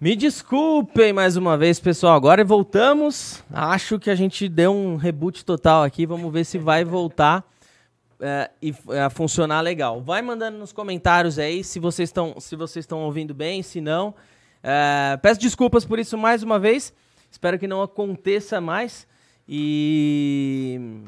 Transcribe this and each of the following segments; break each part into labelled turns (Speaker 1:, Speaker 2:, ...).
Speaker 1: Me desculpem mais uma vez, pessoal. Agora voltamos. Acho que a gente deu um reboot total aqui. Vamos ver se vai voltar é, e a funcionar legal. Vai mandando nos comentários aí se vocês estão se vocês estão ouvindo bem, se não. É, peço desculpas por isso mais uma vez. Espero que não aconteça mais. E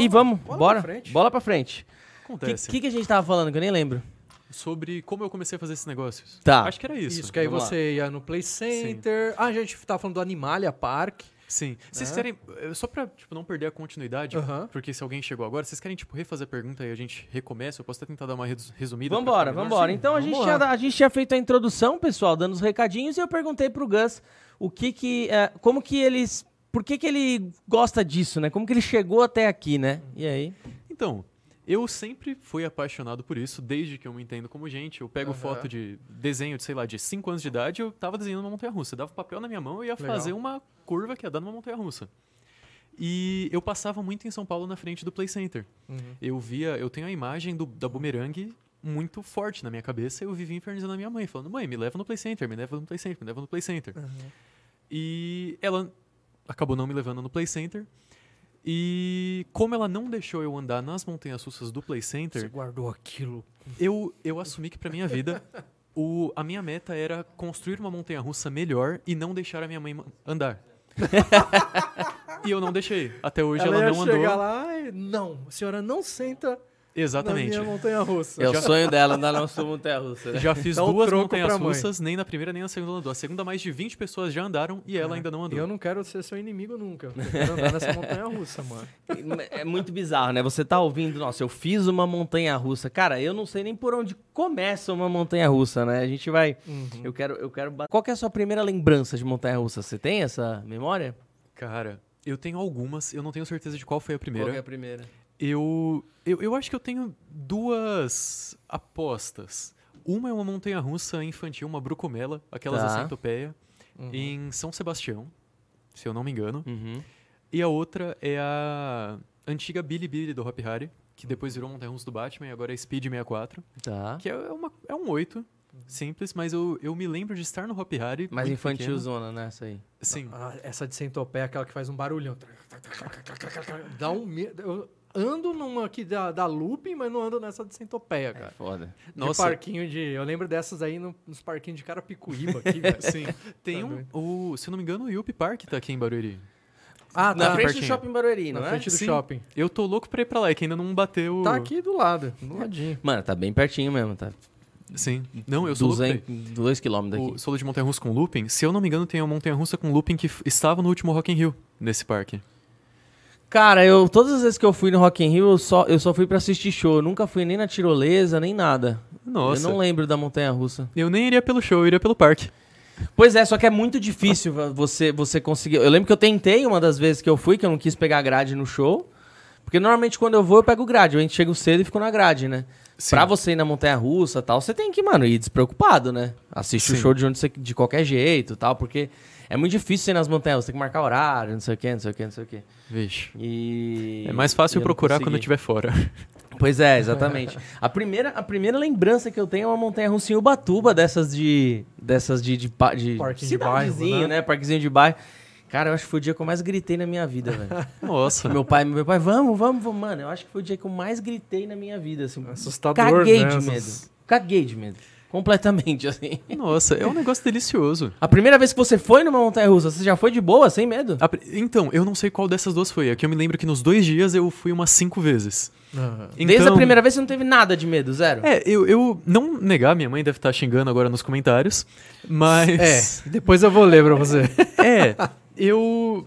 Speaker 2: E,
Speaker 1: e vamos, bora,
Speaker 2: pra frente. Então é assim.
Speaker 1: bola pra frente. O que,
Speaker 3: Acontece.
Speaker 1: que, que a gente tava falando que eu nem lembro?
Speaker 3: Sobre como eu comecei a fazer esses negócios.
Speaker 1: Tá.
Speaker 3: Acho que era isso.
Speaker 2: Isso, que é- aí
Speaker 1: vamos lá.
Speaker 2: você ia no Play Center. Ah, a gente tava falando do Animalia Park.
Speaker 3: Sim. Vocês querem. eh, Só pra tipo, não perder a continuidade,
Speaker 2: Aham.
Speaker 3: porque se alguém chegou agora, vocês querem tipo, refazer a pergunta e a gente recomeça? Eu posso até tentar dar uma redu- resumida. pra
Speaker 1: Vambora,
Speaker 3: ficar melhor?
Speaker 1: vambora. Então a
Speaker 2: vamos
Speaker 1: gente,
Speaker 2: lá.
Speaker 1: tinha, da- a gente tinha feito a introdução, pessoal, dando os recadinhos, e eu perguntei pro Gus o que que. eh, como que eles. Por que, que ele gosta disso, né? Como que ele chegou até aqui, né? E aí?
Speaker 3: Então, eu sempre fui apaixonado por isso, desde que eu me entendo como gente. Eu pego
Speaker 2: Aham.
Speaker 3: foto de desenho de, sei lá, de 5 anos de idade, eu tava desenhando uma montanha russa. Eu dava papel na minha mão e ia
Speaker 2: Legal.
Speaker 3: fazer uma curva que ia dar numa montanha russa. E eu passava muito em São Paulo na frente do Play Center.
Speaker 1: Uhum.
Speaker 3: Eu via, eu tenho a imagem do- da bumerangue muito forte na minha cabeça. Eu vivia infernizando a minha mãe, falando: mãe, me leva no Play Center, me leva no Play Center, me leva no Play Center.
Speaker 2: Uhum.
Speaker 3: E ela acabou não me levando no Play Center. E como ela não deixou eu andar nas montanhas russas do Play
Speaker 2: Você
Speaker 3: Center,
Speaker 2: guardou aquilo.
Speaker 3: eu, eu assumi que pra minha vida o, a minha meta era construir uma montanha russa melhor e não deixar a minha mãe ma- andar. e eu não deixei. Até hoje ela, não andou.
Speaker 2: chegar lá e... Não, a senhora não senta
Speaker 3: Exatamente.
Speaker 2: na minha montanha-russa.
Speaker 1: É o sonho dela, andar na sua montanha russa. né?
Speaker 3: Já fiz
Speaker 2: Dá o
Speaker 3: duas
Speaker 2: troco pra
Speaker 3: montanhas
Speaker 2: mãe.
Speaker 3: russas, nem na primeira nem na segunda andou. A segunda, mais de 20 pessoas já andaram e ela ainda não andou.
Speaker 2: Eu não quero ser seu inimigo nunca. Eu quero andar nessa montanha-russa, mano.
Speaker 1: É muito bizarro, né? Você tá ouvindo, nossa, eu fiz uma montanha russa. Cara, eu não sei nem por onde começa uma montanha russa, né? A gente vai. Eu quero. Eu quero... ba- Qual que é a sua primeira lembrança de montanha russa? Você tem essa memória?
Speaker 3: Cara, eu tenho algumas, eu não tenho certeza de qual foi a primeira.
Speaker 1: é a primeira?
Speaker 3: Eu, eu, eu acho que eu tenho duas apostas. Uma é uma montanha russa infantil, uma brucomela, aquelas
Speaker 1: Tá.
Speaker 3: da centopeia,
Speaker 2: Uhum.
Speaker 3: em São Sebastião, se eu não me engano.
Speaker 1: Uhum.
Speaker 3: E a outra é a antiga Bilibili do Hop Harry, que depois virou montanha russa do Batman e agora é Speed 64,
Speaker 1: Tá.
Speaker 3: que é, uma, é um 8. Simples, mas eu, eu me lembro de estar no Hop Harry.
Speaker 1: Mais
Speaker 3: muito pequeno.
Speaker 1: infantilzona, né? Essa aí.
Speaker 3: Sim.
Speaker 2: Ah, essa de centopeia é aquela que faz um barulhão. Dá um medo. Eu ando numa aqui da, da looping, mas não ando nessa de centopeia, cara.
Speaker 1: É Foda.
Speaker 2: Ah, De parquinho de. Eu lembro dessas aí no- nos parquinhos de Carapicuíba aqui, velho.
Speaker 3: Sim. Tem
Speaker 2: Tá
Speaker 3: um.
Speaker 2: doido.
Speaker 3: O, se eu não me engano, o Yuppie Park tá aqui em Barueri.
Speaker 2: Ah,
Speaker 1: Na frente
Speaker 3: Ah,
Speaker 1: do
Speaker 3: pertinho.
Speaker 1: Shopping Barueri,
Speaker 2: Na
Speaker 1: não é?
Speaker 2: frente do
Speaker 3: Sim. Tá
Speaker 2: shopping.
Speaker 3: Eu tô louco pra ir pra lá, é que ainda não bateu.
Speaker 2: Tá aqui do lado, do ladinho.
Speaker 1: Mano, tá bem pertinho mesmo, tá?
Speaker 3: Sim. Não, eu sou louco pra ir.
Speaker 1: 200, 2 quilômetros
Speaker 3: O
Speaker 1: daqui.
Speaker 3: solo de montanha russa com looping. Se eu não me engano, tem uma montanha russa com looping que f- estava no último Rock in Rio nesse parque.
Speaker 1: Cara, eu todas as vezes que eu fui no Rock in Rio, eu só, eu só fui pra assistir show. Eu nunca fui nem na tirolesa, nem nada.
Speaker 3: Nossa.
Speaker 1: Eu não lembro da montanha russa.
Speaker 3: Eu nem iria pelo show, eu iria pelo parque.
Speaker 1: Pois é, só que é muito difícil va- você, você conseguir. Eu lembro que eu tentei uma das vezes que eu fui, que eu não quis pegar grade no show. Porque normalmente quando eu vou, eu pego grade. Eu chego cedo e fico na grade, né?
Speaker 3: Sim.
Speaker 1: Pra você ir na montanha russa e tal, você tem que, mano, ir despreocupado, né? Assiste o
Speaker 3: Sim.
Speaker 1: show de, onde você, de qualquer jeito e tal, porque é muito difícil ir nas montanhas, você tem que marcar horário, não sei o quê, não sei o quê, não sei o quê.
Speaker 3: Vixe.
Speaker 1: E.
Speaker 3: É mais
Speaker 1: e
Speaker 3: fácil
Speaker 1: eu não
Speaker 3: procurar quando eu
Speaker 1: consegui.
Speaker 3: estiver fora.
Speaker 1: Pois é, exatamente. a, primeira, a primeira lembrança que eu tenho é uma montanha russa em Ubatuba, dessas de. dessas de. de, pa- de
Speaker 2: Parquinho de
Speaker 1: cidadezinho,
Speaker 2: bairro, né?
Speaker 1: né? Parquezinho de bairro. Cara, eu acho que foi o dia que eu mais gritei na minha vida, velho.
Speaker 3: Nossa.
Speaker 1: meu pai, meu pai, vamos, vamos, vamos. Mano, eu acho que foi o dia que eu mais gritei na minha vida, assim.
Speaker 2: Assustador,
Speaker 1: Caguei
Speaker 2: né?
Speaker 1: de medo.
Speaker 2: Essas-
Speaker 1: Caguei de medo. Completamente, assim.
Speaker 3: Nossa, é um negócio delicioso.
Speaker 1: A primeira vez que você foi numa montanha russa, você já foi de boa, sem medo?
Speaker 3: A pri- Então, eu não sei qual dessas duas foi. É que eu me lembro que nos dois dias eu fui umas cinco vezes.
Speaker 2: Aham.
Speaker 1: Desde a
Speaker 3: Então-
Speaker 1: primeira vez você não teve nada de medo, zero.
Speaker 3: É, eu, eu não negar, minha mãe deve estar xingando agora nos comentários, mas
Speaker 2: É, depois eu vou ler pra você.
Speaker 3: é, eu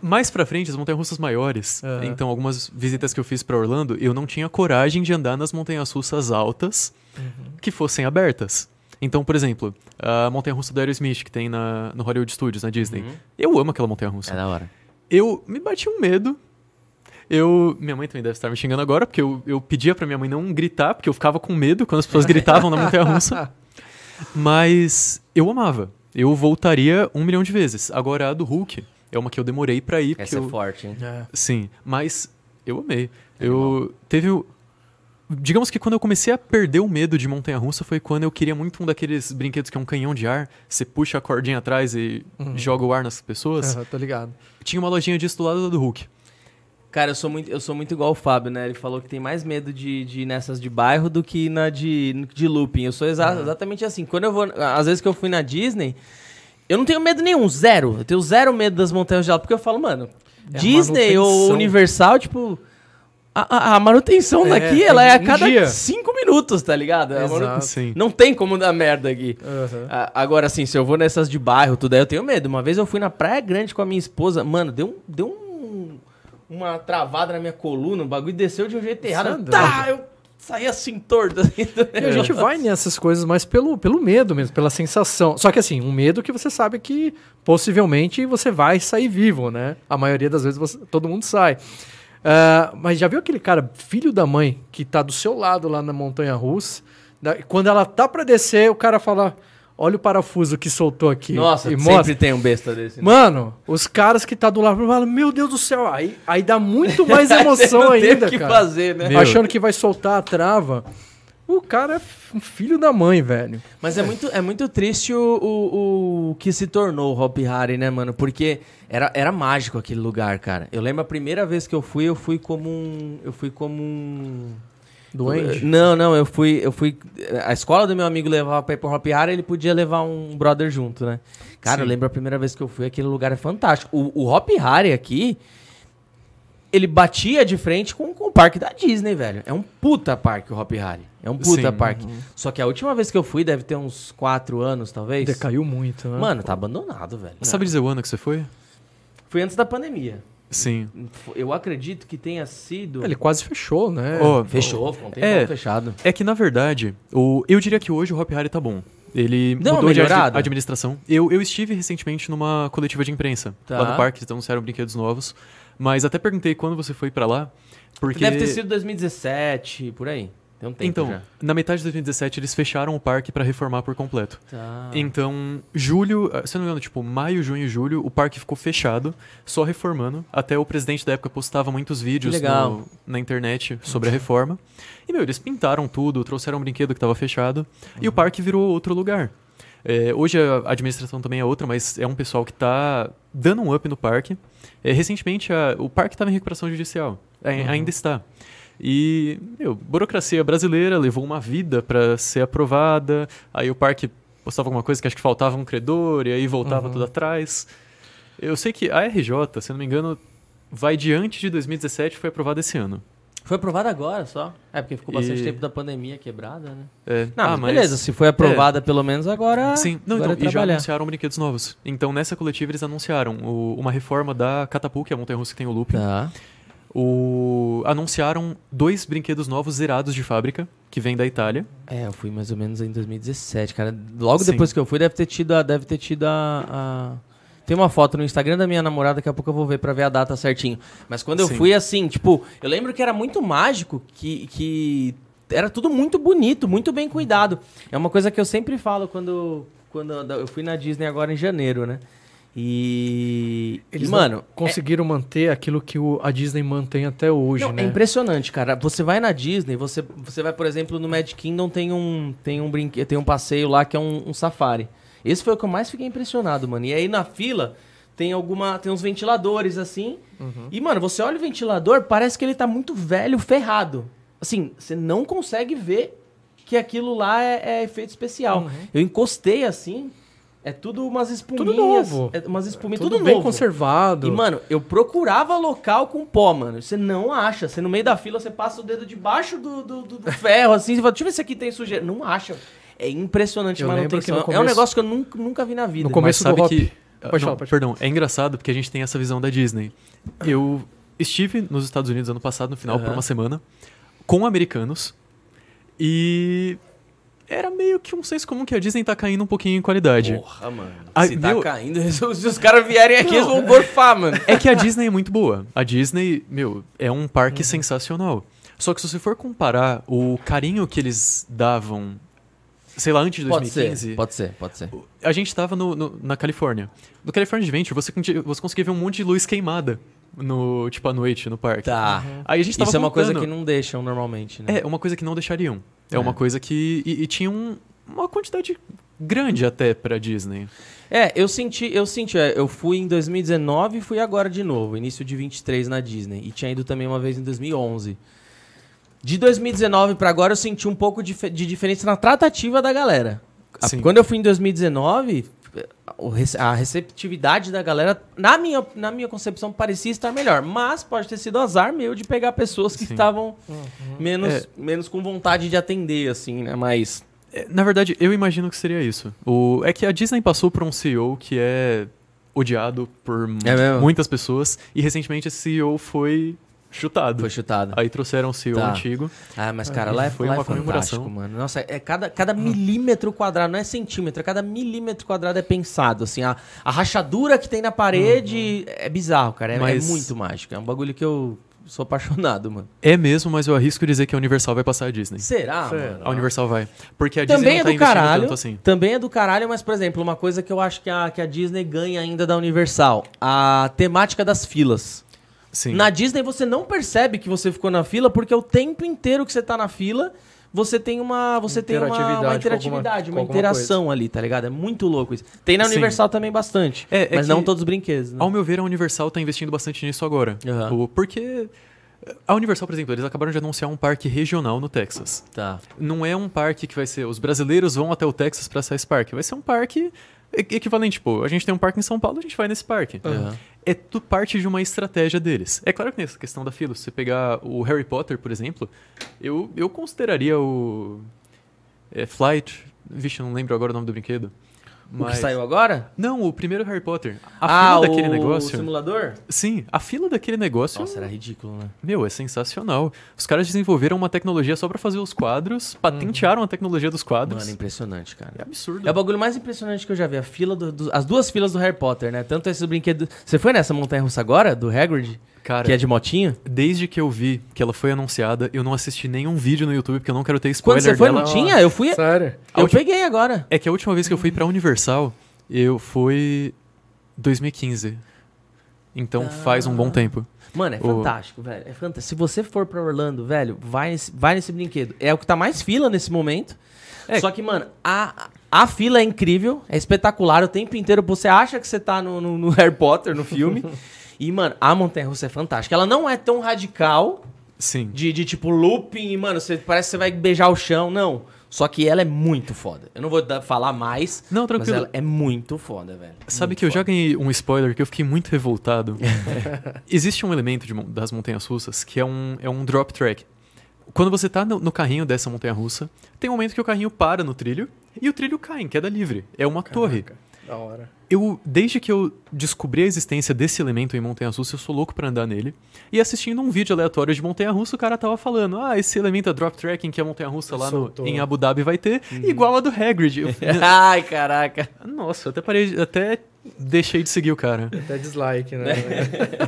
Speaker 3: mais pra frente as montanhas-russas maiores,
Speaker 2: Aham.
Speaker 3: então algumas visitas que eu fiz pra Orlando, eu não tinha coragem de andar nas montanhas-russas altas
Speaker 1: Uhum.
Speaker 3: que fossem abertas. Então, por exemplo, a montanha-russa do Aerosmith que tem na, no Hollywood Studios, na Disney.
Speaker 1: Uhum.
Speaker 3: Eu amo aquela montanha-russa.
Speaker 1: é da hora.
Speaker 3: Eu me bati um medo. Eu, minha mãe também deve estar me xingando agora, porque eu, eu pedia pra minha mãe não gritar, porque eu ficava com medo quando as pessoas gritavam na montanha russa. Mas eu amava. Eu voltaria um milhão de vezes. Agora a do Hulk é uma que eu demorei pra ir, porque
Speaker 1: Essa
Speaker 3: eu,
Speaker 1: é forte, hein?
Speaker 2: É.
Speaker 3: sim, mas eu amei. Eu teve o Digamos que quando eu comecei a perder o medo de montanha-russa foi quando eu queria muito um daqueles brinquedos que é um canhão de ar, você puxa a cordinha atrás e joga o ar nas pessoas.
Speaker 2: Aham, tô ligado.
Speaker 3: Tinha uma lojinha disso do lado da do Hulk.
Speaker 1: Cara, eu sou, muito, eu sou muito igual o Fábio, né? Ele falou que tem mais medo de, de ir nessas de bairro do que na de, de looping. Eu sou exa- exatamente assim. Quando eu vou. Às vezes que eu fui na Disney, eu não tenho medo nenhum, zero. Eu tenho zero medo das montanhas de gelo, porque eu falo, mano,
Speaker 2: É a
Speaker 1: Disney ou
Speaker 2: manutenção.
Speaker 1: Universal, tipo. A, a- a manutenção
Speaker 2: É,
Speaker 1: daqui,
Speaker 2: tem
Speaker 1: ela é a
Speaker 2: um
Speaker 1: cada
Speaker 2: dia.
Speaker 1: cinco minutos, tá ligado? É a manu-
Speaker 2: Exato.
Speaker 3: Sim.
Speaker 1: Não tem como dar merda aqui.
Speaker 2: Aham.
Speaker 1: Ah, Agora, assim, se eu vou nessas de bairro, tudo aí, eu tenho medo. Uma vez eu fui na Praia Grande com a minha esposa, mano, deu, um, deu um- uma travada na minha coluna, o bagulho desceu de um jeito errado.
Speaker 2: Isso é
Speaker 1: Tá, eu saí assim torto. Assim, do
Speaker 2: E É, a gente
Speaker 1: negócio.
Speaker 2: vai nessas coisas mais pelo, pelo medo mesmo, pela sensação. Só que assim, um medo que você sabe que possivelmente você vai sair vivo, né? A maioria das vezes você- todo mundo sai. Ah, mas já viu aquele cara, filho da mãe, que tá do seu lado lá na montanha russa? Da- Quando ela tá pra descer, o cara fala: Olha o parafuso que soltou aqui.
Speaker 1: Nossa,
Speaker 2: e
Speaker 1: sempre
Speaker 2: mostra.
Speaker 1: tem um besta desse. né?
Speaker 2: Mano, os caras que tá do lado falam: Meu Deus do céu, aí, aí dá muito mais emoção
Speaker 1: Você não teve
Speaker 2: ainda.
Speaker 1: o que
Speaker 2: cara.
Speaker 1: fazer, né?
Speaker 3: Meu.
Speaker 2: Achando que vai soltar a trava. O cara é um filho da mãe, velho.
Speaker 1: Mas é muito, é muito triste o, o, o que se tornou o Hop Harry, né, mano? Porque era, era mágico aquele lugar, cara. Eu lembro a primeira vez que eu fui, eu fui como um. Eu fui como um.
Speaker 2: Doente.
Speaker 1: Eh, Não, não, eu fui, eu fui. eh, A escola do meu amigo levava pra ir pro Hop Hari, ele podia levar um brother junto, né? Cara, eu
Speaker 3: Sim.
Speaker 1: lembro a primeira vez que eu fui, aquele lugar é fantástico. O, o Hop Hari aqui, ele batia de frente com, com o parque da Disney, velho. É um puta parque o Hop Hari. É um puta
Speaker 3: Sim.
Speaker 1: parque. Só que a última vez que eu fui, deve ter uns 4 anos, talvez.
Speaker 2: Decaiu muito, né?
Speaker 1: Mano, tá abandonado, velho.
Speaker 3: Sabe dizer o ano que você foi?
Speaker 1: Foi antes da pandemia.
Speaker 3: Sim.
Speaker 1: Eu acredito que tenha sido.
Speaker 2: ele quase fechou, né?
Speaker 3: Ó,
Speaker 1: Fechou, ficou um tempo
Speaker 3: É.
Speaker 1: fechado.
Speaker 3: É que, na verdade, o, eu diria que hoje o Hop Harry tá bom. Ele
Speaker 1: Deu uma
Speaker 3: mudou de ad-
Speaker 1: melhorada?
Speaker 3: administração. Eu, eu estive recentemente numa coletiva de imprensa
Speaker 1: Tá.
Speaker 3: lá no parque, então anunciaram brinquedos novos. Mas até perguntei quando você foi pra lá, porque...
Speaker 1: Deve ter sido 2017, por aí. Tem um tempo
Speaker 3: Então,
Speaker 1: já.
Speaker 3: na metade de 2017, eles fecharam o parque pra reformar por completo.
Speaker 1: Tá.
Speaker 3: Então, julho, ah, se eu não me engano, tipo, maio, junho e julho, o parque ficou fechado, só reformando. Até o presidente da época postava muitos vídeos
Speaker 1: Que legal.
Speaker 3: no- na internet sobre a reforma. E, meu, eles pintaram tudo, trouxeram um brinquedo que estava fechado, e o
Speaker 1: Uhum.
Speaker 3: parque virou outro lugar. É, hoje a administração também é outra, mas é um pessoal que tá dando um up no parque. É, recentemente, a- o parque estava em recuperação judicial. Ai-
Speaker 1: Uhum.
Speaker 3: Ainda está. E, meu, burocracia brasileira levou uma vida para ser aprovada. Aí o parque postava alguma coisa que acho que faltava um credor, e aí
Speaker 1: Uhum.
Speaker 3: voltava tudo atrás. Eu sei que a RJ, se eu não me engano, vai diante de 2017 foi aprovada esse ano.
Speaker 1: Foi aprovada agora só. É, porque ficou bastante
Speaker 3: E-
Speaker 1: tempo da pandemia quebrada, né?
Speaker 3: É,
Speaker 1: Não,
Speaker 3: ah,
Speaker 1: mas beleza, se foi aprovada pelo menos agora.
Speaker 3: Sim, não,
Speaker 1: agora
Speaker 3: então,
Speaker 1: é
Speaker 3: e já
Speaker 1: trabalhar.
Speaker 3: anunciaram brinquedos novos. Então, nessa coletiva, eles anunciaram o- uma reforma da Catapult, que é a montanha-russa que tem o looping.
Speaker 1: Tá.
Speaker 3: O, anunciaram dois brinquedos novos zerados de fábrica, que vem da Itália.
Speaker 1: É, eu fui mais ou menos em 2017, cara. Logo
Speaker 3: Sim.
Speaker 1: depois que eu fui, deve ter tido a. Deve ter tido a, a- Tem uma foto no Instagram da minha namorada, daqui a pouco eu vou ver pra ver a data certinho. Mas quando eu
Speaker 3: Sim.
Speaker 1: fui, assim, tipo, eu lembro que era muito mágico, que, que era tudo muito bonito, muito bem cuidado. É uma coisa que eu sempre falo quando, quando eu fui na Disney agora em janeiro, né? E.
Speaker 2: Eles
Speaker 1: e,
Speaker 2: não
Speaker 1: mano, é-
Speaker 2: conseguiram manter aquilo que o- a Disney mantém até hoje,
Speaker 1: não,
Speaker 2: né?
Speaker 1: É impressionante, cara. Você vai na Disney, você, você vai, por exemplo, no Magic Kingdom tem um tem um brinque, tem um passeio lá que é um, um safari. Esse foi o que eu mais fiquei impressionado, mano. E aí na fila tem alguma tem uns ventiladores assim.
Speaker 2: Uhum.
Speaker 1: E mano, você olha o ventilador, parece que ele tá muito velho, ferrado. Assim, você não consegue ver que aquilo lá é, é efeito especial.
Speaker 2: Uhum.
Speaker 1: Eu encostei assim, é tudo umas espuminhas,
Speaker 2: novo.
Speaker 1: é umas espuminhas,
Speaker 2: Tudo,
Speaker 1: tudo,
Speaker 2: bem
Speaker 1: novo.
Speaker 2: conservado.
Speaker 1: E, mano, eu procurava local com pó, mano. Você não acha. Você no meio da fila, você passa o dedo debaixo do, do, do- do ferro, assim, você fala, deixa eu ver se aqui tem sujeira. Não acha. É impressionante
Speaker 2: Eu
Speaker 1: a
Speaker 2: lembro
Speaker 1: manutenção.
Speaker 2: que no
Speaker 1: É um
Speaker 2: começo-
Speaker 1: negócio que eu nunca, nunca vi na vida.
Speaker 2: No começo
Speaker 3: Mas
Speaker 2: do
Speaker 3: sabe
Speaker 2: Hop.
Speaker 3: que- Ah,
Speaker 2: Pode
Speaker 3: não,
Speaker 2: falar, pode falar.
Speaker 3: perdão, é engraçado porque a gente tem essa visão da Disney. Eu estive nos Estados Unidos ano passado, no final, por
Speaker 1: Aham.
Speaker 3: uma semana, com americanos, e era meio que um senso comum que a Disney tá caindo um pouquinho em qualidade.
Speaker 1: Porra, mano.
Speaker 3: Ah,
Speaker 1: se tá
Speaker 3: meu-
Speaker 1: caindo, se os caras vierem aqui, eles vão gorfar, mano.
Speaker 3: É que a Disney é muito boa. A Disney, meu, é um parque
Speaker 2: Uhum.
Speaker 3: sensacional. Só que se você for comparar o carinho que eles davam, sei lá, antes de
Speaker 1: Pode
Speaker 3: 2015,
Speaker 1: ser, pode ser, pode ser.
Speaker 3: a gente tava no- no- na Califórnia. No California Adventure, você, conti- você conseguia ver um monte de luz queimada. no, tipo, à noite, no parque. Uhum.
Speaker 1: Tá.
Speaker 3: Aí a gente tava
Speaker 1: Isso é uma coisa
Speaker 3: contando-
Speaker 1: que não deixam normalmente, né?
Speaker 3: É, uma coisa que não deixariam. É,
Speaker 1: É.
Speaker 3: uma coisa que. E, e tinha um- uma quantidade grande até pra Disney.
Speaker 1: É, eu senti, eu senti, é, eu fui em 2019 e fui agora de novo, início de 23 na Disney. E tinha ido também uma vez em 2011. De 2019 pra agora eu senti um pouco dife- de diferença na tratativa da galera. A-
Speaker 3: Sim.
Speaker 1: Quando eu fui em 2019, o rece- a receptividade da galera, na minha, na minha concepção, parecia estar melhor. Mas pode ter sido azar meu de pegar pessoas que
Speaker 3: Sim.
Speaker 1: estavam menos,
Speaker 3: É.
Speaker 1: menos com vontade de atender, assim, né? Mas.
Speaker 3: É, Na verdade, eu imagino que seria isso. O, é que a Disney passou por um CEO que é odiado por mu-
Speaker 1: É mesmo?
Speaker 3: muitas pessoas. E recentemente esse CEO foi chutado.
Speaker 1: Foi chutado.
Speaker 3: Aí trouxeram um CEO
Speaker 1: Tá.
Speaker 3: antigo.
Speaker 1: Ah, mas cara, lá é,
Speaker 3: Foi
Speaker 1: lá
Speaker 3: uma
Speaker 1: é fantástico,
Speaker 3: comemoração.
Speaker 1: mano. Nossa, é cada, cada milímetro quadrado, não é centímetro, é cada milímetro quadrado é pensado, assim, a, a rachadura que tem na parede é bizarro, cara, é, é
Speaker 3: Uhum. Mas-
Speaker 1: muito mágico, é um bagulho que eu sou apaixonado, mano.
Speaker 3: É mesmo, mas eu arrisco dizer que a Universal vai passar a Disney.
Speaker 1: Será,
Speaker 2: Será?
Speaker 1: mano?
Speaker 3: A Universal vai. Porque a
Speaker 1: Também
Speaker 3: Disney
Speaker 1: é
Speaker 3: não tá
Speaker 1: do
Speaker 3: investindo
Speaker 1: caralho,
Speaker 3: tanto assim.
Speaker 1: também é do caralho, mas, por exemplo, uma coisa que eu acho que a, que a Disney ganha ainda da Universal, a temática das filas.
Speaker 3: Sim.
Speaker 1: Na Disney você não percebe que você ficou na fila porque o tempo inteiro que você tá na fila, você tem uma, você tem uma- uma,
Speaker 2: Interatividade com
Speaker 1: interatividade,
Speaker 2: alguma- com
Speaker 1: uma
Speaker 2: alguma
Speaker 1: interação ali, tá ligado? É muito louco isso. Tem na
Speaker 3: Sim.
Speaker 1: Universal também bastante,
Speaker 3: É, é
Speaker 1: mas
Speaker 3: que-
Speaker 1: não todos os brinquedos, né?
Speaker 3: Ao meu ver, a Universal tá investindo bastante nisso agora.
Speaker 1: Aham.
Speaker 3: O- Porque a Universal, por exemplo, eles acabaram de anunciar um parque regional no Texas.
Speaker 1: Tá.
Speaker 3: Não é um parque que vai ser os brasileiros vão até o Texas pra acessar esse parque. Vai ser um parque e- equivalente, tipo, a gente tem um parque em São Paulo, a gente vai nesse parque.
Speaker 1: Aham.
Speaker 3: É tudo parte de uma estratégia deles. É claro que nessa questão da fila, se você pegar o Harry Potter, por exemplo, eu, eu consideraria o é, Flight, vixe, eu não lembro agora o nome do brinquedo.
Speaker 1: O que
Speaker 3: mas-
Speaker 1: saiu agora? Ah,
Speaker 3: Não, o primeiro Harry Potter. A fila daquele
Speaker 1: o
Speaker 3: negócio.
Speaker 1: simulador?
Speaker 3: Sim, a fila daquele negócio,
Speaker 1: Nossa, era ridículo, né?
Speaker 3: meu, é sensacional. Os caras desenvolveram uma tecnologia só pra fazer os quadros, patentearam a tecnologia dos quadros.
Speaker 1: Uhum. Mano, impressionante, cara.
Speaker 3: É absurdo.
Speaker 1: É o bagulho mais impressionante que eu já vi, a fila do, do- as duas filas do Harry Potter, né? Tanto esse brinquedo. Você foi nessa montanha russa agora do Hagrid,
Speaker 3: Cara,
Speaker 1: que é de motinho?
Speaker 3: desde que eu vi que ela foi anunciada, eu não assisti nenhum vídeo no YouTube porque eu não quero ter
Speaker 1: Quando
Speaker 3: spoiler
Speaker 1: você foi,
Speaker 3: dela.
Speaker 1: não tinha? Eu fui,
Speaker 2: Sério?
Speaker 3: A
Speaker 1: eu
Speaker 3: última-
Speaker 1: peguei agora.
Speaker 3: É que a última vez que eu fui
Speaker 1: Uhum.
Speaker 3: pra Universal, eu fui 2015.
Speaker 1: Ah.
Speaker 3: Então faz um bom tempo.
Speaker 1: Mano, é
Speaker 3: O-
Speaker 1: fantástico, velho. É fantástico. Se você for pra Orlando, velho, vai nesse, vai nesse brinquedo. É o que tá mais fila nesse momento.
Speaker 3: É.
Speaker 1: Só que, mano, a, a fila é incrível, é espetacular o tempo inteiro. Você acha que você tá no, no- no Harry Potter, no filme. e, mano, a Montanha Russa é fantástica. Ela não é tão radical
Speaker 3: Sim.
Speaker 1: de, de, tipo looping, e, mano, você parece que você vai beijar o chão. Não. Só que ela é muito foda. Eu não vou dar- falar mais,
Speaker 3: Não,
Speaker 1: mas
Speaker 3: tranquilo.
Speaker 1: ela é muito foda, velho.
Speaker 3: Sabe
Speaker 1: Muito
Speaker 3: que eu já
Speaker 1: foda.
Speaker 3: ganhei um spoiler que eu fiquei muito revoltado. É. Existe um elemento de mon- das montanhas russas que é um, é um drop track. Quando você tá no, no carrinho dessa montanha russa, tem um momento que o carrinho para no trilho e o trilho cai em queda livre. É uma torre.
Speaker 2: Da hora.
Speaker 3: Eu, desde que eu descobri a existência desse elemento em Montanha Russa, eu sou louco pra andar nele. E assistindo um vídeo aleatório de Montanha Russa, o cara tava falando: Ah, esse elemento é drop tracking que a Montanha Russa lá no-
Speaker 2: Soltou.
Speaker 3: em Abu Dhabi vai ter,
Speaker 1: Uhum.
Speaker 3: igual a do Hagrid. Eu-
Speaker 1: Ai, caraca.
Speaker 3: Nossa, eu até parei, até deixei de seguir o cara.
Speaker 2: Até dislike, né?
Speaker 1: É.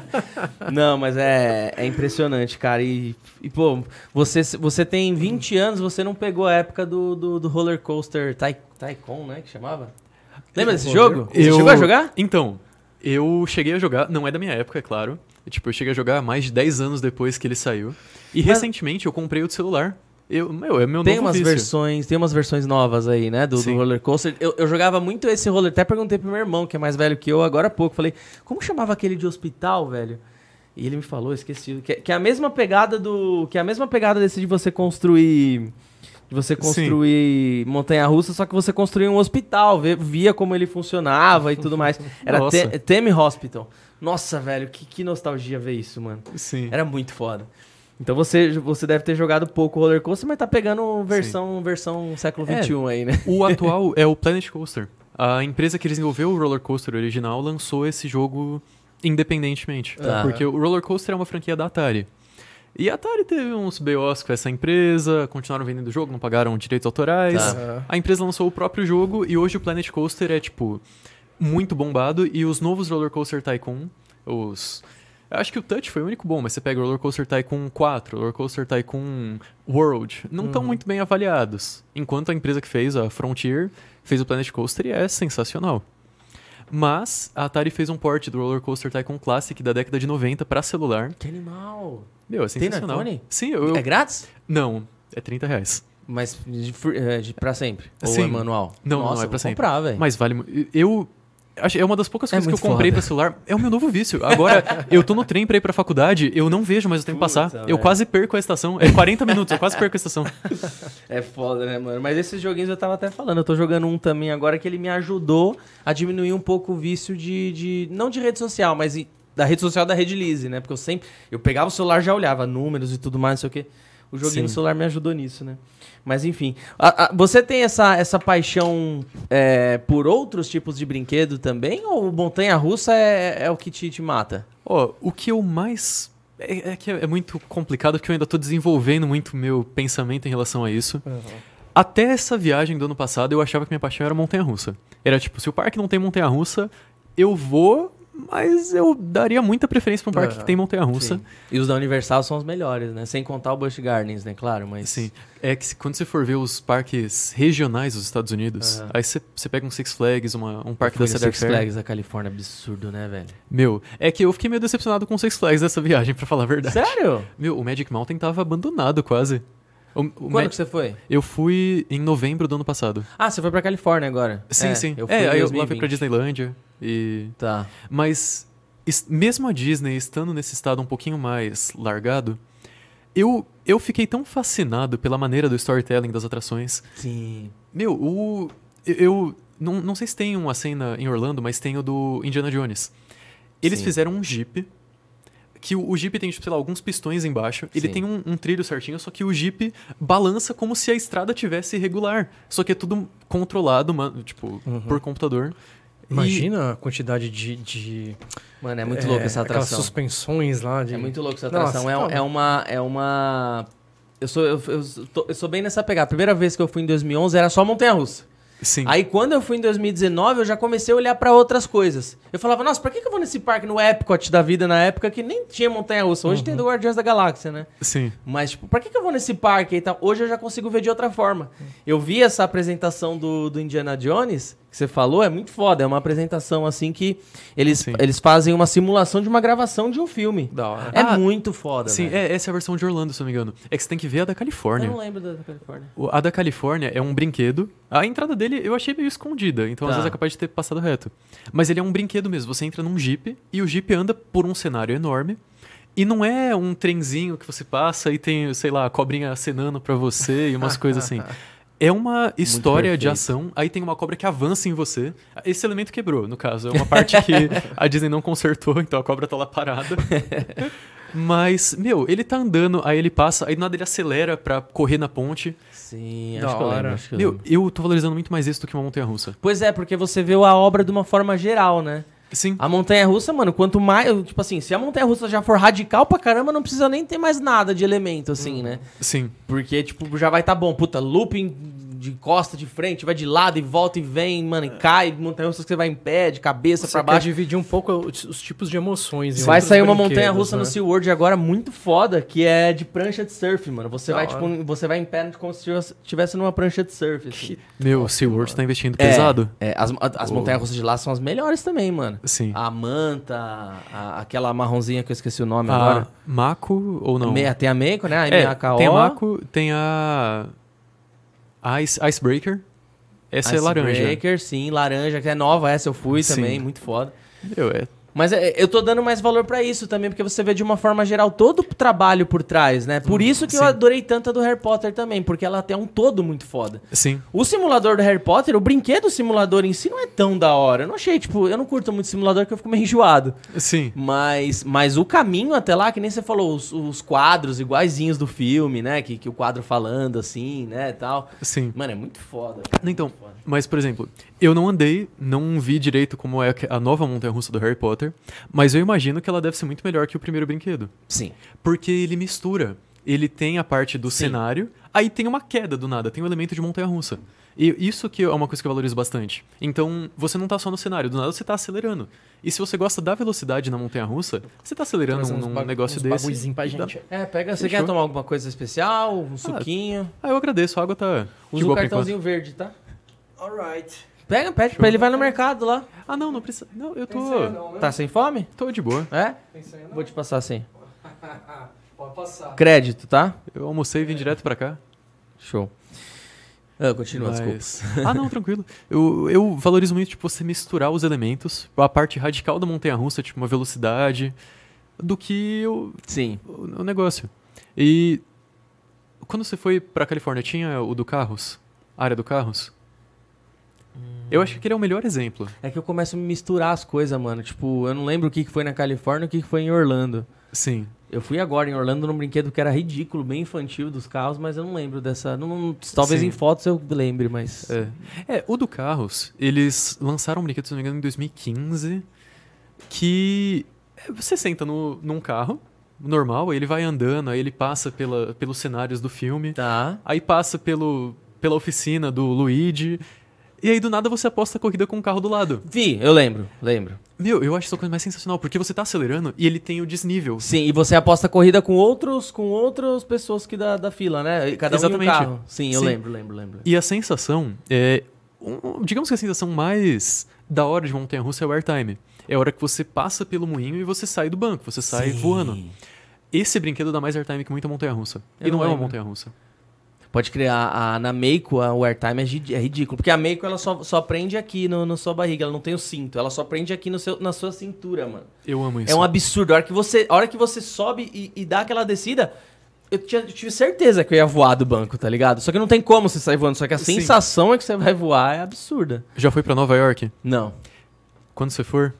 Speaker 1: Não, mas é, é impressionante, cara. E, e, pô, você, você tem 20 anos, você não pegou a época do, do, do roller coaster Ty- Tycoon, né? Que chamava? Lembra desse jogo? Você chegou a jogar?
Speaker 3: Então, eu cheguei a jogar, não é da minha época, é claro. Tipo, eu cheguei a jogar mais de 10 anos depois que ele saiu. E
Speaker 1: Mas-
Speaker 3: recentemente eu comprei o de celular. Eu, meu, é meu
Speaker 1: Tem
Speaker 3: novo
Speaker 1: umas
Speaker 3: vício.
Speaker 1: versões, tem umas versões novas aí, né? Do, do
Speaker 3: Sim.
Speaker 1: roller coaster. Eu, eu jogava muito esse roller, até perguntei pro meu irmão, que é mais velho que eu, agora há pouco. Falei, como chamava aquele de hospital, velho? E ele me falou, esqueci. Que, que é a mesma pegada do. Que é a mesma pegada desse de você construir. De você construir montanha-russa, só que você construía um hospital, vê- via como ele funcionava e tudo mais. Era
Speaker 3: Nossa.
Speaker 1: Te- Teme Hospital. Nossa, velho, que, que nostalgia ver isso, mano.
Speaker 3: Sim.
Speaker 1: Era muito foda. Então você, você deve ter jogado pouco roller coaster, mas tá pegando versão, versão século
Speaker 3: É.
Speaker 1: XXI aí, né?
Speaker 3: O atual é o Planet Coaster. A empresa que desenvolveu o Roller Coaster original lançou esse jogo independentemente.
Speaker 1: Tá.
Speaker 3: Porque o Roller Coaster é uma franquia da Atari. E a Atari teve uns BOs com essa empresa, continuaram vendendo o jogo, não pagaram direitos autorais.
Speaker 1: Tá.
Speaker 2: Aham.
Speaker 3: A empresa lançou o próprio jogo e hoje o Planet Coaster é, tipo, muito bombado. E os novos Roller Coaster Tycoon, os. Eu acho que o Touch foi o único bom, mas você pega o Roller Coaster Tycoon 4, Roller Coaster Tycoon World, não
Speaker 1: Uhum.
Speaker 3: estão muito bem avaliados. Enquanto a empresa que fez, a Frontier, fez o Planet Coaster e é sensacional. Mas a Atari fez um port do Roller Coaster Tycoon Classic da década de 90 pra celular.
Speaker 1: Que animal!
Speaker 3: Meu, é
Speaker 1: Tem no
Speaker 3: sensacional.
Speaker 1: iPhone?
Speaker 3: Sim, eu. eu-
Speaker 1: É grátis?
Speaker 3: Não, é 30 reais.
Speaker 1: Mas de, fr- é, de- pra sempre? Ou
Speaker 3: Sim.
Speaker 1: é manual?
Speaker 3: Não, não,
Speaker 1: Nossa,
Speaker 3: é
Speaker 1: eu
Speaker 3: pra
Speaker 1: vou
Speaker 3: sempre.
Speaker 1: comprar, velho.
Speaker 3: Mas vale. mu- Eu. acho- É uma das poucas
Speaker 1: É
Speaker 3: coisas que eu
Speaker 1: muito
Speaker 3: comprei
Speaker 1: foda.
Speaker 3: pra celular. É o meu novo vício. Agora, eu tô no trem pra ir pra faculdade, eu não vejo mais o tempo
Speaker 1: Puta,
Speaker 3: passar. Eu
Speaker 1: velho.
Speaker 3: quase perco a estação. É 40 minutos, eu quase perco a estação.
Speaker 1: É foda, né, mano? Mas esses joguinhos eu tava até falando. Eu tô jogando um também agora que ele me ajudou a diminuir um pouco o vício de. de- não de rede social, mas e- da rede social da rede Lise, né? Porque eu sempre. Eu pegava o celular já olhava números e tudo mais, não sei o quê. O joguinho
Speaker 3: Sim.
Speaker 1: no celular me ajudou nisso, né? Mas enfim. A- a- você tem essa, essa paixão é, por outros tipos de brinquedo também? Ou Montanha Russa é, é o que te, te mata?
Speaker 3: Ó, o que eu mais. É, é que é muito complicado porque eu ainda tô desenvolvendo muito meu pensamento em relação a isso.
Speaker 2: Uhum.
Speaker 3: Até essa viagem do ano passado, eu achava que minha paixão era montanha-russa. Era tipo, se o parque não tem montanha-russa, eu vou, mas eu daria muita preferência pra um parque
Speaker 2: Aham,
Speaker 3: que tem montanha-russa.
Speaker 1: Sim. E os da Universal são os melhores, né? Sem contar o Busch Gardens, né? Claro, mas.
Speaker 3: Sim. É que se- quando você for ver os parques regionais dos Estados Unidos,
Speaker 2: Aham.
Speaker 3: aí você você pega um Six Flags, uma- um parque da
Speaker 1: Fui no
Speaker 3: Cedar
Speaker 1: Six
Speaker 3: Fair.
Speaker 1: Flags da Califórnia, absurdo, né, velho?
Speaker 3: Meu, é que eu fiquei meio decepcionado com o Six Flags dessa viagem, pra falar a verdade.
Speaker 1: Sério?
Speaker 3: Meu, o Magic Mountain tava abandonado quase. O- o
Speaker 1: Quando
Speaker 3: Mag-
Speaker 1: que você foi?
Speaker 3: Eu fui em novembro do ano passado.
Speaker 1: Ah, você foi pra Califórnia agora.
Speaker 3: Sim,
Speaker 1: É,
Speaker 3: sim.
Speaker 1: Eu fui
Speaker 3: é,
Speaker 1: em
Speaker 3: aí eu lá fui
Speaker 1: 2020.
Speaker 3: pra Disneylândia e...
Speaker 1: Tá.
Speaker 3: Mas es- mesmo a Disney estando nesse estado um pouquinho mais largado, eu, eu fiquei tão fascinado pela maneira do storytelling das atrações
Speaker 1: Sim.
Speaker 3: Meu, o. Eu. eu- não, não sei se tem uma cena em Orlando, mas tem o do Indiana Jones. Eles
Speaker 1: Sim.
Speaker 3: fizeram um Jeep. Que o, o Jeep tem, tipo, sei lá, alguns pistões embaixo. Ele
Speaker 1: Sim.
Speaker 3: tem um, um trilho certinho, só que o Jeep balança como se a estrada tivesse irregular. Só que é tudo controlado, ma- tipo,
Speaker 1: Uhum.
Speaker 3: por computador. E-
Speaker 2: Imagina a quantidade de. de
Speaker 1: Mano, é muito
Speaker 2: é,
Speaker 1: louco essa
Speaker 2: aquelas
Speaker 1: atração.
Speaker 2: suspensões lá de.
Speaker 1: É muito louco essa atração.
Speaker 2: Nossa, tá
Speaker 1: é,
Speaker 2: calma.
Speaker 1: é uma. É uma. Eu sou, eu, eu, tô- eu sou bem nessa pegada. A primeira vez que eu fui em 2011 era só montanha-russa.
Speaker 3: Sim.
Speaker 1: Aí quando eu fui em 2019, eu já comecei a olhar pra outras coisas. Eu falava, nossa, pra que que eu vou nesse parque no Epcot da vida na época que nem tinha montanha-russa? Hoje tem do Guardiões da Galáxia, né?
Speaker 3: Sim.
Speaker 1: Mas, tipo, pra que, que eu vou nesse parque aí e tal? Hoje eu já consigo ver de outra forma. Eu vi essa apresentação do, do Indiana Jones, que você falou, é muito foda. É uma apresentação assim que eles,
Speaker 3: Sim.
Speaker 1: eles fazem uma simulação de uma gravação de um filme.
Speaker 2: Da hora.
Speaker 1: É
Speaker 3: Ah,
Speaker 1: muito foda.
Speaker 3: Sim,
Speaker 1: velho.
Speaker 3: é, essa é a versão de Orlando, se eu não me engano. É que você tem que ver a da Califórnia.
Speaker 1: Eu não lembro da da Califórnia.
Speaker 3: O- A da Califórnia é um brinquedo. A entrada dele eu achei meio escondida, então às
Speaker 1: Tá.
Speaker 3: vezes é capaz de ter passado reto. Mas ele é um brinquedo mesmo. Você entra num jeep e o jeep anda por um cenário enorme. E não é um trenzinho que você passa e tem, sei lá, a cobrinha acenando pra você e umas coisas assim. É uma história de
Speaker 1: perfeito.
Speaker 3: ação, aí tem uma cobra que avança em você. Esse elemento quebrou, no caso. É uma parte que a Disney não consertou, então a cobra tá lá parada. Mas, meu, ele tá andando, aí ele passa, aí do nada ele acelera pra correr na ponte.
Speaker 1: Sim,
Speaker 2: Da
Speaker 1: acho que, eu
Speaker 2: hora.
Speaker 1: lembro, acho que eu
Speaker 3: Meu,
Speaker 1: lembro.
Speaker 3: eu tô valorizando muito mais isso do que uma montanha russa.
Speaker 1: Pois é, porque você vê a obra de uma forma geral, né?
Speaker 3: Sim.
Speaker 1: A montanha russa, mano, quanto mais. eu, Tipo assim, se a montanha russa já for radical pra caramba, não precisa nem ter mais nada de elemento, assim, né?
Speaker 3: Sim.
Speaker 1: Porque, tipo, já vai tá bom. Puta, looping de costa, de frente, vai de lado e volta e vem, mano, e cai, montanha-russa que você vai em pé, de cabeça
Speaker 2: É. Você
Speaker 1: pra
Speaker 2: quer
Speaker 1: baixo.
Speaker 2: dividir um pouco os, os tipos de emoções. em
Speaker 1: Vai
Speaker 2: outros
Speaker 1: sair uma
Speaker 2: brinquedos,
Speaker 1: montanha-russa
Speaker 2: né?
Speaker 1: no SeaWorld agora muito foda, que é de prancha de surf, mano. Você
Speaker 2: Da
Speaker 1: vai,
Speaker 2: hora.
Speaker 1: tipo, você vai em pé como se estivesse numa prancha de surf, assim.
Speaker 3: Meu, o SeaWorld tá investindo pesado.
Speaker 1: É, as as
Speaker 3: Oh.
Speaker 1: montanhas-russas de lá são as melhores também, mano.
Speaker 3: Sim.
Speaker 1: A manta, a- aquela marronzinha que eu esqueci o
Speaker 2: Ah,
Speaker 1: nome
Speaker 3: A
Speaker 1: agora.
Speaker 3: Mako ou não?
Speaker 1: Meia, tem a Meiko, né? A
Speaker 3: É,
Speaker 1: MAKO.
Speaker 3: tem a Mako, tem a Ice, Icebreaker. Essa é laranja.
Speaker 1: Icebreaker, sim, laranja, que é nova, essa eu fui
Speaker 3: Sim.
Speaker 1: também, muito foda.
Speaker 3: Meu, é.
Speaker 1: Mas é, eu tô dando mais valor pra isso também, porque você vê de uma forma geral todo o trabalho por trás, né? Por isso que eu
Speaker 3: sim.
Speaker 1: adorei tanto a do Harry Potter também, porque ela tem um todo muito foda.
Speaker 3: Sim.
Speaker 1: O simulador do Harry Potter, o brinquedo simulador em si não é tão da hora. Eu não achei, tipo, eu não curto muito simulador porque eu fico meio enjoado.
Speaker 3: Sim.
Speaker 1: Mas, mas o caminho até lá, que nem você falou, os, os quadros iguaizinhos do filme, né? Que, que o quadro falando assim, né, e tal.
Speaker 3: Sim.
Speaker 1: Mano, é muito foda. cara.
Speaker 3: Então,
Speaker 1: Muito foda.
Speaker 3: mas por exemplo, eu não andei, não vi direito como é a nova montanha-russa do Harry Potter, mas eu imagino que ela deve ser muito melhor que o primeiro brinquedo.
Speaker 1: Sim.
Speaker 3: Porque ele mistura. Ele tem a parte do
Speaker 1: Sim.
Speaker 3: cenário, aí tem uma queda do nada, tem um elemento de montanha-russa. E isso que é uma coisa que eu valorizo bastante. Então, você não tá só no cenário, do nada você tá acelerando. E se você gosta da velocidade na montanha-russa, você tá acelerando
Speaker 2: Traz uns
Speaker 3: num
Speaker 2: bagu-
Speaker 3: negócio
Speaker 2: uns
Speaker 3: desse.
Speaker 2: bagulhozinho pra
Speaker 3: e dá-
Speaker 2: gente.
Speaker 1: É, pega. Você
Speaker 3: Fechou.
Speaker 1: quer tomar alguma coisa especial? Um suquinho?
Speaker 3: Ah, eu Ah, agradeço, a água tá de
Speaker 1: Usa o
Speaker 3: boa por
Speaker 1: cartãozinho verde, tá?
Speaker 2: Alright.
Speaker 1: Pega, pede pra ele, vai no mercado lá.
Speaker 3: Ah, não, não precisa. Não, eu tô.
Speaker 1: Tá sem fome?
Speaker 3: Tô de boa.
Speaker 1: É? Vou te passar assim.
Speaker 2: Pode passar.
Speaker 1: Crédito, tá?
Speaker 3: Eu almocei e vim direto pra cá.
Speaker 1: Show. Ah, continua, desculpa.
Speaker 3: Mas- Ah, não, tranquilo. Eu, eu valorizo muito, tipo, você misturar os elementos, a parte radical da montanha-russa, tipo, uma velocidade, do que o,
Speaker 1: Sim.
Speaker 3: o negócio. E quando você foi pra Califórnia, tinha o do Carros? A área do Carros? Eu
Speaker 1: Hum.
Speaker 3: acho que ele é o melhor exemplo.
Speaker 1: É que eu começo a me misturar as coisas, mano. Tipo, eu não lembro o que que foi na Califórnia e o que que foi em Orlando.
Speaker 3: Sim.
Speaker 1: Eu fui agora em Orlando num brinquedo que era ridículo, bem infantil dos carros, mas eu não lembro dessa. não- não- talvez
Speaker 3: Sim.
Speaker 1: em fotos eu lembre, mas.
Speaker 3: É. É, o do Carros, eles lançaram um brinquedo, se não me engano, em 2015, que é, você senta no, num carro normal, aí ele vai andando, aí ele passa pela, pelos cenários do filme,
Speaker 1: Tá.
Speaker 3: aí passa pelo, pela oficina do Luigi, e aí do nada você aposta a corrida com o carro do lado.
Speaker 1: Vi, eu lembro, lembro.
Speaker 3: Meu, eu acho essa coisa mais sensacional, porque você tá acelerando e ele tem o desnível.
Speaker 1: Sim, e você aposta corrida com outros, com outras pessoas que da, da fila, né? E Cada um em um
Speaker 3: Exatamente.
Speaker 1: carro. Sim, eu
Speaker 3: Sim.
Speaker 1: lembro, lembro, lembro.
Speaker 3: E a sensação é. um- digamos que a sensação mais da hora de Montanha Russa é o airtime. É a hora que você passa pelo moinho e você sai do banco, você sai
Speaker 1: Sim.
Speaker 3: voando. Esse brinquedo dá mais airtime que muita montanha russa.
Speaker 1: Eu
Speaker 3: e não,
Speaker 1: não
Speaker 3: é uma
Speaker 1: lembro.
Speaker 3: montanha russa.
Speaker 1: Pode criar a, na Meiko, a- o airtime é, gid- é ridículo. Porque a Meiko ela só, só prende aqui no, na sua barriga, ela não tem o cinto, ela só prende aqui no seu, na sua cintura, mano.
Speaker 3: Eu amo isso.
Speaker 1: É um absurdo. A hora que você, a hora que você sobe e, e dá aquela descida, eu, tinha- eu tive certeza que eu ia voar do banco, tá ligado? Só que não tem como você sair voando. Só que a
Speaker 3: Sim.
Speaker 1: sensação é que você vai voar é absurda.
Speaker 3: Já foi pra Nova York?
Speaker 1: Não.
Speaker 3: Quando você for,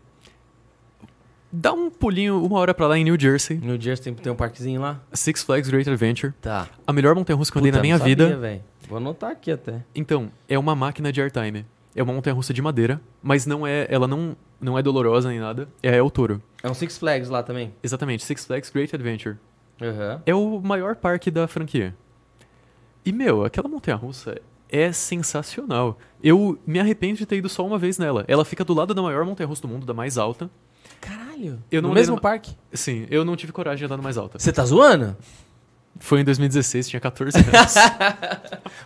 Speaker 3: dá um pulinho uma hora pra lá em New Jersey.
Speaker 1: New Jersey tem, tem um parquezinho lá?
Speaker 3: Six Flags Great Adventure.
Speaker 1: Tá.
Speaker 3: A melhor montanha russa que eu andei na minha vida.
Speaker 1: Vou anotar aqui até.
Speaker 3: Então, é uma máquina de airtime. É uma montanha russa de madeira, mas não é, ela não, não é dolorosa nem nada. É El Toro.
Speaker 1: É um Six Flags lá também.
Speaker 3: Exatamente, Six Flags Great Adventure.
Speaker 1: Aham.
Speaker 3: É o maior parque da franquia. E, meu, aquela montanha-russa é sensacional. Eu me arrependo de ter ido só uma vez nela. Ela fica do lado da maior montanha-russa do mundo, da mais alta.
Speaker 1: Caralho.
Speaker 3: Eu não
Speaker 1: no
Speaker 3: andei
Speaker 1: mesmo
Speaker 3: numa-
Speaker 1: parque?
Speaker 3: Sim, eu não tive coragem de andar na mais alta.
Speaker 1: Você tá zoando?
Speaker 3: Foi em 2016, tinha 14 anos.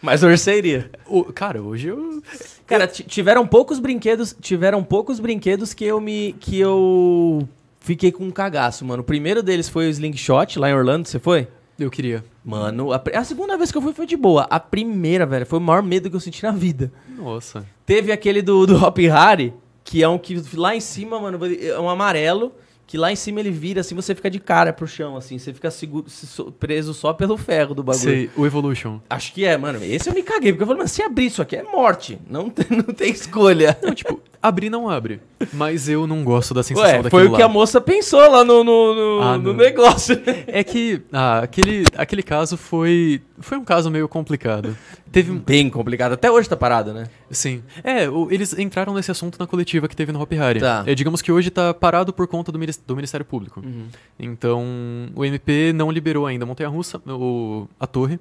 Speaker 1: Mas orceria.
Speaker 3: O- cara, hoje eu...
Speaker 1: Cara, ti- tiveram poucos brinquedos, tiveram poucos brinquedos que eu me que eu fiquei com um cagaço, mano. O primeiro deles foi o Slingshot lá em Orlando, você foi?
Speaker 3: Eu queria.
Speaker 1: Mano, a, pri- a segunda vez que eu fui foi de boa. A primeira, velho, foi o maior medo que eu senti na vida.
Speaker 3: Nossa.
Speaker 1: Teve aquele do, do Hop Harry, que é um que lá em cima, mano, ele- é um amarelo, que lá em cima ele vira assim, você fica de cara pro chão, assim. Você fica seguro, se so- preso só pelo ferro do bagulho.
Speaker 3: Sei, o Evolution.
Speaker 1: Acho que é, mano. Esse eu me caguei, porque eu falei, mano, se abrir isso aqui é morte. Não tem, não tem escolha.
Speaker 3: Não, tipo, abrir não abre. Mas eu não gosto da sensação
Speaker 1: Ué,
Speaker 3: daquilo
Speaker 1: foi o que
Speaker 3: lá.
Speaker 1: a moça pensou lá no, no, no-
Speaker 3: Ah,
Speaker 1: no
Speaker 3: não.
Speaker 1: negócio.
Speaker 3: É que ah, aquele, aquele caso foi... Foi um caso meio complicado. Teve,
Speaker 1: um Bem complicado. Até hoje tá parado, né?
Speaker 3: Sim. É, o- eles entraram nesse assunto na coletiva que teve no Hop Harry.
Speaker 1: Tá.
Speaker 3: É, digamos que hoje tá parado por conta do, minis- do Ministério Público. Então, o MP não liberou ainda a Montanha-Russa, o- a torre,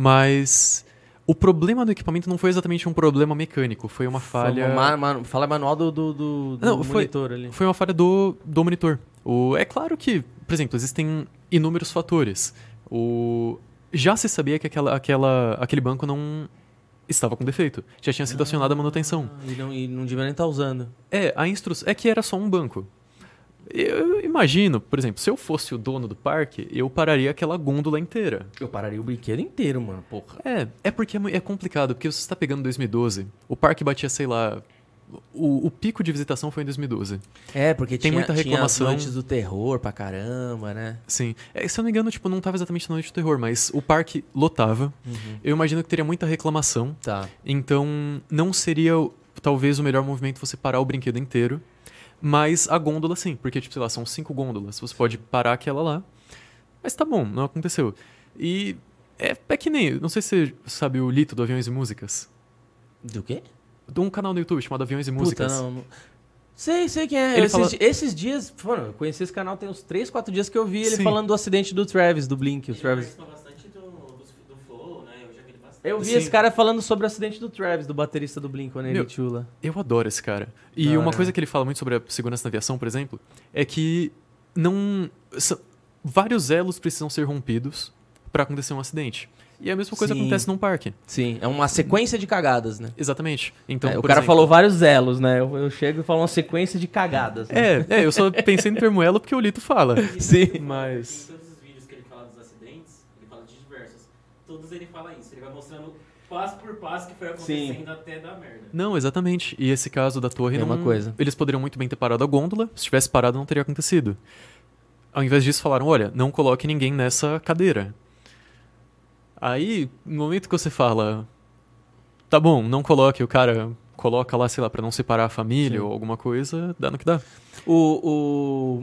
Speaker 3: mas o problema do equipamento não foi exatamente um problema mecânico, foi uma falha...
Speaker 1: Foi uma ma- ma- fala manual do, do, do- do
Speaker 3: Não, foi-
Speaker 1: monitor ali.
Speaker 3: Foi uma falha do, do monitor. O, é claro que, por exemplo, existem inúmeros fatores. O, já se sabia que aquela, aquela, aquele banco não estava com defeito. Já tinha sido acionada a manutenção.
Speaker 1: Ah, E não, e não devia nem estar usando.
Speaker 3: É, a instrução. É que era só um banco. Eu imagino, por exemplo, se eu fosse o dono do parque, eu pararia aquela gôndola inteira.
Speaker 1: Eu pararia o brinquedo inteiro, mano, porra.
Speaker 3: É, é porque é mu- é complicado, porque você está pegando 2012, o parque batia, sei lá. O, o pico de visitação foi em 2012.
Speaker 1: É, porque
Speaker 3: Tem
Speaker 1: tinha,
Speaker 3: muita
Speaker 1: tinha as
Speaker 3: reclamação.
Speaker 1: noites do terror pra caramba, né?
Speaker 3: Sim. É, se eu não me engano, tipo, não tava exatamente na noite do terror, mas o parque lotava. Eu imagino que teria muita reclamação.
Speaker 1: Tá.
Speaker 3: Então, não seria o- talvez o melhor movimento você parar o brinquedo inteiro. Mas a gôndola sim, porque, tipo, sei lá, são cinco gôndolas. Você pode parar aquela lá. Mas tá bom, não aconteceu. E é, é que nem. Não sei se você sabe o Lito do Aviões e Músicas.
Speaker 1: Do quê?
Speaker 3: Tem um canal no YouTube chamado Aviões e Músicas.
Speaker 1: Puta, não. não- Sei, sei quem é.
Speaker 3: Ele
Speaker 1: esses,
Speaker 3: fala-
Speaker 1: di- esses dias, mano, eu conheci esse canal tem uns 3, 4 dias que eu vi ele
Speaker 3: Sim.
Speaker 1: falando do acidente do Travis, do Blink, o Travis.
Speaker 4: participa bastante do, do, do Flow, né? Eu já vi ele bastante.
Speaker 1: Eu vi
Speaker 3: Sim.
Speaker 1: esse cara falando sobre o acidente do Travis, do baterista do Blink, quando ele
Speaker 3: Meu,
Speaker 1: chula.
Speaker 3: Eu adoro esse cara. E
Speaker 1: Da hora,
Speaker 3: uma coisa
Speaker 1: né?
Speaker 3: que ele fala muito sobre a segurança na aviação, por exemplo, é que não. são- vários elos precisam ser rompidos para acontecer um acidente. E a mesma coisa
Speaker 1: Sim.
Speaker 3: acontece num parque.
Speaker 1: Sim, é uma sequência de cagadas, né?
Speaker 3: Exatamente. Então,
Speaker 1: É, o
Speaker 3: por
Speaker 1: cara
Speaker 3: exemplo-
Speaker 1: falou vários elos, né? Eu, eu chego e falo uma sequência de cagadas. né?
Speaker 3: É, é, eu só pensei no termo elo porque o Lito fala.
Speaker 1: Sim.
Speaker 4: Em
Speaker 3: Mas.
Speaker 4: todos os vídeos que ele fala dos acidentes, ele fala de diversos. Todos ele fala isso. Ele vai mostrando passo por passo que foi acontecendo até dar merda.
Speaker 3: Não, exatamente. E esse caso da torre
Speaker 1: Mesma
Speaker 3: não-
Speaker 1: É coisa.
Speaker 3: Eles poderiam muito bem ter parado a gôndola. Se tivesse parado, não teria acontecido. Ao invés disso, falaram: olha, não coloque ninguém nessa cadeira. Aí, no momento que você fala, tá bom, não coloque, o cara coloca lá, sei lá, pra não separar a família ou alguma coisa, dá no que dá.
Speaker 1: O,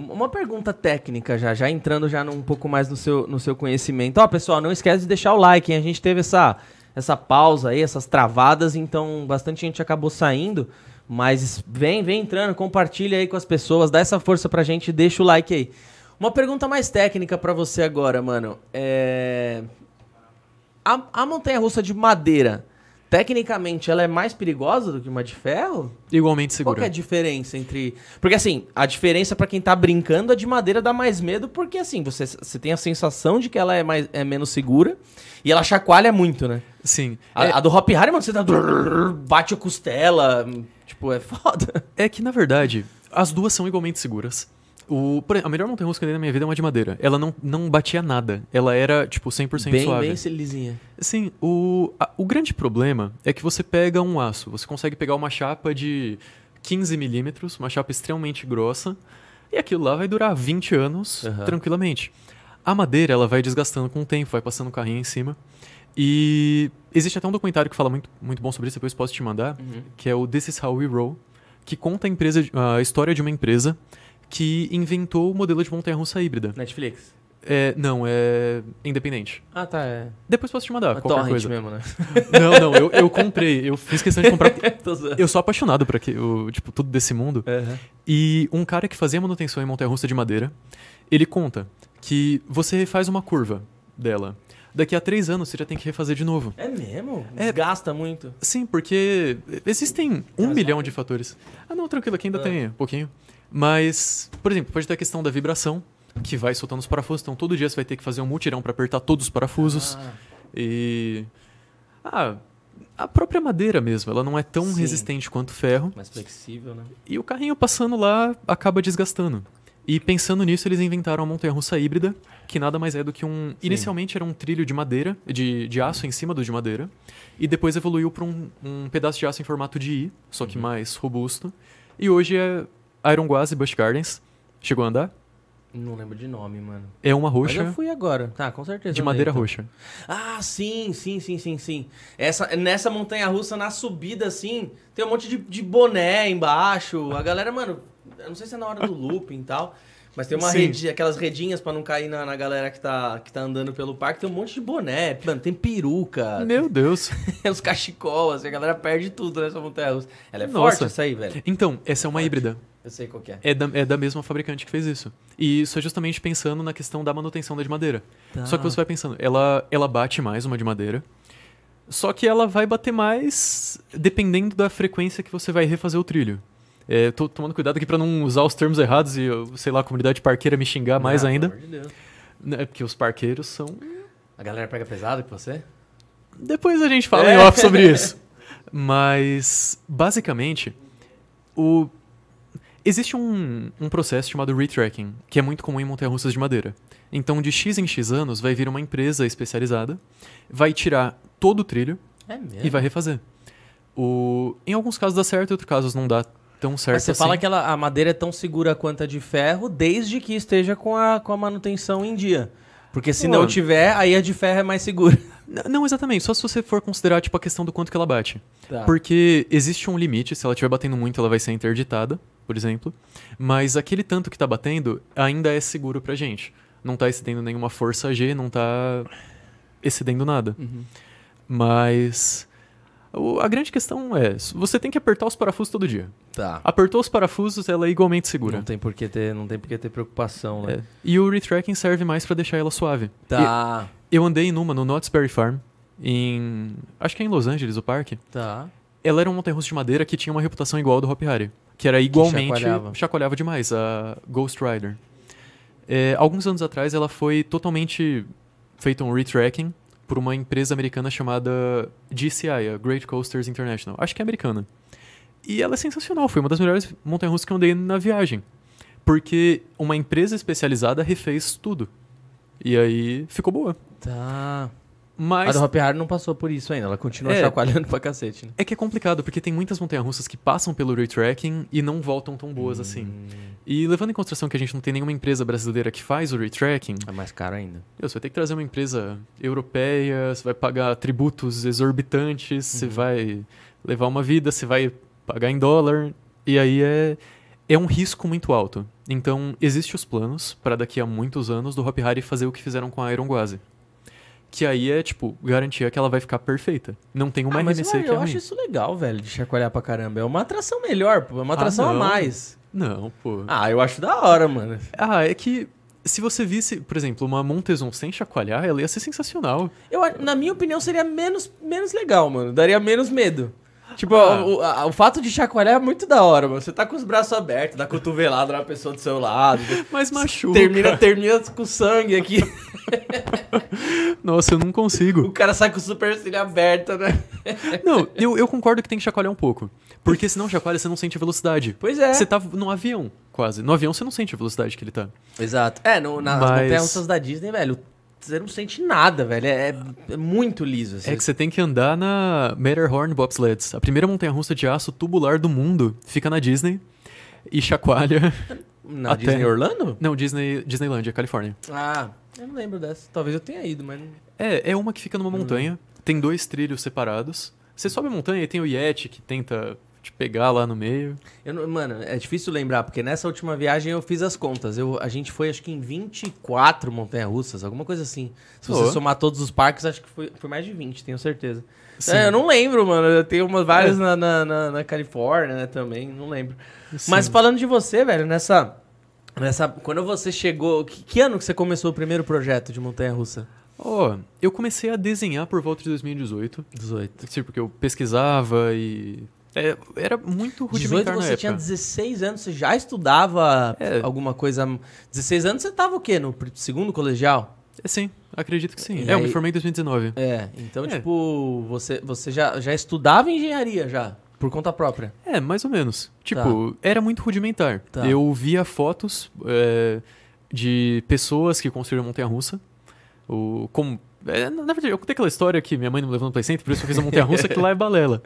Speaker 1: o- uma pergunta técnica já, já entrando já num- um pouco mais no seu, no seu conhecimento. Ó, pessoal, não esquece de deixar o like, hein? A gente teve essa, essa pausa aí, essas travadas, então bastante gente acabou saindo. Mas vem, vem entrando, compartilha aí com as pessoas, dá essa força pra gente, deixa o like aí. Uma pergunta mais técnica pra você agora, mano. É... A, a montanha-russa de madeira, tecnicamente, ela é mais perigosa do que uma de ferro?
Speaker 3: Igualmente
Speaker 1: Qual
Speaker 3: segura.
Speaker 1: que é a diferença entre. Porque assim, a diferença pra quem tá brincando é de madeira dá mais medo, porque assim, você, você tem a sensação de que ela é, mais, é menos segura e ela chacoalha muito, né?
Speaker 3: Sim.
Speaker 1: A,
Speaker 3: É-
Speaker 1: a do Hop Harry, mano, você tá. Bate a costela. Tipo, é foda.
Speaker 3: É que, na verdade, as duas são igualmente seguras. O, por exemplo, a melhor montanha-russa que eu dei na minha vida é uma de madeira. Ela não, não batia nada. Ela era, tipo, 100%
Speaker 1: Bem,
Speaker 3: suave.
Speaker 1: bem lisinha.
Speaker 3: Sim, o, a- o grande problema é que você pega um aço. Você consegue pegar uma chapa de 15 milímetros, uma chapa extremamente grossa, e aquilo lá vai durar 20 anos
Speaker 1: Aham.
Speaker 3: tranquilamente. A madeira, ela vai desgastando com o tempo, vai passando o carrinho em cima. E existe até um documentário que fala muito, muito bom sobre isso, depois posso te mandar,
Speaker 1: Uhum.
Speaker 3: que é o This Is How We Roll, que conta a, empresa, a história de uma empresa que inventou o modelo de montanha-russa híbrida.
Speaker 1: Netflix.
Speaker 3: É, não, é independente.
Speaker 1: Ah, tá. É.
Speaker 3: Depois posso te mandar,
Speaker 1: a
Speaker 3: qualquer
Speaker 1: torrent
Speaker 3: coisa.
Speaker 1: mesmo, né?
Speaker 3: Não, não, eu, eu comprei. Eu fiz questão de comprar. porque
Speaker 1: Tô zoando.
Speaker 3: Eu sou apaixonado por aqui, o, tipo, tudo desse mundo.
Speaker 1: Aham.
Speaker 3: E um cara que fazia manutenção em montanha-russa de madeira, ele conta que você faz uma curva dela. Daqui a três anos você já tem que refazer de novo.
Speaker 1: É mesmo? Desgasta muito.
Speaker 3: Sim, porque existem um milhão de fatores. Ah, não, tranquilo, aqui ainda
Speaker 1: Ah.
Speaker 3: tem um pouquinho. Mas, por exemplo, pode ter a questão da vibração, que vai soltando os parafusos. Então, todo dia você vai ter que fazer um mutirão pra apertar todos os parafusos.
Speaker 1: Ah.
Speaker 3: E. Ah, a própria madeira mesmo, ela não é tão
Speaker 1: Sim.
Speaker 3: resistente quanto ferro.
Speaker 1: Mais flexível, né?
Speaker 3: E o carrinho passando lá acaba desgastando. E pensando nisso, eles inventaram a montanha-russa híbrida, que nada mais é do que um. Inicialmente era um trilho de madeira, de, de aço em cima do de madeira, e depois evoluiu para um, um pedaço de aço em formato de I, só que mais robusto. E hoje é Iron Guazi Busch Gardens. Chegou a andar?
Speaker 1: Não lembro de nome, mano.
Speaker 3: É uma
Speaker 1: Mas eu
Speaker 3: roxa
Speaker 1: fui agora. Tá, com certeza.
Speaker 3: de
Speaker 1: eu
Speaker 3: madeira
Speaker 1: lembro.
Speaker 3: roxa.
Speaker 1: Ah, sim, sim, sim, sim, sim. Essa, nessa montanha russa, na subida, assim, tem um monte de, de boné embaixo. A galera, mano, eu não sei se é na hora do looping e tal, mas tem uma
Speaker 3: Sim.
Speaker 1: rede, aquelas redinhas pra não cair na, na galera que tá, que tá andando pelo parque. Tem um monte de boné, mano, tem peruca,
Speaker 3: Meu Deus!
Speaker 1: tem os cachecol, assim, a galera perde tudo nessa montanha russa. Ela é
Speaker 3: Nossa.
Speaker 1: forte essa aí, velho.
Speaker 3: Então, essa é uma híbrida.
Speaker 1: Eu sei qual que é.
Speaker 3: É da, é da mesma fabricante que fez isso. E isso é justamente pensando na questão da manutenção da de madeira.
Speaker 1: Tá.
Speaker 3: Só que você vai pensando, ela, ela bate mais uma de madeira. Só que ela vai bater mais dependendo da frequência que você vai refazer o trilho. É, tô tomando cuidado aqui pra não usar os termos errados e, eu, sei lá, a comunidade parqueira me xingar mais
Speaker 1: Ah,
Speaker 3: ainda.
Speaker 1: pelo amor de Deus.
Speaker 3: Né, porque os parqueiros são.
Speaker 1: A galera pega pesado com você?
Speaker 3: Depois a gente
Speaker 1: É.
Speaker 3: fala em off sobre isso. Mas, basicamente, o. Existe um, um processo chamado retracking, que é muito comum em montanhas-russas de madeira. Então, de X em X anos, vai vir uma empresa especializada, vai tirar todo o trilho
Speaker 1: É mesmo.
Speaker 3: e vai refazer. O... Em alguns casos dá certo, em outros casos não dá tão certo
Speaker 1: Mas você
Speaker 3: assim.
Speaker 1: fala que ela- a madeira é tão segura quanto a de ferro, desde que esteja com a, com a manutenção em dia. Porque se não
Speaker 3: Mano.
Speaker 1: tiver, aí a de ferro é mais segura.
Speaker 3: N- Não exatamente, só se você for considerar tipo, a questão do quanto que ela bate.
Speaker 1: Tá.
Speaker 3: Porque existe um limite, se ela estiver batendo muito, ela vai ser interditada, por exemplo. Mas aquele tanto que tá batendo ainda é seguro pra gente. Não tá excedendo nenhuma força G, não tá excedendo nada.
Speaker 1: Uhum.
Speaker 3: Mas o- a grande questão é, s- você tem que apertar os parafusos todo dia.
Speaker 1: Tá.
Speaker 3: Apertou os parafusos, ela é igualmente segura.
Speaker 1: Não tem por que ter, não tem por que ter preocupação, né?
Speaker 3: É. E o retracking serve mais pra deixar ela suave.
Speaker 1: Tá.
Speaker 3: E- eu andei numa no Knott's Berry Farm, em. Acho que é em Los Angeles o parque.
Speaker 1: Tá.
Speaker 3: Ela era um montanha de madeira que tinha uma reputação igual ao do Hop Harry. Que era igualmente.
Speaker 1: chacoalhava.
Speaker 3: chacoalhava demais, a Ghost Rider. É, alguns anos atrás ela foi totalmente feito um retracking por uma empresa americana chamada GCI, a Great Coasters International. Acho que é americana. E ela é sensacional, foi uma das melhores montanhas-russas que eu andei na viagem. Porque uma empresa especializada refez tudo. E aí ficou boa.
Speaker 1: Tá.
Speaker 3: Mas
Speaker 1: A do Hop Hard não passou por isso ainda, ela continua
Speaker 3: É.
Speaker 1: chacoalhando pra cacete, né?
Speaker 3: é que é complicado, porque tem muitas montanhas-russas que passam pelo retracking e não voltam tão
Speaker 1: Hum.
Speaker 3: boas assim. E levando em consideração que a gente não tem nenhuma empresa brasileira que faz o retracking,
Speaker 1: É mais caro ainda.
Speaker 3: Meu, você vai ter que trazer uma empresa europeia, você vai pagar tributos exorbitantes,
Speaker 1: Uhum.
Speaker 3: você vai levar uma vida, você vai pagar em dólar. E aí é, é um risco muito alto. Então, existem os planos para daqui a muitos anos do Hop Hari fazer o que fizeram com a Iron Gwazi. Que aí é, tipo, garantia que ela vai ficar perfeita. Não tem uma
Speaker 1: Ah, mas
Speaker 3: RMC
Speaker 1: eu,
Speaker 3: que é
Speaker 1: eu
Speaker 3: ruim.
Speaker 1: acho isso legal, velho, de chacoalhar pra caramba. É uma atração melhor, pô. É uma
Speaker 3: Ah,
Speaker 1: atração a
Speaker 3: não.
Speaker 1: mais.
Speaker 3: Não, pô.
Speaker 1: Ah, eu acho da hora, mano.
Speaker 3: Ah, é que se você visse, por exemplo, uma Montezon sem chacoalhar, ela ia ser sensacional.
Speaker 1: Eu, a- na minha opinião, seria menos, menos legal, mano. Daria menos medo. Tipo,
Speaker 3: Ah.
Speaker 1: o, a- o fato de chacoalhar é muito da hora, mano. Você tá com os braços abertos, dá cotovelada na pessoa do seu lado.
Speaker 3: Mas machuca.
Speaker 1: termina, termina com sangue aqui.
Speaker 3: Nossa, eu não consigo.
Speaker 1: O cara sai com o supercílio aberto, né?
Speaker 3: Não, eu, eu concordo que tem que chacoalhar um pouco. Porque se não chacoalha, você não sente a velocidade.
Speaker 1: Pois é.
Speaker 3: Você tá num avião, quase. No avião você não sente a velocidade que ele tá.
Speaker 1: Exato. É, no, nas
Speaker 3: Mas-
Speaker 1: montanhas da Disney, velho, você não sente nada, velho. É, é- é muito liso. assim.
Speaker 3: É que você tem que andar na Matterhorn Bobsleds. A primeira montanha-russa de aço tubular do mundo fica na Disney e chacoalha.
Speaker 1: Na
Speaker 3: até-
Speaker 1: Disney Orlando?
Speaker 3: Não, Disney, Disneylandia, Califórnia.
Speaker 1: Ah, eu não lembro dessa. Talvez eu tenha ido, mas... não-
Speaker 3: É, é uma que fica numa montanha, tem dois trilhos separados. Você sobe a montanha e tem o Yeti que tenta te pegar lá no meio.
Speaker 1: Eu não- mano, é difícil lembrar, porque nessa última viagem eu fiz as contas. Eu, a gente foi, acho que em 24 montanhas-russas, alguma coisa assim. Se você
Speaker 3: Pô.
Speaker 1: somar todos os parques, acho que foi, foi mais de 20, tenho certeza.
Speaker 3: Sim. É.
Speaker 1: É, eu não lembro, mano. Eu tenho umas, várias na, na, na- na Califórnia, né, também, não lembro. Mas
Speaker 3: Sim.
Speaker 1: falando de você, velho, nessa... Nessa, quando você chegou, que, que ano que você começou o primeiro projeto de montanha-russa?
Speaker 3: Ó, eu comecei a desenhar por volta de 2018.
Speaker 1: 18.
Speaker 3: Sim, assim, porque eu pesquisava e. é, era muito
Speaker 1: 18
Speaker 3: rudimentar na
Speaker 1: você
Speaker 3: época.
Speaker 1: tinha 16 anos, você já estudava
Speaker 3: É.
Speaker 1: alguma coisa. 16 anos você tava o quê? No pr- segundo colegial?
Speaker 3: É, sim, acredito que sim.
Speaker 1: E
Speaker 3: é, eu me
Speaker 1: aí-
Speaker 3: formei em 2019.
Speaker 1: É, então,
Speaker 3: É.
Speaker 1: tipo, você, você já, já estudava engenharia já, por conta própria.
Speaker 3: É, mais ou menos. Tipo, era muito rudimentar.
Speaker 1: Tá.
Speaker 3: Eu via fotos é, de pessoas que construíram a montanha-russa. O, como, é, na na verdade, eu contei aquela história que minha mãe não me levou no Play Center, por isso eu fiz a montanha-russa, que lá é balela.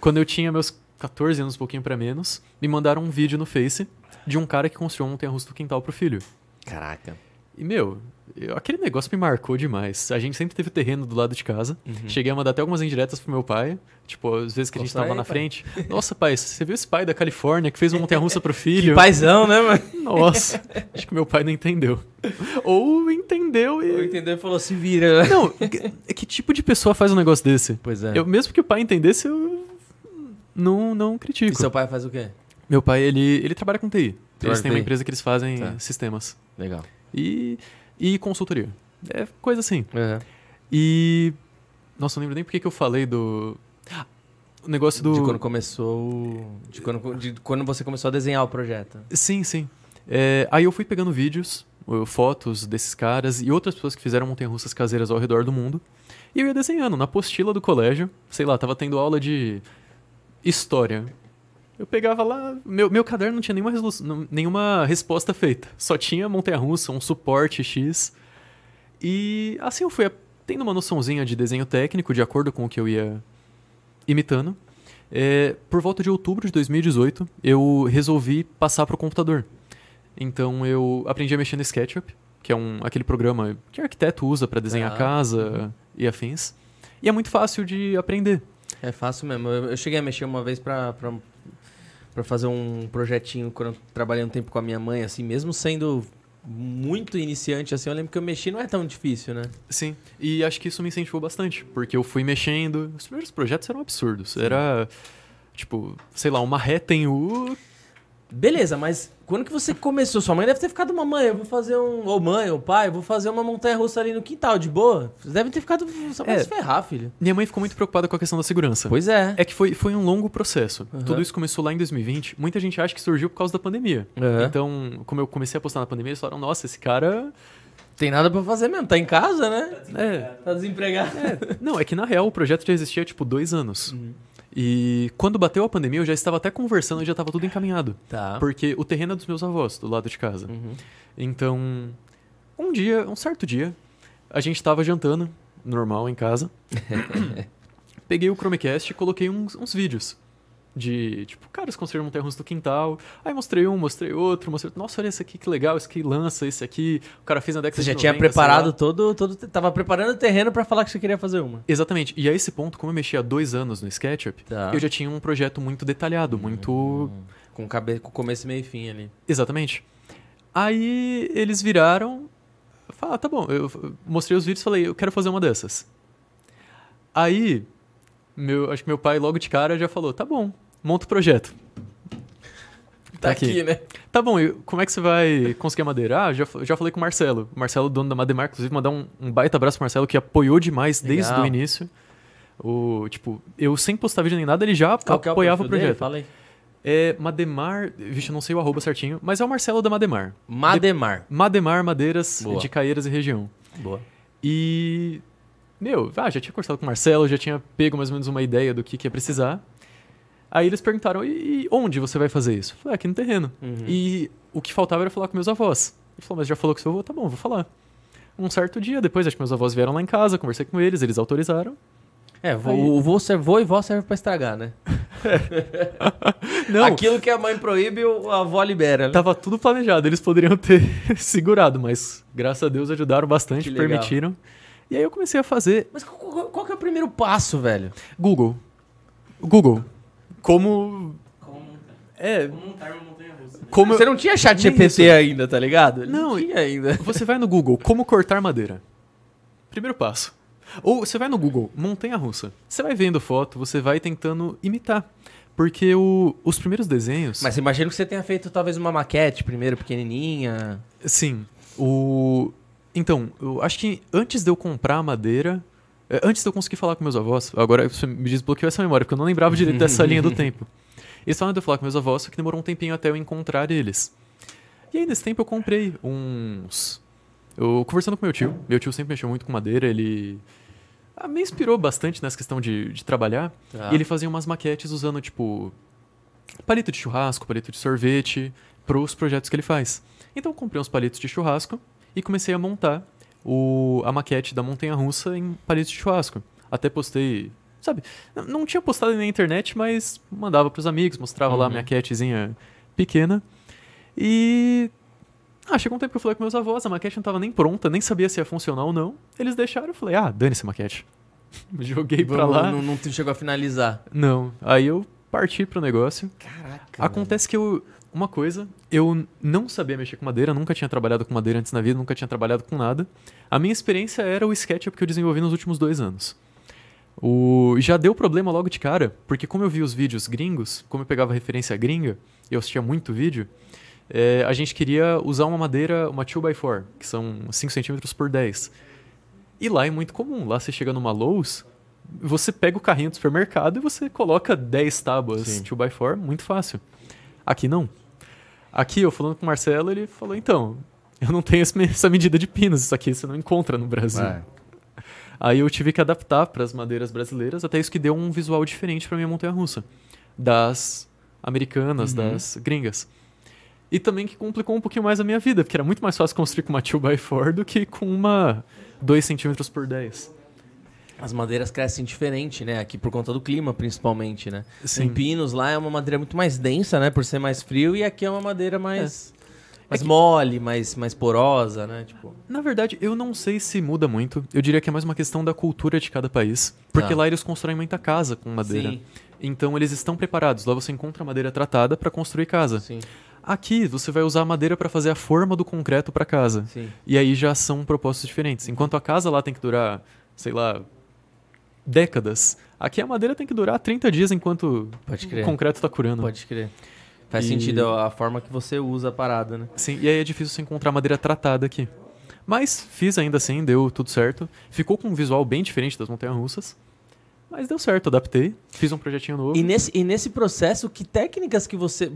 Speaker 3: Quando eu tinha meus 14 anos, um pouquinho pra menos, me mandaram um vídeo no Face de um cara que construiu uma montanha-russa do quintal pro filho.
Speaker 1: Caraca.
Speaker 3: E, meu, eu- aquele negócio me marcou demais. A gente sempre teve o terreno do lado de casa.
Speaker 1: Uhum.
Speaker 3: Cheguei a mandar até algumas indiretas pro meu pai. Tipo, às vezes que a gente
Speaker 1: Mostra
Speaker 3: tava
Speaker 1: aí,
Speaker 3: na
Speaker 1: pai.
Speaker 3: frente. Nossa, pai, você viu esse pai da Califórnia que fez uma montanha-russa pro filho?
Speaker 1: Paizão, né, mano?
Speaker 3: Nossa, acho que meu pai não entendeu. Ou entendeu
Speaker 1: Eu
Speaker 3: e...
Speaker 1: entendeu e falou, se vira.
Speaker 3: Não, que, que tipo de pessoa faz um negócio desse?
Speaker 1: Pois é.
Speaker 3: Eu, mesmo que o pai entendesse, eu não, não
Speaker 1: E
Speaker 3: critico.
Speaker 1: seu pai faz é o quê?
Speaker 3: Meu pai, ele, ele trabalha com TI.
Speaker 1: Trabalha
Speaker 3: Eles
Speaker 1: com
Speaker 3: têm uma
Speaker 1: TI.
Speaker 3: empresa que eles fazem
Speaker 1: Tá.
Speaker 3: sistemas.
Speaker 1: Legal.
Speaker 3: E, e consultoria. É coisa assim. E. Nossa, eu não lembro nem porque que eu falei do. O negócio do.
Speaker 1: De quando começou. o- De quando, de quando você começou a desenhar o projeto.
Speaker 3: Sim, sim. É, aí eu fui pegando vídeos, ou fotos desses caras e outras pessoas que fizeram montanha-russas caseiras ao redor do mundo. E eu ia desenhando na apostila do colégio. Sei lá, tava tendo aula de. História. Eu pegava lá. Meu, meu caderno não tinha nenhuma, resolu- não- nenhuma resposta feita. Só tinha montanha-russa, um suporte X. E assim eu fui a- tendo uma noçãozinha de desenho técnico, de acordo com o que eu ia imitando. É, por volta de outubro de 2018, eu resolvi passar para o computador. Então eu aprendi a mexer no SketchUp, que é um, aquele programa que arquiteto usa para desenhar
Speaker 1: Ah,
Speaker 3: casa e afins. E é muito fácil de aprender.
Speaker 1: É fácil mesmo. Eu, eu cheguei a mexer uma vez pra, pra, pra fazer um projetinho quando eu trabalhei um tempo com a minha mãe, assim, mesmo sendo muito iniciante, assim, eu lembro que eu mexi não é tão difícil, né?
Speaker 3: Sim, e acho que isso me incentivou bastante, porque eu fui mexendo. Os primeiros projetos eram absurdos. Era, tipo, sei lá, uma reta em U.
Speaker 1: Beleza, mas quando que você começou? Sua mãe deve ter ficado uma mãe, eu vou fazer um. Ou mãe, ou pai, eu vou fazer uma montanha russa ali no quintal, de boa. Vocês devem ter ficado só pra
Speaker 3: É.
Speaker 1: se ferrar, filho.
Speaker 3: Minha mãe ficou muito preocupada com a questão da segurança.
Speaker 1: Pois é.
Speaker 3: É que foi, foi um longo processo.
Speaker 1: Aham.
Speaker 3: Tudo isso começou lá em 2020. Muita gente acha que então surgiu por causa da pandemia.
Speaker 1: Aham.
Speaker 3: Então, como eu comecei a postar na pandemia, eles falaram: nossa, esse cara
Speaker 1: tem nada pra fazer mesmo, tá em casa, né?
Speaker 3: É.
Speaker 1: Tá desempregado.
Speaker 3: Não, é que na real o projeto já existia tipo dois anos.
Speaker 1: Uhum.
Speaker 3: E quando bateu a pandemia, eu já estava até conversando, já estava tudo encaminhado.
Speaker 1: Tá.
Speaker 3: Porque o terreno é dos meus avós, do lado de casa.
Speaker 1: Uhum.
Speaker 3: Então, um dia, um certo dia, a gente estava jantando, normal, em casa. Peguei o Chromecast e coloquei uns, uns vídeos. De, tipo, caras construíram montanha-russa do quintal. Aí mostrei um, mostrei outro, mostrei... Nossa, olha esse aqui, que legal, esse aqui lança, esse aqui... O cara fez na década
Speaker 1: Você já
Speaker 3: de
Speaker 1: tinha
Speaker 3: 90, sei
Speaker 1: preparado
Speaker 3: lá.
Speaker 1: todo, todo. Tava preparando o terreno pra falar que você queria fazer uma.
Speaker 3: Exatamente. E a esse ponto, como eu mexi há dois anos no SketchUp,
Speaker 1: Tá.
Speaker 3: eu já tinha um projeto muito detalhado, muito...
Speaker 1: Com, cabe... com começo, meio e fim ali.
Speaker 3: Exatamente. Aí eles viraram. Falaram, "Ah, tá bom. Eu f- mostrei os vídeos e falei, eu quero fazer uma dessas. Aí, meu, acho que meu pai logo de cara já falou, tá bom, monta o projeto. Tá aqui.
Speaker 1: né?
Speaker 3: Tá bom, e como é que você vai conseguir a madeira? Ah, já, fa- já falei com o Marcelo. O Marcelo, dono da Mademar, inclusive, mandar um, um baita abraço pro Marcelo, que apoiou demais desde
Speaker 1: Legal.
Speaker 3: o início. O, tipo, eu sem postar vídeo nem nada, ele já
Speaker 1: Qual que é o
Speaker 3: apoiava o
Speaker 1: perfil dele?
Speaker 3: projeto.
Speaker 1: Fala aí.
Speaker 3: É Mademar, vixe, eu não sei o arroba certinho, mas é o Marcelo da Mademar.
Speaker 1: Mademar.
Speaker 3: Mademar Madeiras
Speaker 1: Boa.
Speaker 3: de Caieiras e região.
Speaker 1: Boa.
Speaker 3: E meu, ah, já tinha conversado com o Marcelo, já tinha pego mais ou menos uma ideia do que, que ia precisar. Aí eles perguntaram: "E e onde você vai fazer isso?" Eu falei: ah, "Aqui no terreno".
Speaker 1: Uhum.
Speaker 3: E o que faltava era falar com meus avós. Ele falou: "Mas já falou com seu avô? Tá bom, vou falar". Um certo dia depois, acho que meus avós vieram lá em casa, conversei com eles, eles autorizaram.
Speaker 1: É, vo,
Speaker 3: Aí-
Speaker 1: o vô serve, vô e vó serve pra estragar, né?
Speaker 3: Não, Tá.
Speaker 1: Aquilo que a mãe proíbe, o- a avó libera. né?
Speaker 3: Tava tudo planejado, eles poderiam ter segurado, mas graças a Deus ajudaram bastante,
Speaker 1: Que legal.
Speaker 3: permitiram. E aí eu comecei a fazer
Speaker 1: Mas qual- qual, qual que é o primeiro passo, velho?
Speaker 3: Google. Google. Como.
Speaker 4: Como montar,
Speaker 3: É.
Speaker 4: como montar uma Um montanha russa. Né?
Speaker 3: Como.
Speaker 1: Você não tinha chat GPT ainda, tá ligado? Ele
Speaker 3: Não,
Speaker 1: tinha ainda.
Speaker 3: Você vai no Google, como cortar madeira. Primeiro passo. Ou você vai no Google, montanha russa. Você vai vendo foto, você vai tentando imitar. Porque o- os primeiros desenhos.
Speaker 1: Mas imagino que você tenha feito talvez uma maquete primeiro, pequenininha.
Speaker 3: Sim. O. Então, eu acho que antes de eu comprar a madeira. é, Antes de eu conseguir falar com meus avós, agora você me desbloqueou essa memória, porque eu não lembrava direito dessa linha do tempo. Eles falaram de eu falar com meus avós, só que demorou um tempinho até eu encontrar eles. E aí, nesse tempo, eu comprei uns. Eu conversando com meu tio. Meu tio sempre mexeu muito com madeira, ele. ah, me inspirou bastante nessa questão de, de trabalhar.
Speaker 1: Tá.
Speaker 3: E ele fazia umas maquetes usando, tipo, palito de churrasco, palito de sorvete, pros projetos que ele faz. Então eu comprei uns palitos de churrasco e comecei a montar o, a maquete da montanha russa em palitos de churrasco. Até postei, sabe? n- Não tinha postado na internet, mas mandava pros amigos, mostrava lá a
Speaker 1: Uhum.
Speaker 3: maquetezinha pequena. E. Ah, chegou um tempo que eu falei com meus avós, a maquete não tava nem pronta, nem sabia se ia funcionar ou não. Eles deixaram, eu falei, ah, dane-se a maquete. Joguei pra
Speaker 1: Vamos-
Speaker 3: lá.
Speaker 1: Não, não chegou a finalizar.
Speaker 3: Não, aí eu parti pro negócio.
Speaker 1: Caraca.
Speaker 3: Acontece que eu. Uma coisa, eu não sabia mexer com madeira, nunca tinha trabalhado com madeira antes na vida, nunca tinha trabalhado com nada. A minha experiência era o SketchUp que eu desenvolvi nos últimos dois anos. O... Já deu problema logo de cara, porque como eu vi os vídeos gringos, como eu pegava referência gringa, eu assistia muito vídeo, é, a gente queria usar uma madeira, uma 2x4, que são 5 centímetros por 10. E lá é muito comum, lá você chega numa Lowe's, você pega o carrinho do supermercado e você coloca 10 tábuas
Speaker 1: Sim.
Speaker 3: 2x4, muito fácil. Aqui não. Aqui, eu falando com o Marcelo, ele falou, então, eu não tenho esse- essa medida de pinos, isso aqui você não encontra no Brasil. Aí eu tive que adaptar para as madeiras brasileiras, até isso que deu um visual diferente para minha montanha russa, das americanas, das gringas. E também que complicou um pouquinho mais a minha vida, porque era muito mais fácil construir com uma 2x4 do que com uma 2 centímetros por 10.
Speaker 1: As madeiras crescem diferente, né? Aqui por conta do clima, principalmente, né?
Speaker 3: Sim.
Speaker 1: Em Pinos lá é uma madeira muito mais densa, né? Por ser mais frio, e aqui é uma madeira mais, mais
Speaker 3: que-
Speaker 1: mole, mais, mais porosa, né? Tipo,
Speaker 3: Na verdade, eu não sei se muda muito. Eu diria que é mais uma questão da cultura de cada país, porque
Speaker 1: Tá.
Speaker 3: lá eles constroem muita casa com madeira.
Speaker 1: Sim.
Speaker 3: Então eles estão preparados. Lá você encontra madeira tratada para construir casa.
Speaker 1: sim,
Speaker 3: Aqui você vai usar a madeira para fazer a forma do concreto para casa.
Speaker 1: sim.
Speaker 3: E aí já são propostas diferentes. Enquanto a casa lá tem que durar, sei lá, décadas, aqui a madeira tem que durar 30 dias enquanto
Speaker 1: Pode
Speaker 3: o
Speaker 1: crer.
Speaker 3: concreto tá curando.
Speaker 1: Pode crer. Faz
Speaker 3: E-
Speaker 1: sentido é a forma que você usa a parada, né?
Speaker 3: Sim, e aí é difícil você encontrar madeira tratada aqui. Mas fiz ainda assim, deu tudo certo. Ficou com um visual bem diferente das montanhas russas. Mas deu certo, adaptei. Fiz um projetinho novo.
Speaker 1: E nesse, e nesse processo, que técnicas que você.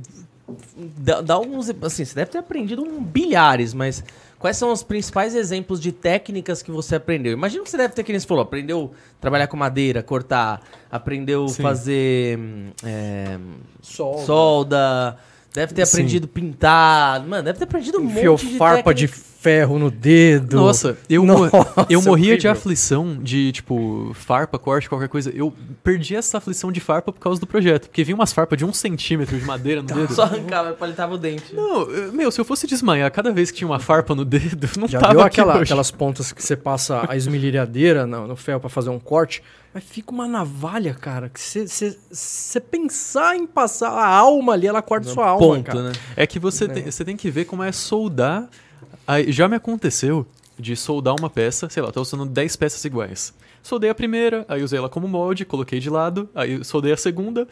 Speaker 1: Dá, dá alguns. Assim, você deve ter aprendido um bilhares, mas. quais Quais são os principais exemplos de técnicas que você aprendeu? Imagino que você deve ter, que nem você falou, aprendeu a trabalhar com madeira, cortar, aprendeu
Speaker 3: Sim.
Speaker 1: fazer hum, é,
Speaker 2: Sol.
Speaker 1: solda, deve ter
Speaker 3: Sim.
Speaker 1: aprendido pintar, mano, deve ter aprendido um
Speaker 2: Enfiou
Speaker 1: monte de
Speaker 2: farpa
Speaker 1: técnica.
Speaker 2: de ferro no dedo.
Speaker 3: Nossa, eu,
Speaker 2: Nossa, é
Speaker 3: mo- eu morria de
Speaker 2: horrível.
Speaker 3: aflição de, tipo, farpa, corte, qualquer coisa. Eu perdi essa aflição de farpa por causa do projeto. Porque vinha umas farpas de um centímetro de madeira
Speaker 2: Tá.
Speaker 3: no dedo.
Speaker 1: Só arrancava, palitava o dente.
Speaker 3: Não, eu- meu, se eu fosse desmaiar cada vez que tinha uma farpa no dedo, não
Speaker 2: Já
Speaker 3: tava
Speaker 2: viu
Speaker 3: aqui
Speaker 2: aquela,
Speaker 3: hoje.
Speaker 2: aquelas pontas que você passa a esmilhadeira no, no ferro pra fazer um corte? Mas fica uma navalha, cara, que você- você você pensar em passar a alma ali, ela corta sua alma,
Speaker 1: Ponto,
Speaker 2: cara.
Speaker 1: né?
Speaker 3: É que você, tem, você tem que ver como é soldar. Aí, já me aconteceu de soldar uma peça, sei lá, tô usando 10 peças iguais. Soldei a primeira, aí usei ela como molde, coloquei de lado, aí soldei a segunda,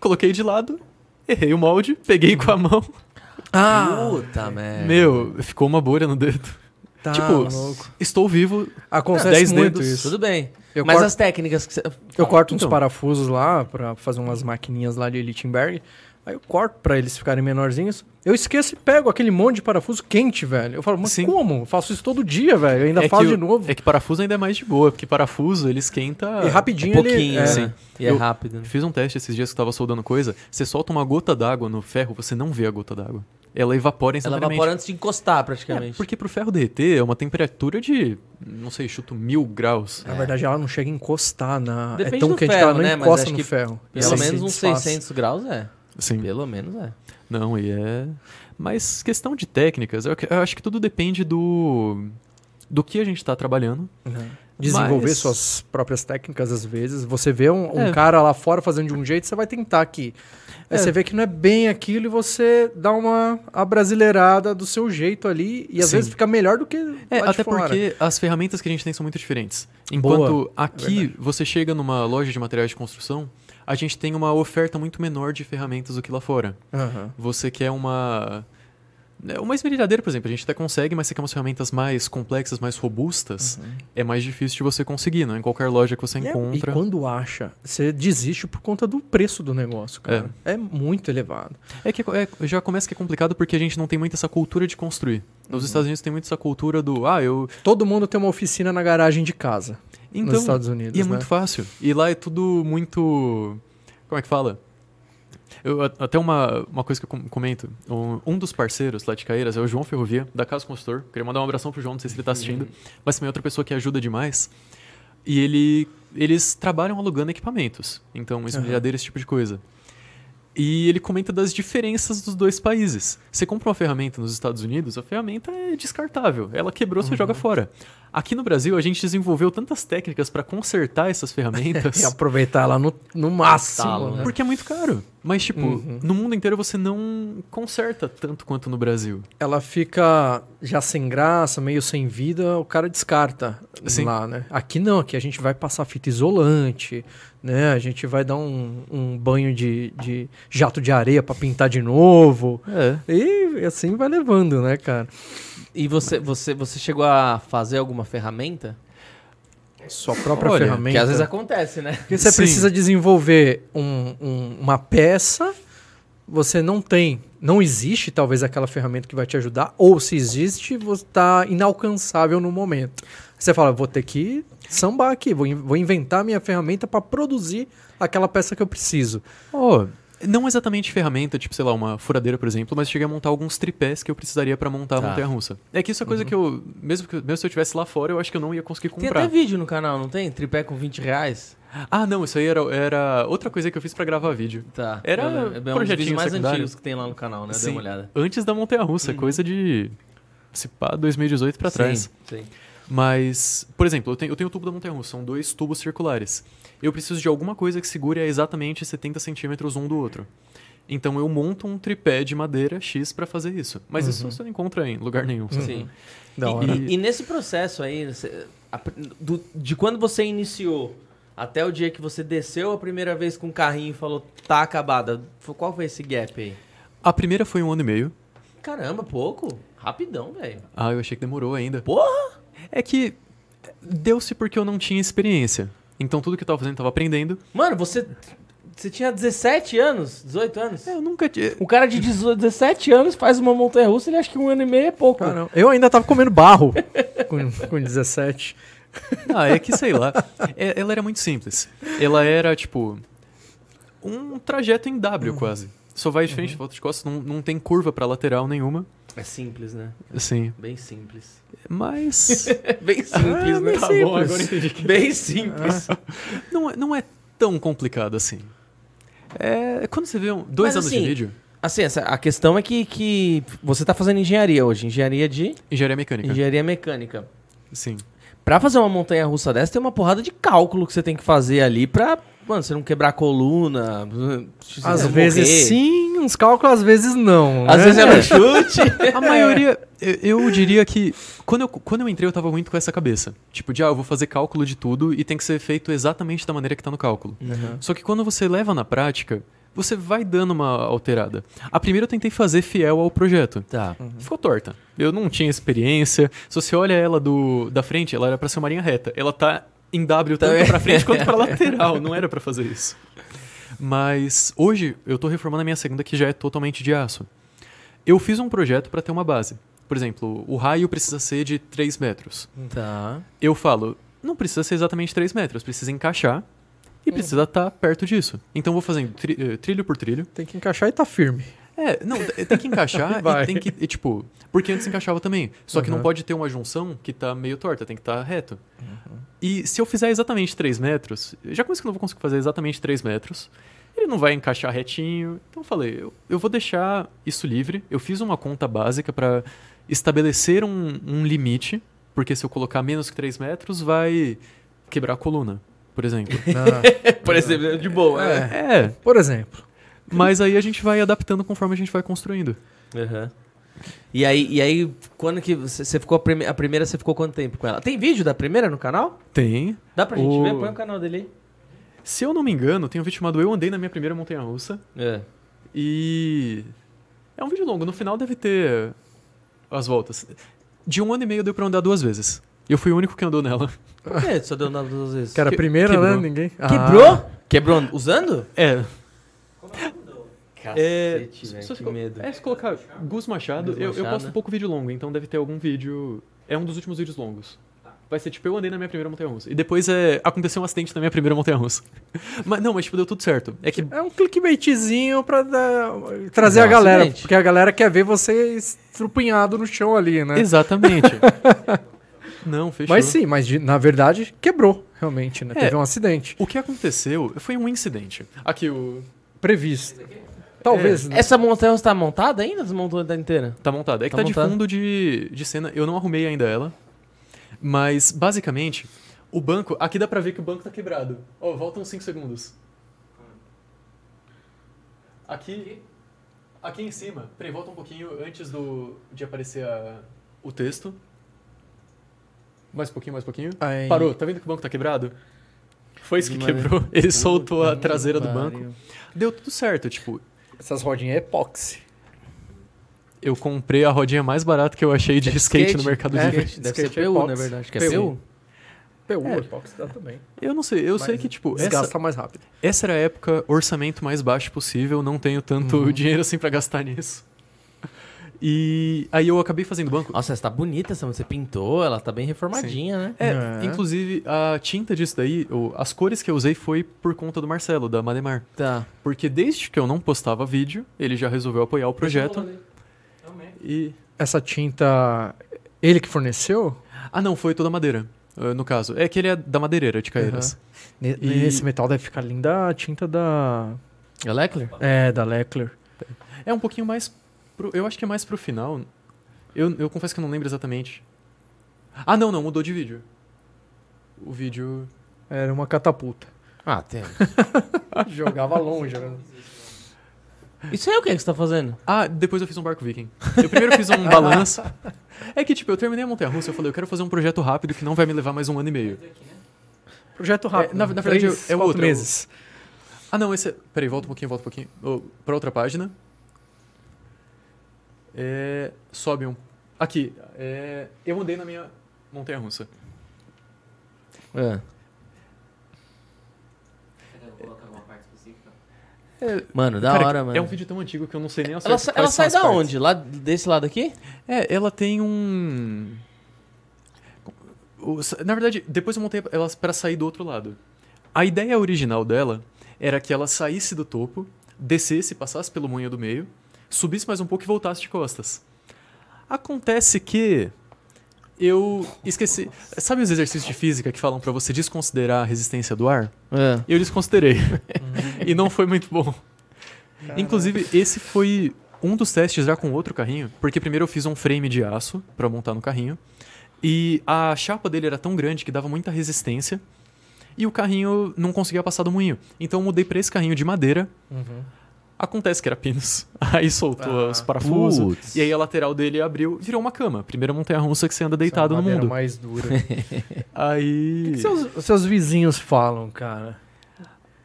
Speaker 3: coloquei de lado, errei o molde, peguei
Speaker 2: Hum.
Speaker 3: com a mão.
Speaker 2: Ah,
Speaker 1: Puta merda.
Speaker 3: Meu, ficou uma bolha no dedo.
Speaker 2: tá,
Speaker 3: tipo,
Speaker 2: maluco.
Speaker 3: estou vivo.
Speaker 2: Acontece
Speaker 3: É, dez
Speaker 2: muito
Speaker 3: dedos.
Speaker 2: isso.
Speaker 1: Tudo bem.
Speaker 2: Eu
Speaker 1: Mas
Speaker 2: corto-
Speaker 1: as técnicas que Ah, você.
Speaker 2: Eu corto uns
Speaker 3: Então.
Speaker 2: parafusos lá pra fazer umas maquininhas lá de Lichtenberg. Aí eu corto pra eles ficarem menorzinhos. Eu esqueço e pego aquele monte de parafuso quente, velho. Eu falo, mas
Speaker 3: Sim.
Speaker 2: como? Eu faço isso todo dia, velho. Eu ainda
Speaker 3: é
Speaker 2: faço
Speaker 3: que
Speaker 2: de
Speaker 3: o-
Speaker 2: novo.
Speaker 3: É que parafuso ainda é mais de boa, porque parafuso ele esquenta.
Speaker 2: e rapidinho ele...
Speaker 1: pouquinho,
Speaker 2: é,
Speaker 1: assim. E é
Speaker 3: Eu-
Speaker 1: rápido. né?
Speaker 3: Fiz um teste esses dias que eu tava soldando coisa. Você solta uma gota d'água no ferro, você não vê a gota d'água. Ela evapora
Speaker 1: Ela
Speaker 3: instantaneamente.
Speaker 1: evapora antes de encostar,
Speaker 3: É,
Speaker 1: praticamente.
Speaker 3: porque pro ferro derreter é uma temperatura de, não sei, chuto mil graus.
Speaker 2: Na verdade, ela não chega a encostar na...
Speaker 1: Depende
Speaker 2: é tão
Speaker 1: do
Speaker 2: quente
Speaker 1: ferro,
Speaker 2: que ela
Speaker 1: né?
Speaker 2: não
Speaker 1: Mas
Speaker 2: encosta
Speaker 1: acho
Speaker 2: no
Speaker 1: que
Speaker 2: ferro.
Speaker 1: Pelo
Speaker 2: Ela se
Speaker 1: menos uns
Speaker 2: desfaz.
Speaker 1: 600 graus é.
Speaker 3: Sim.
Speaker 1: Pelo menos é.
Speaker 3: assim. Não, e é. Mas questão de técnicas, eu ac- eu acho que tudo depende do. do que a gente tá trabalhando.
Speaker 2: Uhum. Desenvolver
Speaker 3: Mas-
Speaker 2: suas próprias técnicas, às vezes. Você vê um, um
Speaker 3: É.
Speaker 2: cara lá fora fazendo de um jeito, você vai tentar aqui. Aí
Speaker 3: É.
Speaker 2: você vê que não é bem aquilo e você dá uma abrasileirada do seu jeito ali. E às
Speaker 3: Sim.
Speaker 2: vezes fica melhor do que.
Speaker 3: É,
Speaker 2: lá de
Speaker 3: até
Speaker 2: fora.
Speaker 3: porque as ferramentas que a gente tem são muito diferentes.
Speaker 2: Boa,
Speaker 3: Enquanto aqui você chega numa loja de materiais de construção, a gente tem uma oferta muito menor de ferramentas do que lá fora.
Speaker 2: Aham.
Speaker 3: Você quer uma. né, Uma esmerilhadeira, por exemplo, a gente até consegue, mas você quer umas ferramentas mais complexas, mais robustas, é mais difícil de você conseguir, não? Em qualquer loja que você
Speaker 2: E é- E
Speaker 3: encontra.
Speaker 2: quando acha, você desiste por conta do preço do negócio, cara. É, muito elevado.
Speaker 3: É que é- já começa que é complicado porque a gente não tem muito essa cultura de construir. Nos Estados Unidos tem muito essa cultura do, ah, eu.
Speaker 2: Todo mundo tem uma oficina na garagem de casa
Speaker 3: Então.
Speaker 2: nos Estados Unidos.
Speaker 3: e é
Speaker 2: né?
Speaker 3: muito fácil. E lá é tudo muito. Como é que fala? Eu, a- até uma, uma coisa que eu com- comento. Um, um dos parceiros lá de Caeiras é o João Ferrovia, da Casa Consultor. Queria mandar um abração pro João, não sei se ele tá assistindo.
Speaker 2: Uhum.
Speaker 3: Mas também é outra pessoa que ajuda demais. E ele, eles trabalham alugando equipamentos. Então, esmerilhadeira, esse tipo de coisa. E ele comenta das diferenças dos dois países. Você compra uma ferramenta nos Estados Unidos, a ferramenta é descartável. Ela quebrou, você
Speaker 2: Uhum.
Speaker 3: joga fora. Aqui no Brasil, a gente desenvolveu tantas técnicas para consertar essas
Speaker 2: E
Speaker 3: ferramentas.
Speaker 2: aproveitar lá no, no máximo.
Speaker 1: Talo,
Speaker 2: né?
Speaker 3: Porque é muito caro. Mas, tipo,
Speaker 2: Uhum.
Speaker 3: no mundo inteiro você não conserta tanto quanto no Brasil.
Speaker 2: ela fica já sem graça, meio sem vida, o cara descarta
Speaker 3: Sim.
Speaker 2: lá, né? Aqui não, aqui a gente vai passar fita isolante, né? A gente vai dar um, um banho de, de jato de areia pra pintar de novo.
Speaker 3: É.
Speaker 2: E assim vai levando, né, cara?
Speaker 1: E você, você, você chegou a fazer alguma ferramenta?
Speaker 2: Sua própria
Speaker 3: Olha,
Speaker 2: ferramenta.
Speaker 1: Que às vezes acontece, né?
Speaker 2: Porque você
Speaker 3: Sim.
Speaker 2: precisa desenvolver um- um- uma peça, você não tem, não existe talvez aquela ferramenta que vai te ajudar, ou se existe, você está inalcançável no momento. Você fala, vou ter que sambar aqui, vou, in- vou inventar minha ferramenta para produzir aquela peça que eu preciso.
Speaker 3: Ó, não exatamente ferramenta, tipo, sei lá, uma furadeira, por exemplo, mas cheguei a montar alguns tripés que eu precisaria pra montar
Speaker 1: Tá. Uhum.
Speaker 3: a montanha russa. É que isso é coisa que eu mesmo, que. mesmo se eu tivesse lá fora, eu acho que eu não ia conseguir
Speaker 1: Tem
Speaker 3: comprar.
Speaker 1: até vídeo no canal, não tem? Tripé com 20 reais?
Speaker 3: Ah, não, isso aí era, era outra coisa que eu fiz pra gravar vídeo.
Speaker 1: Tá.
Speaker 3: Era
Speaker 1: Eu lembro. é um dos
Speaker 3: projetinho
Speaker 1: vídeos mais
Speaker 3: secundário.
Speaker 1: antigos que tem lá no canal, né? Dê
Speaker 3: Sim.
Speaker 1: uma olhada.
Speaker 3: Antes da montanha russa, coisa de. Se pá, 2018 pra trás.
Speaker 1: Uhum. Sim, sim.
Speaker 3: Mas, por exemplo, eu tenho, eu tenho o tubo da montanha russa, são dois tubos circulares. Eu preciso de alguma coisa que segure a exatamente 70 centímetros um do outro. Então eu monto um tripé de madeira X pra fazer isso. Mas isso você não encontra em lugar nenhum. sabe?
Speaker 1: Sim.
Speaker 2: Da
Speaker 1: Uhum. E-
Speaker 2: hora.
Speaker 1: E, e nesse processo aí, você- a pri- do- de quando você iniciou até o dia que você desceu a primeira vez com o carrinho e falou, tá acabada, fo- qual foi esse gap aí?
Speaker 3: A primeira foi um ano e meio.
Speaker 1: Caramba, pouco? Rapidão, velho.
Speaker 3: Ah, eu achei que demorou ainda.
Speaker 1: Porra!
Speaker 3: É que deu-se porque eu não tinha experiência. Então tudo que eu tava fazendo eu tava aprendendo.
Speaker 1: Mano, você. Você tinha 17 anos? 18 anos?
Speaker 3: É,
Speaker 2: É.
Speaker 3: Eu nunca tinha.
Speaker 1: Um cara de 18, 17 anos faz uma montanha russa, ele acha que um ano e meio é pouco.
Speaker 2: Caramba, eu ainda tava comendo barro com, com 17.
Speaker 3: Ah, é que sei lá. É- ela era muito simples. Ela era, tipo, um trajeto em W quase. Só vai de frente, volta de costas, não, não tem curva pra lateral nenhuma.
Speaker 1: É simples, né?
Speaker 3: Assim,
Speaker 1: Bem simples.
Speaker 3: mas.
Speaker 1: É Bem simples, né?
Speaker 2: Tá bom, agora
Speaker 1: Bem
Speaker 2: Ah.
Speaker 1: simples.
Speaker 3: não, é- não é tão complicado assim. É, quando você vê um- dois
Speaker 1: Mas,
Speaker 3: anos
Speaker 1: assim,
Speaker 3: de vídeo,
Speaker 1: Assim, essa- a questão é que, que você tá fazendo engenharia hoje. Engenharia de...
Speaker 3: engenharia mecânica.
Speaker 1: Engenharia mecânica.
Speaker 3: Sim.
Speaker 1: Pra fazer uma montanha russa dessa, tem uma porrada de cálculo que você tem que fazer ali pra, mano, você não quebrar a coluna. se você
Speaker 2: Às
Speaker 1: não
Speaker 2: vezes
Speaker 1: morrer.
Speaker 2: sim, uns cálculos, às vezes não.
Speaker 1: Às
Speaker 2: né?
Speaker 1: vezes é um chute.
Speaker 3: A maioria, eu, eu diria que. Quando eu, quando eu entrei, eu tava muito com essa cabeça. Tipo, de ah, eu vou fazer cálculo de tudo e tem que ser feito exatamente da maneira que tá no cálculo.
Speaker 2: Uhum.
Speaker 3: Só que quando você leva na prática, você vai dando uma alterada. A primeira eu tentei fazer fiel ao projeto.
Speaker 1: Tá.
Speaker 3: Ficou torta. Eu não tinha experiência. Se você olha ela do, da frente, ela era pra ser uma linha reta. Ela tá em W tanto pra frente quanto pra lateral. Não era pra fazer isso. Mas hoje eu tô reformando a minha segunda que já é totalmente de aço. Eu fiz um projeto pra ter uma base. Por exemplo, o raio precisa ser de 3 metros.
Speaker 1: Tá.
Speaker 3: Eu falo, não precisa ser exatamente 3 metros, precisa encaixar e precisa estar perto disso. Então eu vou fazendo tri- eh, trilho por trilho.
Speaker 2: Tem que encaixar e tá firme.
Speaker 3: É, não, t- tem que encaixar
Speaker 2: Vai.
Speaker 3: e tem que. e, tipo, porque antes encaixava também. Só que não
Speaker 2: Uhum.
Speaker 3: pode ter uma junção que tá meio torta, tem que estar reto. Uhum. E se eu fizer exatamente 3 metros, já com isso que eu não vou conseguir fazer exatamente 3 metros, ele não vai encaixar retinho. Então eu falei, eu, eu vou deixar isso livre. Eu fiz uma conta básica pra estabelecer um, um limite, porque se eu colocar menos que 3 metros, vai quebrar a coluna, por exemplo.
Speaker 1: Por exemplo, de boa. né?
Speaker 3: é,
Speaker 2: Ah. por exemplo.
Speaker 3: mas aí a gente vai adaptando conforme a gente vai construindo.
Speaker 1: Aham. E aí, e aí, quando que você, você ficou a, prime- a primeira, você ficou quanto tempo com ela? Tem vídeo da primeira no canal?
Speaker 3: Tem
Speaker 1: Dá pra gente
Speaker 3: O-
Speaker 1: ver? Põe o canal dele
Speaker 3: Se eu não me engano, tem um vídeo chamado Eu Andei na Minha Primeira Montanha Russa.
Speaker 1: aí. É.
Speaker 3: E. É um vídeo longo. No final deve ter as voltas. De um ano e meio deu pra andar duas vezes. Eu fui o único que andou nela.
Speaker 1: Por que É, só deu nada duas vezes?
Speaker 2: Que era a
Speaker 3: Que-
Speaker 2: primeira, né?
Speaker 3: quebrou.
Speaker 2: Ninguém. Ah.
Speaker 1: Quebrou? Quebrou usando?
Speaker 3: É.
Speaker 1: Cacete, velho,
Speaker 3: se,
Speaker 1: que
Speaker 3: colo-
Speaker 1: medo.
Speaker 3: é, se colocar Gus Machado,
Speaker 1: Gus
Speaker 3: eu, eu
Speaker 1: Machado.
Speaker 3: posto pouco vídeo longo, então deve ter algum vídeo. É um dos últimos vídeos longos. Vai ser tipo, eu andei na minha primeira montanha russa. E depois é. Aconteceu um acidente na minha primeira montanha russa. mas não, mas tipo, deu tudo certo. É que.
Speaker 2: É um clickbaitzinho pra dar- trazer
Speaker 1: Não,
Speaker 2: a galera.
Speaker 1: acidente.
Speaker 2: Porque a galera quer ver você estrupinhado no chão ali, né?
Speaker 3: Exatamente. não, fechou.
Speaker 2: Mas sim, mas de- na verdade quebrou, realmente, né?
Speaker 3: É.
Speaker 2: Teve um acidente
Speaker 3: O que aconteceu foi um incidente. Aqui, o.
Speaker 2: previsto.
Speaker 3: É.
Speaker 2: Talvez, né?
Speaker 1: Essa montanha está montada ainda? Desmontou ela inteira?
Speaker 3: Tá montada. É que
Speaker 1: Tá
Speaker 3: tá,
Speaker 1: montada.
Speaker 3: de fundo de, de cena. Eu não arrumei ainda ela. Mas, basicamente, o banco. Aqui dá pra ver que o banco tá quebrado. Ó, voltam 5 segundos. Aqui. Aqui em cima. Peraí, volta um pouquinho antes do, de aparecer a- o texto. Mais um pouquinho, mais um pouquinho.
Speaker 2: Aí.
Speaker 3: Parou. Tá vendo que o banco tá quebrado? Foi isso que quebrou. Ele soltou a traseira do banco. Deu tudo certo, tipo.
Speaker 2: Essas rodinhas é epóxi.
Speaker 3: Eu comprei a rodinha mais barata que eu achei de skate, no Mercado
Speaker 2: É.
Speaker 3: Livre.
Speaker 1: Deve, deve
Speaker 2: Skate
Speaker 1: ser PU,
Speaker 2: box.
Speaker 1: na verdade. Que é PU?
Speaker 2: PU. PU,
Speaker 3: É.
Speaker 2: epóxi dá também.
Speaker 3: Eu não sei, eu sei
Speaker 2: Mas
Speaker 3: que, tipo,
Speaker 2: Desgasta
Speaker 3: essa,
Speaker 2: mais rápido.
Speaker 3: essa era a época, orçamento mais baixo possível, não tenho tanto
Speaker 2: Uhum.
Speaker 3: dinheiro assim pra gastar nisso. E aí eu acabei fazendo banco.
Speaker 1: Nossa, essa tá bonita essa Você pintou, ela tá bem reformadinha, né?
Speaker 3: É,
Speaker 2: É.
Speaker 3: inclusive, a tinta disso daí, ou, as cores que eu usei foi por conta do Marcelo, da Mademar.
Speaker 1: Tá.
Speaker 3: Porque desde que eu não postava vídeo, ele já resolveu apoiar o projeto. E.
Speaker 2: Essa tinta, ele que forneceu?
Speaker 3: Ah, não, foi toda madeira, eh, no caso. É que ele é da madeireira de Caeiras.
Speaker 2: Ne-
Speaker 3: E-
Speaker 2: Nesse metal deve ficar linda a tinta da.
Speaker 1: É Leckler?
Speaker 2: É, da Leckler.
Speaker 3: É um pouquinho mais. Pro, eu acho que é mais pro final. Eu, eu confesso que eu não lembro exatamente. Ah, não, não, mudou de vídeo. O vídeo.
Speaker 2: Era uma catapulta.
Speaker 1: Ah, tem.
Speaker 3: Ah,
Speaker 2: Jogava longe, né?
Speaker 1: Isso aí é o que que você tá fazendo?
Speaker 3: Ah, depois eu fiz um barco viking. Eu primeiro fiz um balanço. É que, tipo, eu terminei a Montanha Russa, eu falei, eu quero fazer um projeto rápido que não vai me levar mais um ano e meio.
Speaker 4: né?
Speaker 2: Projeto rápido.
Speaker 3: É, na- na verdade,
Speaker 2: Três,
Speaker 3: é o
Speaker 2: quatro
Speaker 3: outro, é o-
Speaker 2: meses.
Speaker 3: Ah, não, esse. é- Peraí, volta um pouquinho, volta um pouquinho. Ô, pra outra página. É, sobe um. Aqui. é, eu andei na minha Montanha Russa.
Speaker 1: É.
Speaker 4: Coloca alguma parte específica.
Speaker 1: Mano, da
Speaker 3: Cara,
Speaker 1: hora, mano.
Speaker 3: É um vídeo tão antigo que eu não sei nem ao
Speaker 1: Ela,
Speaker 3: certo
Speaker 1: sa-
Speaker 3: quais
Speaker 1: ela
Speaker 3: são
Speaker 1: sai
Speaker 3: as
Speaker 1: da
Speaker 3: partes.
Speaker 1: onde? Lá desse lado aqui?
Speaker 3: É, ela tem um. o- Na verdade, depois eu montei ela pra sair do outro lado. A ideia original dela era que ela saísse do topo, descesse, passasse pelo moinho do meio, subisse mais um pouco e voltasse de costas. Acontece que eu esqueci. Sabe os exercícios de física que falam pra você desconsiderar a resistência do ar?
Speaker 1: É.
Speaker 3: Eu
Speaker 2: Uhum.
Speaker 3: desconsiderei. e não foi muito bom. Inclusive, esse foi um dos testes já com outro carrinho, porque primeiro eu fiz um frame de aço pra montar no carrinho. E a chapa dele era tão grande que dava muita resistência. E o carrinho não conseguia passar do moinho. Então eu mudei pra esse carrinho de madeira.
Speaker 2: Uhum.
Speaker 3: Acontece que era pinos. Aí soltou
Speaker 2: Ah,
Speaker 3: os parafusos.
Speaker 1: putz.
Speaker 3: E aí a lateral dele abriu, virou uma cama. Primeira montanha russa que você anda deitado no
Speaker 2: Madeira
Speaker 3: mundo.
Speaker 2: mais dura.
Speaker 3: Aí.
Speaker 2: que seus, seus vizinhos falam, cara?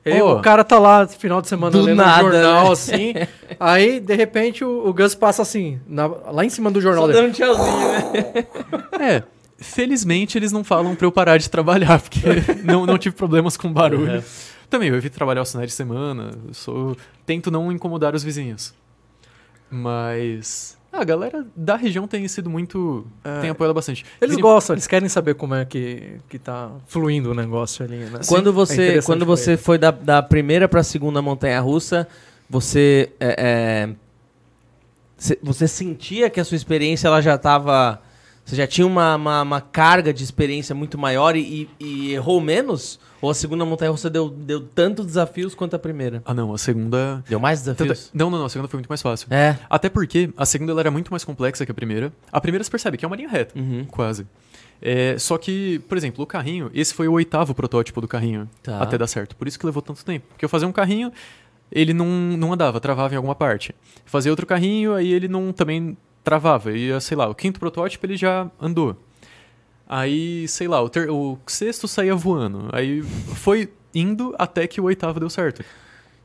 Speaker 2: É,
Speaker 3: Ô.
Speaker 2: o cara tá lá no final de semana
Speaker 1: Do
Speaker 2: lendo
Speaker 1: nada,
Speaker 2: um jornal,
Speaker 1: né?
Speaker 2: assim. aí, de repente, o, o Gus passa assim, na- lá em cima do jornal
Speaker 1: Só
Speaker 2: dele.
Speaker 1: dando tchauzinho, né?
Speaker 3: É, felizmente eles não falam pra eu parar de trabalhar, porque não, não tive problemas com barulho.
Speaker 2: É.
Speaker 3: Também, eu evito trabalhar os finais de semana, eu sou, tento não incomodar os vizinhos. Mas. ah, A galera da região tem sido muito. tem apoiado bastante.
Speaker 2: É. Eles
Speaker 3: Vira-
Speaker 2: gostam, eles querem saber como é que, que tá fluindo o negócio ali, né?
Speaker 1: Quando
Speaker 2: Sim, é
Speaker 1: você,
Speaker 2: interessante
Speaker 1: quando
Speaker 2: pra
Speaker 1: você
Speaker 2: eles.
Speaker 1: foi da, da primeira pra segunda montanha russa, você. é, é, se- você sentia que a sua experiência ela já tava. Você já tinha uma, uma, uma carga de experiência muito maior e, e- e errou menos? Ou a segunda montanha russa deu, deu tanto desafios quanto a primeira?
Speaker 3: Ah, não, a segunda.
Speaker 1: Deu mais
Speaker 3: Tanto-
Speaker 1: desafios?
Speaker 3: Não, não, não, a segunda foi muito mais fácil.
Speaker 1: É.
Speaker 3: Até porque a segunda ela era muito mais complexa que a primeira. A primeira você percebe que é uma linha reta,
Speaker 1: Uhum.
Speaker 3: quase. É, só que, por exemplo, o carrinho, esse foi o oitavo protótipo do carrinho
Speaker 1: Tá.
Speaker 3: até dar certo. Por isso que levou tanto tempo. Porque eu fazia um carrinho, ele não, não andava, travava em alguma parte. Fazia outro carrinho, aí ele não também travava. E, sei lá, o quinto protótipo ele já andou. Aí, sei lá, o, ter- o sexto saía voando. Aí foi indo até que o oitavo deu certo.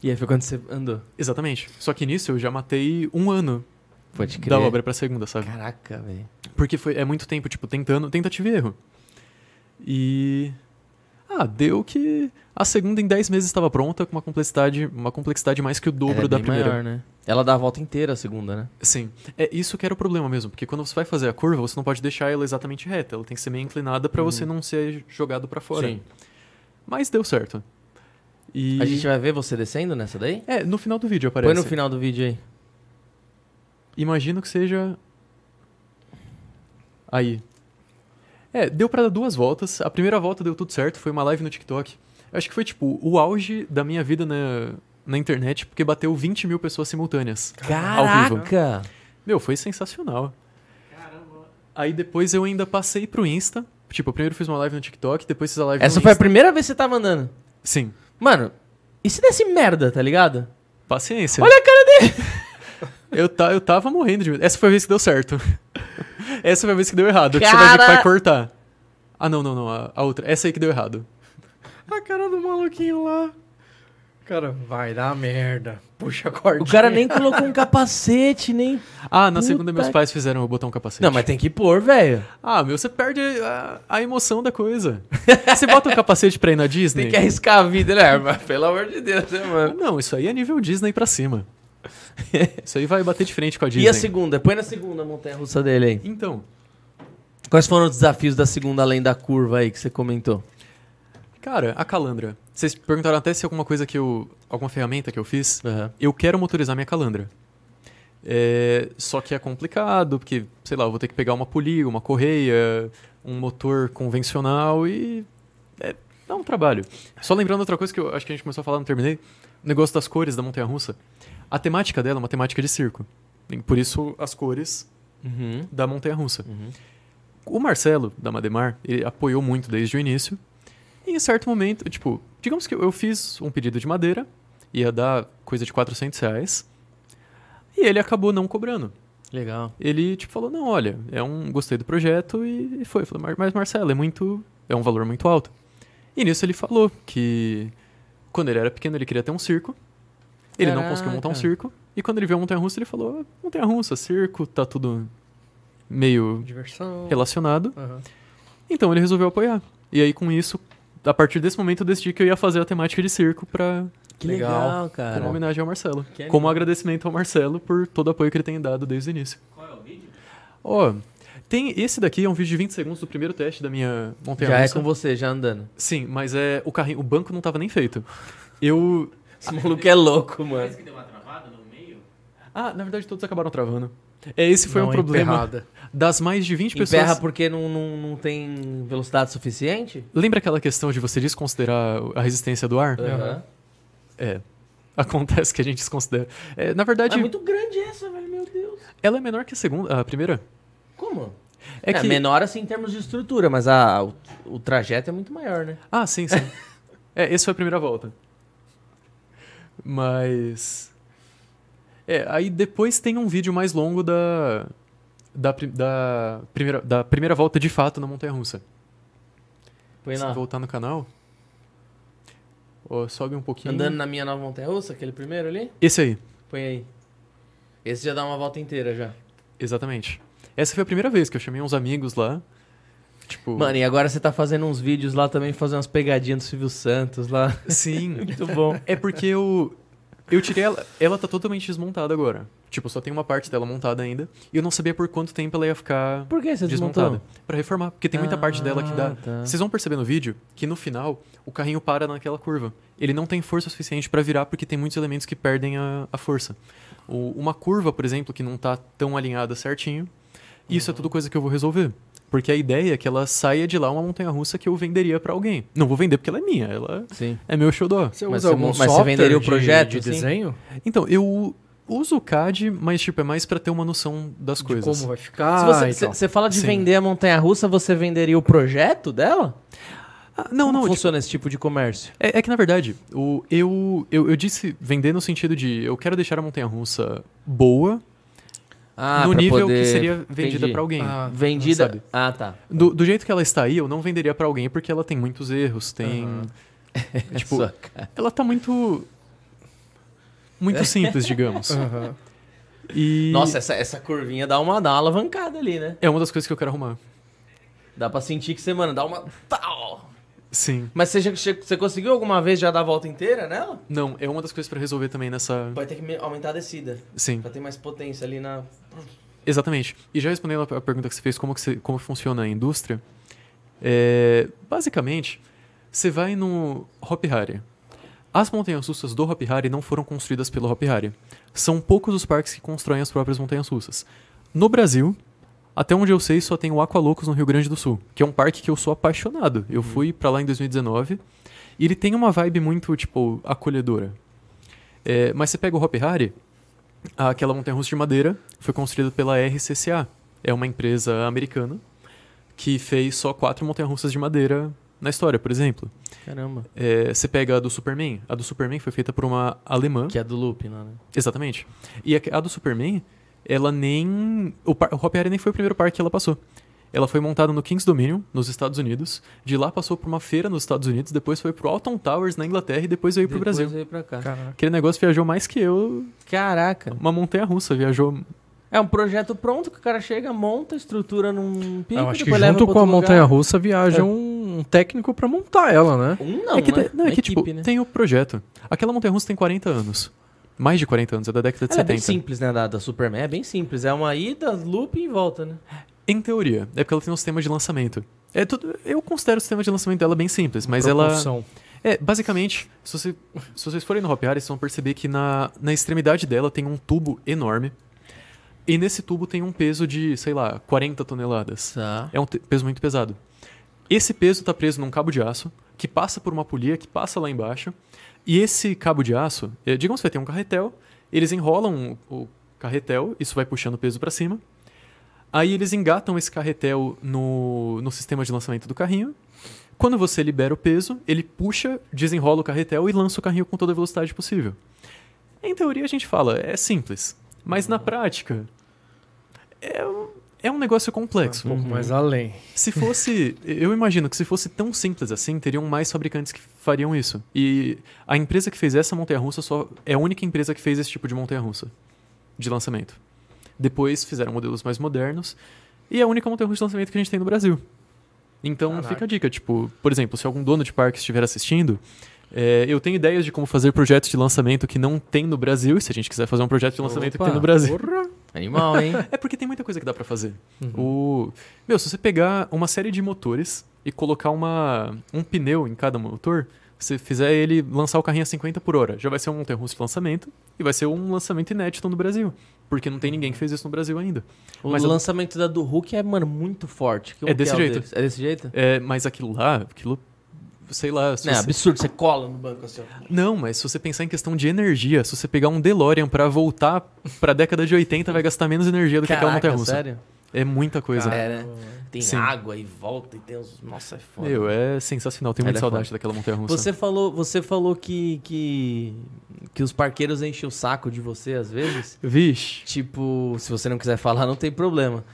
Speaker 1: E aí foi quando você andou.
Speaker 3: Exatamente. Só que nisso eu já matei um ano
Speaker 1: Pode crer.
Speaker 3: da obra pra segunda, sabe?
Speaker 1: Caraca, velho.
Speaker 3: Porque foi, é muito tempo, tipo, tentando, tentativa e erro. E. Ah, deu que a segunda em 10 meses estava pronta, com uma complexidade, uma complexidade mais que o dobro
Speaker 1: Ela é
Speaker 3: da
Speaker 1: bem
Speaker 3: primeira.
Speaker 1: maior, né? Ela dá a volta inteira a segunda, né?
Speaker 3: Sim. É isso que era o problema mesmo, porque quando você vai fazer a curva, você não pode deixar ela exatamente reta, ela tem que ser meio inclinada pra você não ser jogado pra fora.
Speaker 1: Uhum. Sim.
Speaker 3: Mas deu certo. E
Speaker 1: A gente vai ver você descendo nessa daí?
Speaker 3: é, no final do vídeo aparece.
Speaker 1: Põe no final do vídeo aí.
Speaker 3: Imagino que seja. Aí. É, deu pra dar duas voltas. A primeira volta deu tudo certo, foi uma live no TikTok. Eu acho que foi, tipo, o auge da minha vida na, na internet, porque bateu 20 mil pessoas simultâneas. Ao vivo.
Speaker 1: Caraca!
Speaker 3: Meu, foi sensacional.
Speaker 4: Caramba.
Speaker 3: Aí depois eu ainda passei pro Insta. Tipo, eu primeiro fiz uma live no TikTok, depois fiz a live
Speaker 1: Essa
Speaker 3: no
Speaker 1: foi a
Speaker 3: Insta.
Speaker 1: primeira vez que você tava andando.
Speaker 3: Sim.
Speaker 1: Mano, e se desse merda, tá ligado?
Speaker 3: Paciência.
Speaker 1: Olha a cara dele!
Speaker 3: Eu, ta, eu tava morrendo de medo. Essa foi a vez que deu certo. Essa foi a vez que deu errado. Que você vai ver que
Speaker 1: Cara!
Speaker 3: vai cortar. Ah, não, não, não. A, a outra. Essa aí que deu errado.
Speaker 2: A cara do maluquinho lá. Cara, vai dar merda. Puxa a corda.
Speaker 1: O cara nem colocou um capacete, nem.
Speaker 3: Ah, na segunda
Speaker 1: Puta
Speaker 3: meus pais fizeram eu botar um capacete.
Speaker 1: Não, mas tem que pôr, velho.
Speaker 3: Ah, meu, você perde a, a emoção da coisa. você bota um capacete pra ir na Disney?
Speaker 1: Tem que arriscar a vida, né? Mas, pelo amor de Deus, né, mano?
Speaker 3: Não, isso aí é nível Disney pra cima. isso aí vai bater de frente com a Disney.
Speaker 1: E a segunda? Põe na segunda montanha russa dele aí.
Speaker 3: Então,
Speaker 1: Quais foram os desafios da segunda além da curva aí que você comentou?
Speaker 3: cara, a calandra. Vocês perguntaram até se alguma coisa que eu. alguma ferramenta que eu fiz.
Speaker 1: Aham.
Speaker 3: Eu quero motorizar minha calandra. É, só que é complicado, porque, sei lá, eu vou ter que pegar uma polia, uma correia, um motor convencional e. É, dá um trabalho. Só lembrando outra coisa que eu acho que a gente começou a falar, não terminei: o negócio das cores da Montanha Russa. A temática dela é uma temática de circo. E Por isso, as cores
Speaker 1: Uhum.
Speaker 3: da Montanha Russa. O Marcelo, da Mademar, ele apoiou muito desde o início. E em certo momento, tipo, digamos que eu eu fiz um pedido de madeira, ia dar coisa de 400 reais, e ele acabou não cobrando.
Speaker 1: Legal.
Speaker 3: Ele, tipo, falou: não, olha, é um gostei do projeto e e foi. Eu falei, "Mar- mas Marcelo, é muito. é um valor muito alto. E nisso ele falou que quando ele era pequeno ele queria ter um circo. Ele não conseguiu montar um
Speaker 1: Caraca.
Speaker 3: circo. E quando ele viu a Montanha Russa, ele falou: Montanha Russa, circo, tá tudo meio
Speaker 2: Diversão.
Speaker 3: relacionado.
Speaker 2: Aham.
Speaker 3: Então ele resolveu apoiar. E aí com isso, a partir desse momento eu decidi que eu ia fazer a temática de circo pra
Speaker 1: Que legal, um cara.
Speaker 3: Como homenagem ao Marcelo.
Speaker 1: Que
Speaker 3: como
Speaker 1: animal.
Speaker 3: agradecimento ao Marcelo por todo o apoio que ele tem dado desde o início.
Speaker 4: Qual é o vídeo?
Speaker 3: Ó, tem esse daqui é um vídeo de 20 segundos do primeiro teste da minha montanha
Speaker 1: Já é com você, já andando.
Speaker 3: Sim, mas é o carrinho, o banco não tava nem feito. Eu
Speaker 1: Esse maluco é louco,
Speaker 4: Parece
Speaker 1: mano.
Speaker 4: que deu uma travada no meio.
Speaker 3: Ah, na verdade todos acabaram travando. É, esse foi
Speaker 2: Não,
Speaker 3: um
Speaker 2: é
Speaker 3: problema
Speaker 2: emperrada.
Speaker 3: das mais de 20 pessoas.
Speaker 1: Emperra porque não, não, não tem velocidade suficiente?
Speaker 3: Lembra aquela questão de você desconsiderar a resistência do ar?
Speaker 1: Aham.
Speaker 3: É. Acontece que a gente desconsidera. É, na verdade,
Speaker 1: É muito grande essa, velho, meu Deus.
Speaker 3: ela é menor que a segunda, a primeira.
Speaker 1: Como?
Speaker 3: É,
Speaker 1: É,
Speaker 3: que
Speaker 1: menor assim em termos de estrutura, mas a, o, o trajeto é muito maior, né?
Speaker 3: Ah, sim, sim. é, esse foi a primeira volta. Mas. É, aí depois tem um vídeo mais longo da. Da, pri- da, primeira, da primeira volta de fato na Montanha Russa.
Speaker 1: Põe
Speaker 3: Se
Speaker 1: lá.
Speaker 3: voltar no canal. Ó, sobe um pouquinho.
Speaker 1: Andando na minha nova montanha russa, aquele primeiro ali?
Speaker 3: Esse aí,
Speaker 1: Põe aí. Esse já dá uma volta inteira já.
Speaker 3: exatamente. Essa foi a primeira vez que eu chamei uns amigos lá. Tipo.
Speaker 1: Mano, e agora você tá fazendo uns vídeos lá também, fazendo umas pegadinhas do Silvio Santos lá.
Speaker 3: Sim.
Speaker 1: Muito bom.
Speaker 3: É porque eu. Eu tirei ela. Ela tá totalmente desmontada agora. Tipo, só tem uma parte dela montada ainda. E eu não sabia por quanto tempo ela ia ficar
Speaker 1: Por que você desmontou?
Speaker 3: desmontada. Pra reformar. Porque tem muita parte dela que dá.
Speaker 1: Ah, tá.
Speaker 3: Vocês vão perceber no vídeo que no final o carrinho para naquela curva. Ele não tem força suficiente pra virar porque tem muitos elementos que perdem a, a força. O- uma curva, por exemplo, que não tá tão alinhada certinho. Isso
Speaker 1: Uhum.
Speaker 3: é tudo coisa que eu vou resolver. Porque a ideia é que ela saia de lá uma montanha russa que eu venderia pra alguém. Não vou vender porque ela é minha, ela
Speaker 1: Sim.
Speaker 3: é meu xodó.
Speaker 2: Você
Speaker 1: Mas
Speaker 2: usa
Speaker 1: você
Speaker 2: algum
Speaker 1: mo- mas você
Speaker 2: software
Speaker 1: venderia o
Speaker 2: de-
Speaker 1: projeto,
Speaker 2: de,
Speaker 1: assim?
Speaker 2: desenho?
Speaker 3: Então, eu uso o CAD, mas tipo, é mais pra ter uma noção das
Speaker 2: De
Speaker 3: coisas.
Speaker 2: como vai ficar?
Speaker 1: Se você,
Speaker 2: e
Speaker 1: se-
Speaker 2: tal.
Speaker 1: você fala de
Speaker 3: Ah, então. Sim.
Speaker 1: vender a montanha russa, você venderia o projeto dela?
Speaker 3: Ah, não,
Speaker 1: Como
Speaker 3: não, tipo,
Speaker 1: funciona esse tipo de comércio?
Speaker 3: é, é que na verdade, o, eu, eu, eu disse vender no sentido de eu quero deixar a montanha russa boa
Speaker 1: Ah,
Speaker 3: no
Speaker 1: pra
Speaker 3: nível
Speaker 1: poder-
Speaker 3: que seria vendida
Speaker 1: Entendi.
Speaker 3: pra alguém.
Speaker 2: Ah,
Speaker 1: vendida.
Speaker 3: sabe?
Speaker 1: Ah, tá.
Speaker 3: Do, do jeito que ela está aí, eu não venderia pra alguém porque ela tem muitos erros, tem.
Speaker 2: Aham.
Speaker 3: tipo,
Speaker 1: É Só, cara.
Speaker 3: ela tá muito. Muito simples, digamos.
Speaker 2: aham.
Speaker 3: E
Speaker 1: Nossa, é essa, essa curvinha dá uma, dá uma alavancada ali, né?
Speaker 3: é uma das coisas que eu quero arrumar.
Speaker 1: Dá pra sentir que você, mano, dá uma. Tal.
Speaker 3: Sim.
Speaker 1: Mas você, já- che- você conseguiu alguma vez já dar a volta inteira nela?
Speaker 3: Não, é uma das coisas pra resolver também nessa.
Speaker 1: Vai ter que me- aumentar a descida.
Speaker 3: Sim.
Speaker 1: Pra ter mais potência ali na.
Speaker 3: Exatamente. E já respondendo a a pergunta que você fez, como, que você- como funciona a indústria, é, basicamente, você vai no Hop Hari. As montanhas russas do Hop Hari não foram construídas pelo Hop Hari. São poucos os parques que constroem as próprias montanhas russas. No Brasil, até onde eu sei, só tem o Aqualocos no Rio Grande do Sul, que é um parque que eu sou apaixonado. Eu fui pra lá em 2019 e ele tem uma vibe muito, tipo, acolhedora. É, mas você pega o Hop Hari, aquela montanha russa de madeira foi construída pela RCCA. É uma empresa americana que fez só quatro montanhas russas de madeira na história, por exemplo.
Speaker 1: Caramba.
Speaker 3: É, você pega a do Superman. A do Superman foi feita por uma alemã.
Speaker 1: Que é do loop, não, né?
Speaker 3: Exatamente. E a, a do Superman, ela nem. O, par- o Hopi Hari nem foi o primeiro parque que ela passou. Ela foi montada no Kings Dominion, nos Estados Unidos. De lá passou por uma feira nos Estados Unidos, depois foi pro Alton Towers na Inglaterra e depois veio pro
Speaker 1: Depois é.
Speaker 3: Brasil.
Speaker 1: veio pra cá.
Speaker 2: Caraca.
Speaker 3: Aquele negócio viajou mais que eu.
Speaker 1: Caraca.
Speaker 3: Uma montanha russa viajou
Speaker 1: É um projeto pronto que o cara chega, monta a estrutura num pico,
Speaker 2: Eu acho que
Speaker 1: depois leva
Speaker 2: junto
Speaker 1: pra
Speaker 2: com a
Speaker 1: outro
Speaker 2: montanha
Speaker 1: lugar.
Speaker 2: russa viaja
Speaker 1: É.
Speaker 2: um um técnico pra montar ela, né?
Speaker 1: Um não,
Speaker 3: é que,
Speaker 1: né?
Speaker 3: tem- não, é
Speaker 1: Uma
Speaker 3: que, tipo,
Speaker 1: equipe, né?
Speaker 3: tem o projeto. Aquela montanha russa tem 40 anos. Mais de 40 anos, é da década de
Speaker 1: Ela é
Speaker 3: 70.
Speaker 1: bem simples, né? Da, da Superman é bem simples. É uma ida, loop e volta, né?
Speaker 3: Em teoria, é porque ela tem um sistema de lançamento. É tudo, eu considero o sistema de lançamento dela bem simples, mas ela.
Speaker 2: Propulsão.
Speaker 3: É, basicamente, se, você- se vocês forem no Hop Hari, vocês vão perceber que na, na extremidade dela tem um tubo enorme. E nesse tubo tem um peso de, sei lá, 40 toneladas.
Speaker 1: Tá.
Speaker 3: É um te- peso muito pesado. Esse peso está preso num cabo de aço que passa por uma polia que passa lá embaixo. E esse cabo de aço, eh, digamos que vai ter um carretel, eles enrolam o o carretel, isso vai puxando o peso para cima. Aí eles engatam esse carretel no, no sistema de lançamento do carrinho. Quando você libera o peso, ele puxa, desenrola o carretel e lança o carrinho com toda a velocidade possível. Em teoria a gente fala, é simples. Mas na prática, é, um- é um negócio complexo.
Speaker 2: Um pouco mais além.
Speaker 3: Se fosse, eu imagino que se fosse tão simples assim, teriam mais fabricantes que fariam isso. E a empresa que fez essa montanha-russa só é a única empresa que fez esse tipo de montanha-russa de lançamento. Depois fizeram modelos mais modernos e é a única montanha-russa de lançamento que a gente tem no Brasil. Então
Speaker 2: Caraca.
Speaker 3: fica a dica, tipo, por exemplo, se algum dono de parque estiver assistindo, É, eu tenho ideias de como fazer projetos de lançamento que não tem no Brasil, e se a gente quiser fazer um projeto de lançamento que tem no Brasil.
Speaker 2: Porra.
Speaker 1: Animal, hein?
Speaker 3: É porque tem muita coisa que dá pra fazer.
Speaker 1: Uhum.
Speaker 3: O... Meu, se você pegar uma série de motores e colocar uma... um pneu em cada motor, você fizer ele lançar o carrinho a 50 por hora, já vai ser um montanha russo de lançamento e vai ser um lançamento inédito no Brasil. Porque não tem ninguém que fez isso no Brasil ainda.
Speaker 1: O
Speaker 3: Mas eu-
Speaker 1: lançamento da do Hulk é, mano, muito forte. Que
Speaker 3: É
Speaker 1: Hulk
Speaker 3: desse
Speaker 1: o
Speaker 3: jeito.
Speaker 1: deles? É desse jeito?
Speaker 3: É, mas aquilo lá, aquilo. Sei lá. se
Speaker 1: Não, é
Speaker 3: você-
Speaker 1: absurdo, você cola no banco assim. ó.
Speaker 3: Não, mas se você pensar em questão de energia, se você pegar um DeLorean pra voltar pra década de 80, vai gastar menos energia do que aquela montanha
Speaker 1: Caraca,
Speaker 3: russa.
Speaker 1: sério?
Speaker 3: É muita coisa.
Speaker 1: É, né? Tem
Speaker 3: Sim.
Speaker 1: água e volta e tem uns... Nossa, é foda.
Speaker 3: Meu, é sensacional. Tenho
Speaker 1: Ela
Speaker 3: muita
Speaker 1: é
Speaker 3: saudade daquela montanha russa.
Speaker 1: Você falou, você falou que, que, que os parqueiros enchem o saco de você às vezes.
Speaker 3: Vixe.
Speaker 1: Tipo, se você não quiser falar, não tem problema.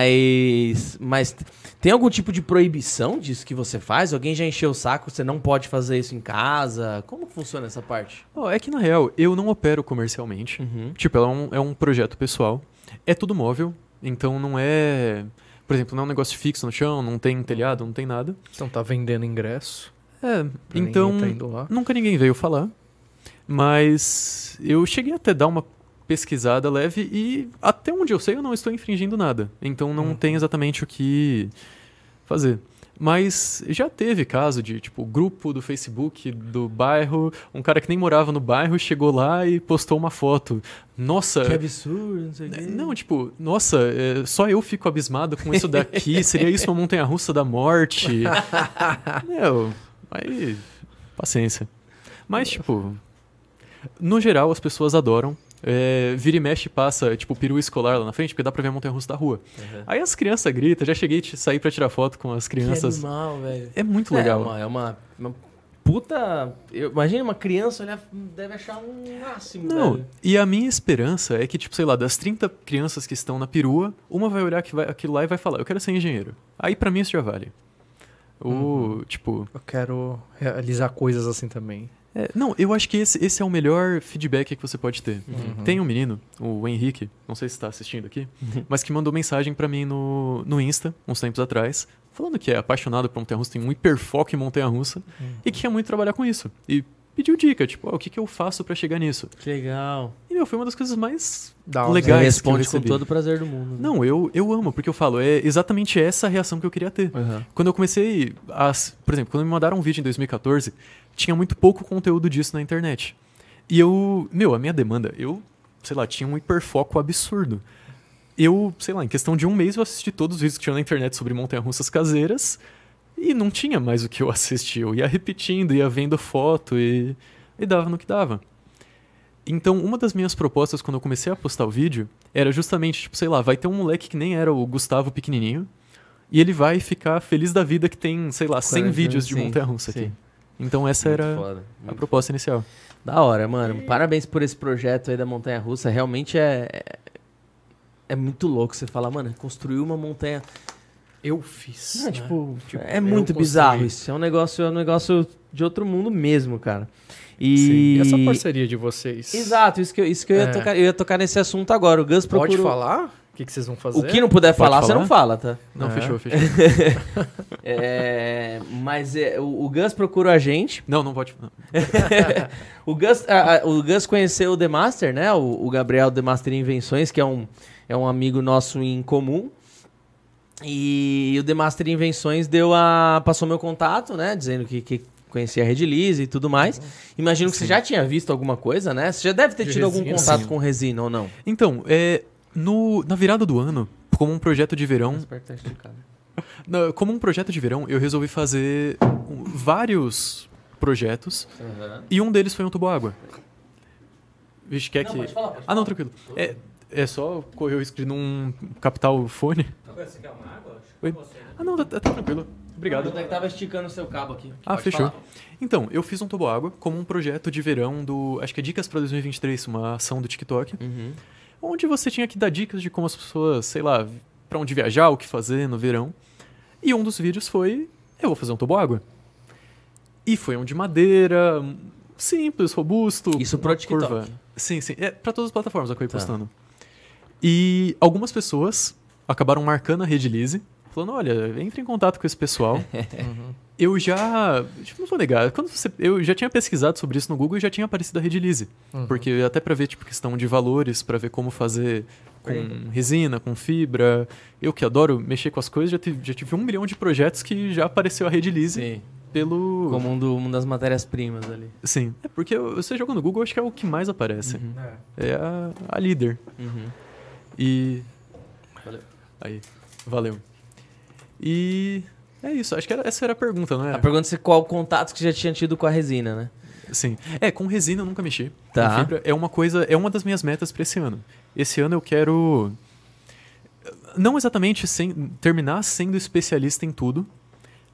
Speaker 1: Mas, mas tem algum tipo de proibição disso que você faz? Alguém já encheu o saco, você não pode fazer isso em casa? Como funciona essa parte?
Speaker 3: Ó, é que na real, eu não opero comercialmente.
Speaker 1: Uhum.
Speaker 3: Tipo, é um, é um projeto pessoal. É tudo móvel, então não é. Por exemplo, não é um negócio fixo no chão, não tem telhado, não tem nada.
Speaker 2: Então tá vendendo ingresso. pra
Speaker 3: É,
Speaker 2: ninguém
Speaker 3: então.
Speaker 2: Tá indo lá.
Speaker 3: Nunca ninguém veio falar, mas eu cheguei até dar uma pesquisada leve e até onde eu sei eu não estou infringindo nada. Então não tem exatamente o que fazer. Mas já teve caso de, tipo, grupo do Facebook do bairro, um cara que nem morava no bairro chegou lá e postou uma foto. Nossa,
Speaker 1: Que absurdo, não sei o quê.
Speaker 3: É. não, tipo, nossa, é, só eu fico abismado com isso daqui. Seria isso uma montanha-russa da morte? Meu, aí. Paciência. Mas, tipo, no geral as pessoas adoram. É, vira e mexe passa, tipo, peru escolar lá na frente, porque dá pra ver a montanha-russa da rua.
Speaker 1: Uhum.
Speaker 3: Aí as crianças gritam, já cheguei a sair pra tirar foto com as
Speaker 1: Que
Speaker 3: crianças.
Speaker 1: animal, velho.
Speaker 3: É muito
Speaker 1: É
Speaker 3: legal.
Speaker 1: uma, é uma, uma puta... eu- imagina uma criança olhar, deve achar um máximo,
Speaker 3: Não,
Speaker 1: velho.
Speaker 3: e a minha esperança é que, tipo, sei lá, das 30 crianças que estão na perua, uma vai olhar que vai- aquilo lá e vai falar, eu quero ser engenheiro. Aí pra mim isso já vale. Ou, tipo.
Speaker 2: Eu quero realizar coisas assim também.
Speaker 3: é, não, eu acho que esse, esse é o melhor feedback que você pode ter. Tem um menino, o Henrique, não sei se está assistindo aqui, mas que mandou mensagem pra mim no, no Insta, uns tempos atrás, falando que é apaixonado por montanha-russa, tem um hiperfoco em montanha-russa e que quer muito trabalhar com isso. E pediu dica, tipo, "Ó, o que, que eu faço pra chegar nisso?
Speaker 1: Que legal.
Speaker 3: E, meu, foi uma das coisas mais
Speaker 2: Dá uma-
Speaker 3: legais que eu
Speaker 1: responde com
Speaker 3: recebi.
Speaker 1: todo o prazer do mundo.
Speaker 3: Não, eu, eu amo, porque eu falo, é exatamente essa a reação que eu queria ter.
Speaker 1: Uhum.
Speaker 3: Quando eu comecei a. Por exemplo, quando me mandaram um vídeo em 2014, tinha muito pouco conteúdo disso na internet. E eu. Meu, a minha demanda, eu, sei lá, tinha um hiperfoco absurdo. Eu, sei lá, em questão de um mês eu assisti todos os vídeos que tinha na internet sobre montanha-russas caseiras e não tinha mais o que eu assisti. Eu ia repetindo, ia vendo foto e, e dava no que dava. Então, uma das minhas propostas quando eu comecei a postar o vídeo era justamente, tipo, sei lá, vai ter um moleque que nem era o Gustavo pequenininho e ele vai ficar feliz da vida que tem, sei lá, 100
Speaker 1: Quarenta,
Speaker 3: vídeos de
Speaker 1: sim,
Speaker 3: montanha-russa aqui.
Speaker 1: sim.
Speaker 3: Então, essa
Speaker 1: Muito
Speaker 3: era
Speaker 1: foda.
Speaker 3: a proposta inicial.
Speaker 1: Da hora, mano. Parabéns por esse projeto aí da Montanha Russa. Realmente é. é- É muito louco você falar, mano, construiu uma montanha.
Speaker 2: Eu fiz.
Speaker 1: Não,
Speaker 2: né?
Speaker 1: tipo,
Speaker 2: Tipo,
Speaker 1: é
Speaker 2: eu
Speaker 1: muito
Speaker 2: construí.
Speaker 1: bizarro isso. É um negócio, é um negócio de outro mundo mesmo, cara. E,
Speaker 2: Sim. E essa parceria de vocês?
Speaker 1: Exato, isso que, eu- isso que eu ia
Speaker 2: É.
Speaker 1: tocar. Eu ia tocar nesse assunto agora. O Gus
Speaker 2: Pode
Speaker 1: procurou.
Speaker 2: falar? O que, que vocês vão fazer?
Speaker 1: O que não puder falar, você
Speaker 3: falar?
Speaker 1: não fala, tá?
Speaker 3: Não,
Speaker 2: É.
Speaker 3: fechou, fechou.
Speaker 1: É, mas é, o, o Gus procurou a gente.
Speaker 3: Não, não pode. Não.
Speaker 1: O Gus, a- a- o Gus conheceu o The Master, né? O, o Gabriel The Master Invenções, que é um, é um amigo nosso em comum. E o The Master Invenções deu a. passou meu contato, né? Dizendo que, que conhecia a Red Lease e tudo mais. Imagino que você já tinha visto alguma coisa, né? Você já deve ter
Speaker 2: De
Speaker 1: tido algum
Speaker 2: resina.
Speaker 1: contato
Speaker 2: Sim.
Speaker 1: com resina ou não.
Speaker 3: Então, é, no, na virada do ano, como um projeto de verão, na- como um projeto de verão, eu resolvi fazer um- vários projetos e um deles foi um tubo água. Vixe, quer que? ah, não, tranquilo. É, é só correr o risco de não captar o fone.
Speaker 4: Você quer é uma água? Acho que
Speaker 3: Oi?
Speaker 4: eu posso ainda.
Speaker 3: Ah, não, tá, tá tranquilo. Obrigado.
Speaker 1: é que tava esticando o seu cabo aqui.
Speaker 3: Ah, fechou. Então, eu fiz um tubo água como um projeto de verão do, acho que é Dicas para 2023, uma ação do TikTok. onde você tinha que dar dicas de como as pessoas, sei lá, pra onde viajar, o que fazer no verão. E um dos vídeos foi eu vou fazer um toboágua. E foi um de madeira, simples, robusto.
Speaker 1: Isso
Speaker 3: uma
Speaker 1: pro TikTok.
Speaker 3: Sim, sim, é para todas as plataformas eu acabei
Speaker 1: Tá.
Speaker 3: postando. E algumas
Speaker 1: Uhum.
Speaker 3: pessoas acabaram marcando a Rede Lise, falando, olha, entre em contato com esse pessoal. Eu já. Tipo, não vou negar. Quando você, eu já tinha pesquisado sobre isso no Google e já tinha aparecido a Redilize.
Speaker 1: Uhum.
Speaker 3: Porque até pra ver, tipo, questão de valores, pra ver como fazer com resina, com fibra. Eu que adoro mexer com as coisas, já tive, já tive um milhão de projetos que já apareceu a Redilize
Speaker 1: Sim.
Speaker 3: pelo.
Speaker 1: Como um, do- uma das matérias-primas ali.
Speaker 3: Sim. É porque você joga no Google, acho que é o que mais aparece.
Speaker 2: É.
Speaker 3: É a, a líder.
Speaker 1: Uhum.
Speaker 3: E.
Speaker 1: Valeu.
Speaker 3: Aí. Valeu. E. É isso, acho que era- essa era a pergunta, não
Speaker 1: A
Speaker 3: era?
Speaker 1: pergunta é qual o contato que já tinha tido com a resina, né?
Speaker 3: Sim. É, com resina eu nunca mexi.
Speaker 1: Tá.
Speaker 3: Com fibra é uma coisa, é uma das minhas metas pra esse ano. Esse ano eu quero não exatamente sem- terminar sendo especialista em tudo,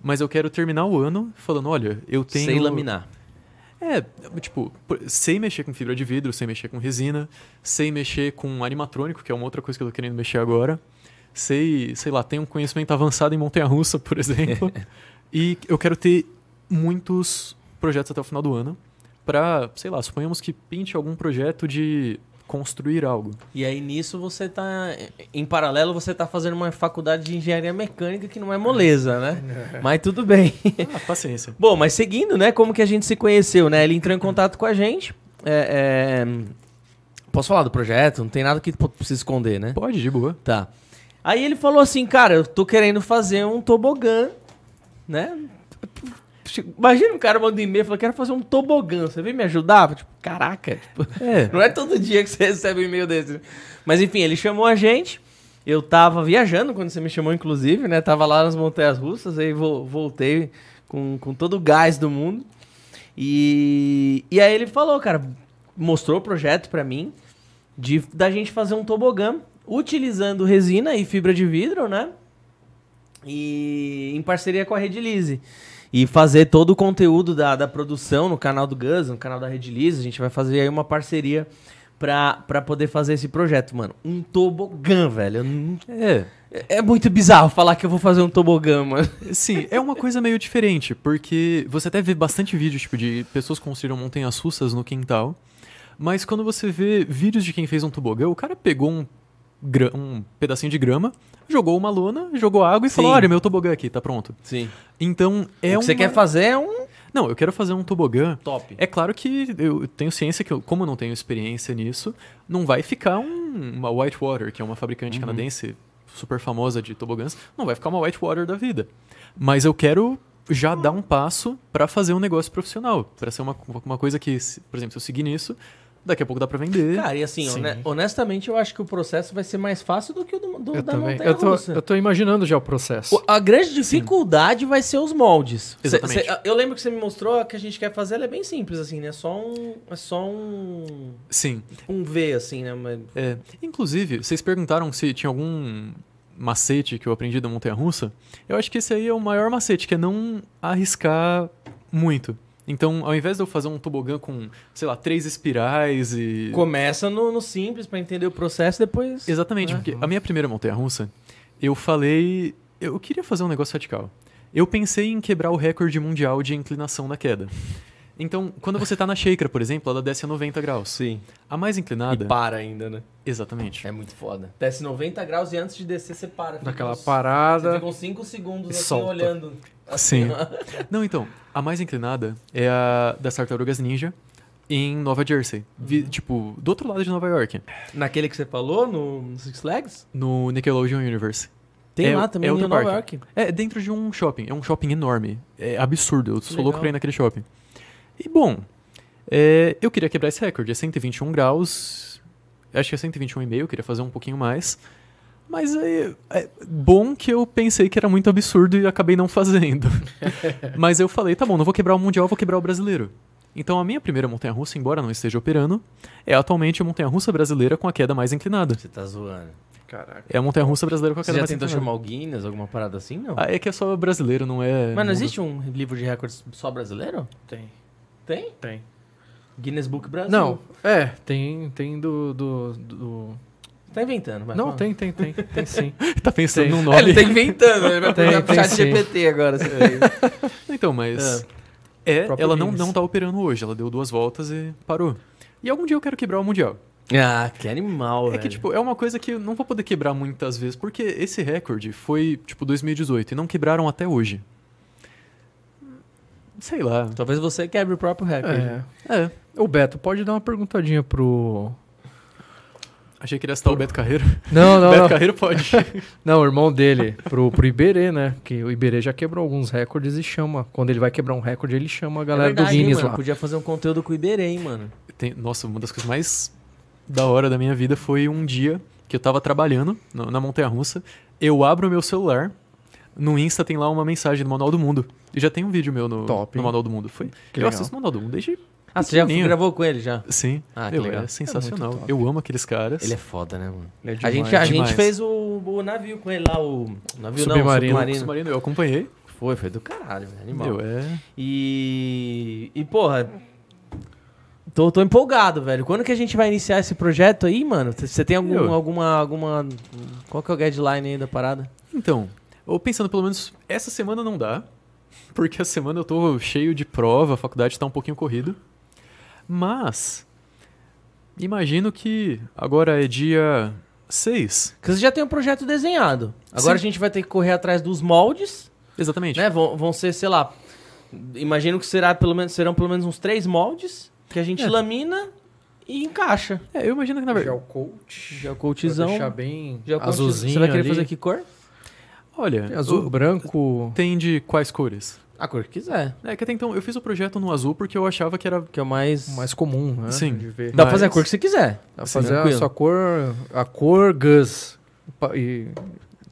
Speaker 3: mas eu quero terminar o ano falando, olha, eu tenho
Speaker 1: Sem laminar.
Speaker 3: É, tipo, por- sei mexer com fibra de vidro, sei mexer com resina, sei mexer com animatrônico, que é uma outra coisa que eu tô querendo mexer agora. Sei, sei lá, tenho um conhecimento avançado em montanha-russa, por exemplo. e eu quero ter muitos projetos até o final do ano pra, sei lá, suponhamos que pinte algum projeto de construir algo.
Speaker 1: E aí nisso você tá. Em paralelo, você tá fazendo uma faculdade de engenharia mecânica que não é moleza, né? Mas tudo bem.
Speaker 3: Ah, paciência.
Speaker 1: Bom, mas seguindo, né? Como que a gente se conheceu, né? Ele entrou em contato com a gente. É, é, Posso falar do projeto? Não tem nada que p- precisa esconder, né?
Speaker 3: Pode, de boa.
Speaker 1: Tá. Aí ele falou assim, cara, eu tô querendo fazer um tobogã, né? Imagina um cara mandando e-mail e falando, quero fazer um tobogã, você vem me ajudar? Tipo, caraca, tipo,
Speaker 3: É.
Speaker 1: não é todo dia que você recebe um e-mail desse. né? Mas enfim, ele chamou a gente. Eu tava viajando quando você me chamou, inclusive, né? Tava lá nas Montanhas Russas, aí vo- voltei com, com todo o gás do mundo. E, e aí ele falou, cara, mostrou o projeto pra mim de da gente fazer um tobogã utilizando resina e fibra de vidro, né? E em parceria com a Rede Lise. E fazer todo o conteúdo da, da produção no canal do Gus, no canal da Rede Lise. A gente vai fazer aí uma parceria pra, pra poder fazer esse projeto, mano. Um tobogã, velho. Eu não-
Speaker 3: É.
Speaker 1: É muito bizarro falar que eu vou fazer um tobogã, mano.
Speaker 3: Sim, é uma coisa meio diferente, porque você até vê bastante vídeo, tipo, de pessoas construíram montanhas russas no quintal, mas quando você vê vídeos de quem fez um tobogã, o cara pegou um, gra- um pedacinho de grama, jogou uma lona, jogou água e falou,
Speaker 1: Sim.
Speaker 3: olha, meu tobogã aqui, tá pronto.
Speaker 1: Sim.
Speaker 3: Então, é
Speaker 1: o que você
Speaker 3: uma-
Speaker 1: quer fazer é um
Speaker 3: Não, eu quero fazer um tobogã...
Speaker 1: top.
Speaker 3: É claro que eu tenho ciência que, eu, como eu não tenho experiência nisso, não vai ficar um- uma Whitewater, que é uma
Speaker 1: Uhum.
Speaker 3: fabricante canadense super famosa de tobogãs, não vai ficar uma Whitewater da vida. Mas eu quero já dar um passo pra fazer um negócio profissional, Pra ser uma, uma coisa que, se- por exemplo, se eu seguir nisso, daqui a pouco dá pra vender.
Speaker 1: Cara, e assim,
Speaker 2: Sim.
Speaker 1: hone- honestamente, eu acho que o processo vai ser mais fácil do que o do, do-
Speaker 2: Eu
Speaker 1: da
Speaker 2: também.
Speaker 1: montanha
Speaker 2: Eu tô,
Speaker 1: russa.
Speaker 2: eu tô imaginando já o processo.
Speaker 1: O- A grande dificuldade vai ser os moldes. Cê-
Speaker 3: Exatamente.
Speaker 1: cê- eu lembro que você me mostrou a que a gente quer fazer, ela é bem simples, assim, né? É só um. É só um.
Speaker 3: Sim.
Speaker 1: Um V, assim, né? Mas-
Speaker 3: É, inclusive, vocês perguntaram se tinha algum macete que eu aprendi da montanha russa. Eu acho que esse aí é o maior macete, que é não arriscar muito. Então, ao invés de eu fazer um tobogã com, sei lá, três espirais e.
Speaker 1: Começa no, no simples pra entender o processo, depois.
Speaker 3: Exatamente, porque a minha primeira montanha russa, eu falei. Eu queria fazer um negócio radical. Eu pensei em quebrar o recorde mundial de inclinação na queda. Então, quando você tá na Sheikra, por exemplo, ela desce a 90 graus.
Speaker 1: Sim.
Speaker 3: A mais inclinada.
Speaker 1: E para ainda, né?
Speaker 3: Exatamente.
Speaker 1: É muito foda. Desce 90 graus e antes de descer, você para. fica
Speaker 2: Daquela
Speaker 1: uns- Você
Speaker 2: parada.
Speaker 1: fica uns 5 segundos
Speaker 2: E
Speaker 1: assim
Speaker 2: solta.
Speaker 1: olhando.
Speaker 3: Sim. Não, então, a mais inclinada é a das Tartarugas Ninja em Nova Jersey. Vi- tipo, do outro lado de Nova York,
Speaker 1: Naquele que você falou, no Six Flags?
Speaker 3: no Nickelodeon Universe.
Speaker 1: Tem
Speaker 3: É
Speaker 1: lá
Speaker 3: o-
Speaker 1: também
Speaker 3: é
Speaker 1: em
Speaker 3: outro
Speaker 1: Nova
Speaker 3: parque.
Speaker 1: York.
Speaker 3: É dentro de um shopping, é um shopping enorme. É absurdo, eu sou
Speaker 1: Legal.
Speaker 3: louco pra ir naquele shopping. E bom, é, eu queria quebrar esse recorde, é 121 graus, acho que é 121,5, eu queria fazer um pouquinho mais. Mas é, é bom que eu pensei que era muito absurdo e acabei não fazendo. Mas eu falei, tá bom, não vou quebrar o mundial, vou quebrar o brasileiro. Então a minha primeira montanha-russa, embora não esteja operando, é atualmente a montanha-russa brasileira com a queda mais inclinada.
Speaker 1: Você tá zoando.
Speaker 2: Caraca.
Speaker 3: É a montanha-russa brasileira com a
Speaker 1: Você
Speaker 3: queda
Speaker 1: já
Speaker 3: mais
Speaker 1: tentou
Speaker 3: inclinada.
Speaker 1: chamar o Guinness, alguma parada assim? Não.
Speaker 3: Ah, é que é só brasileiro, não é...
Speaker 1: Mas não
Speaker 3: mundo-
Speaker 1: existe um livro de recordes só brasileiro?
Speaker 2: Tem,
Speaker 1: Tem?
Speaker 2: tem.
Speaker 1: Guinness Book Brasil.
Speaker 2: Não, é, tem, tem do. do, do-
Speaker 1: Tá inventando, vai.
Speaker 2: Não,
Speaker 1: fala.
Speaker 2: tem, tem, tem. Tem sim.
Speaker 3: Tá pensando
Speaker 2: Tem.
Speaker 3: num
Speaker 1: É,
Speaker 3: nome.
Speaker 1: ele tá inventando, ele vai
Speaker 2: Tem,
Speaker 1: pegar pro
Speaker 2: tem
Speaker 1: chat
Speaker 2: sim. É.
Speaker 1: GPT agora. se for.
Speaker 3: Então, mas. É,
Speaker 2: Próprio
Speaker 3: ela não,
Speaker 2: Guinness.
Speaker 3: não tá operando hoje. Ela deu duas voltas e parou. E algum dia eu quero quebrar o Mundial.
Speaker 1: ah, que animal,
Speaker 3: É
Speaker 1: velho.
Speaker 3: que, tipo, é uma coisa que eu não vou poder quebrar muitas vezes, porque esse recorde foi, tipo, 2018 e não quebraram até hoje. Sei lá.
Speaker 1: Talvez você quebre o próprio né? recorde.
Speaker 2: É.
Speaker 3: É.
Speaker 2: Ô, Beto, pode dar uma perguntadinha pro.
Speaker 3: Achei que ele ia citar o Beto Carreiro.
Speaker 2: Não, não,
Speaker 3: Beto
Speaker 2: não.
Speaker 3: Carreiro pode.
Speaker 2: Não, o irmão dele, pro, pro Iberê, né? Que o Iberê já quebrou alguns recordes e chama. Quando ele vai quebrar um recorde, ele chama a galera do
Speaker 1: hein,
Speaker 2: Guinness
Speaker 1: É mano?
Speaker 2: lá.
Speaker 1: Podia fazer um conteúdo com o Iberê, hein, mano.
Speaker 3: Tem- nossa, uma das coisas mais da hora da minha vida foi um dia que eu tava trabalhando na, na Montanha Russa. Eu abro meu celular, no Insta tem lá uma mensagem do Manual do Mundo. E já tem um vídeo meu no,
Speaker 2: Top,
Speaker 3: no
Speaker 2: hein?
Speaker 3: Manual do Mundo. Foi,
Speaker 2: Que
Speaker 3: eu
Speaker 2: legal.
Speaker 3: assisto o Manual do Mundo desde.
Speaker 1: Ah, você já
Speaker 3: pequenininho.
Speaker 1: gravou com ele já?
Speaker 3: Sim.
Speaker 1: Ah, que
Speaker 3: Meu,
Speaker 1: legal.
Speaker 3: é sensacional.
Speaker 2: top.
Speaker 3: eu amo aqueles caras.
Speaker 1: Ele é foda, né, mano?
Speaker 2: É
Speaker 1: a
Speaker 2: demais,
Speaker 1: gente, a
Speaker 3: demais.
Speaker 1: gente fez o, o navio com ele lá, o. Navio
Speaker 2: Submarino.
Speaker 1: não,
Speaker 3: O
Speaker 1: submarino.
Speaker 3: Submarino, eu acompanhei.
Speaker 1: Foi, foi do caralho, velho. Animal.
Speaker 3: Meu, é.
Speaker 1: E. E, porra. Tô, tô empolgado, velho. Quando que a gente vai iniciar esse projeto aí, mano? C- Você tem algum-
Speaker 3: Eu.
Speaker 1: alguma. alguma. Qual que é o guideline aí da parada?
Speaker 3: Então, ou pensando pelo menos essa semana não dá, porque a semana eu tô cheio de prova, a faculdade tá um pouquinho corrido. Mas imagino que agora é dia 6.
Speaker 1: Porque você já tem um projeto desenhado. Agora
Speaker 3: Sim.
Speaker 1: a gente vai ter que correr atrás dos moldes,
Speaker 3: Exatamente.
Speaker 1: né? Vão, vão ser, sei lá. Imagino que será pelo menos, serão pelo menos uns três moldes que a gente
Speaker 3: É.
Speaker 1: lamina e encaixa.
Speaker 3: É, eu imagino que na verdade.
Speaker 2: Gel coat.
Speaker 1: Já o
Speaker 2: Pra
Speaker 1: coachzão.
Speaker 2: deixar bem
Speaker 1: já é o coach-
Speaker 2: azulzinho
Speaker 1: Você vai querer
Speaker 2: ali.
Speaker 1: fazer que cor?
Speaker 3: Olha,
Speaker 2: Tem Azul,
Speaker 3: o-
Speaker 2: branco...
Speaker 3: tem de quais cores?
Speaker 1: A cor que quiser.
Speaker 3: É que até então eu fiz o projeto no azul porque eu achava que era.
Speaker 1: Que é o mais.
Speaker 2: mais comum, né?
Speaker 3: Sim.
Speaker 2: De ver.
Speaker 1: Dá pra
Speaker 3: Mas-
Speaker 1: fazer a cor que você quiser.
Speaker 2: Dá pra
Speaker 1: Sim,
Speaker 2: fazer a
Speaker 1: tranquilo.
Speaker 2: sua cor, a cor Gus pa- e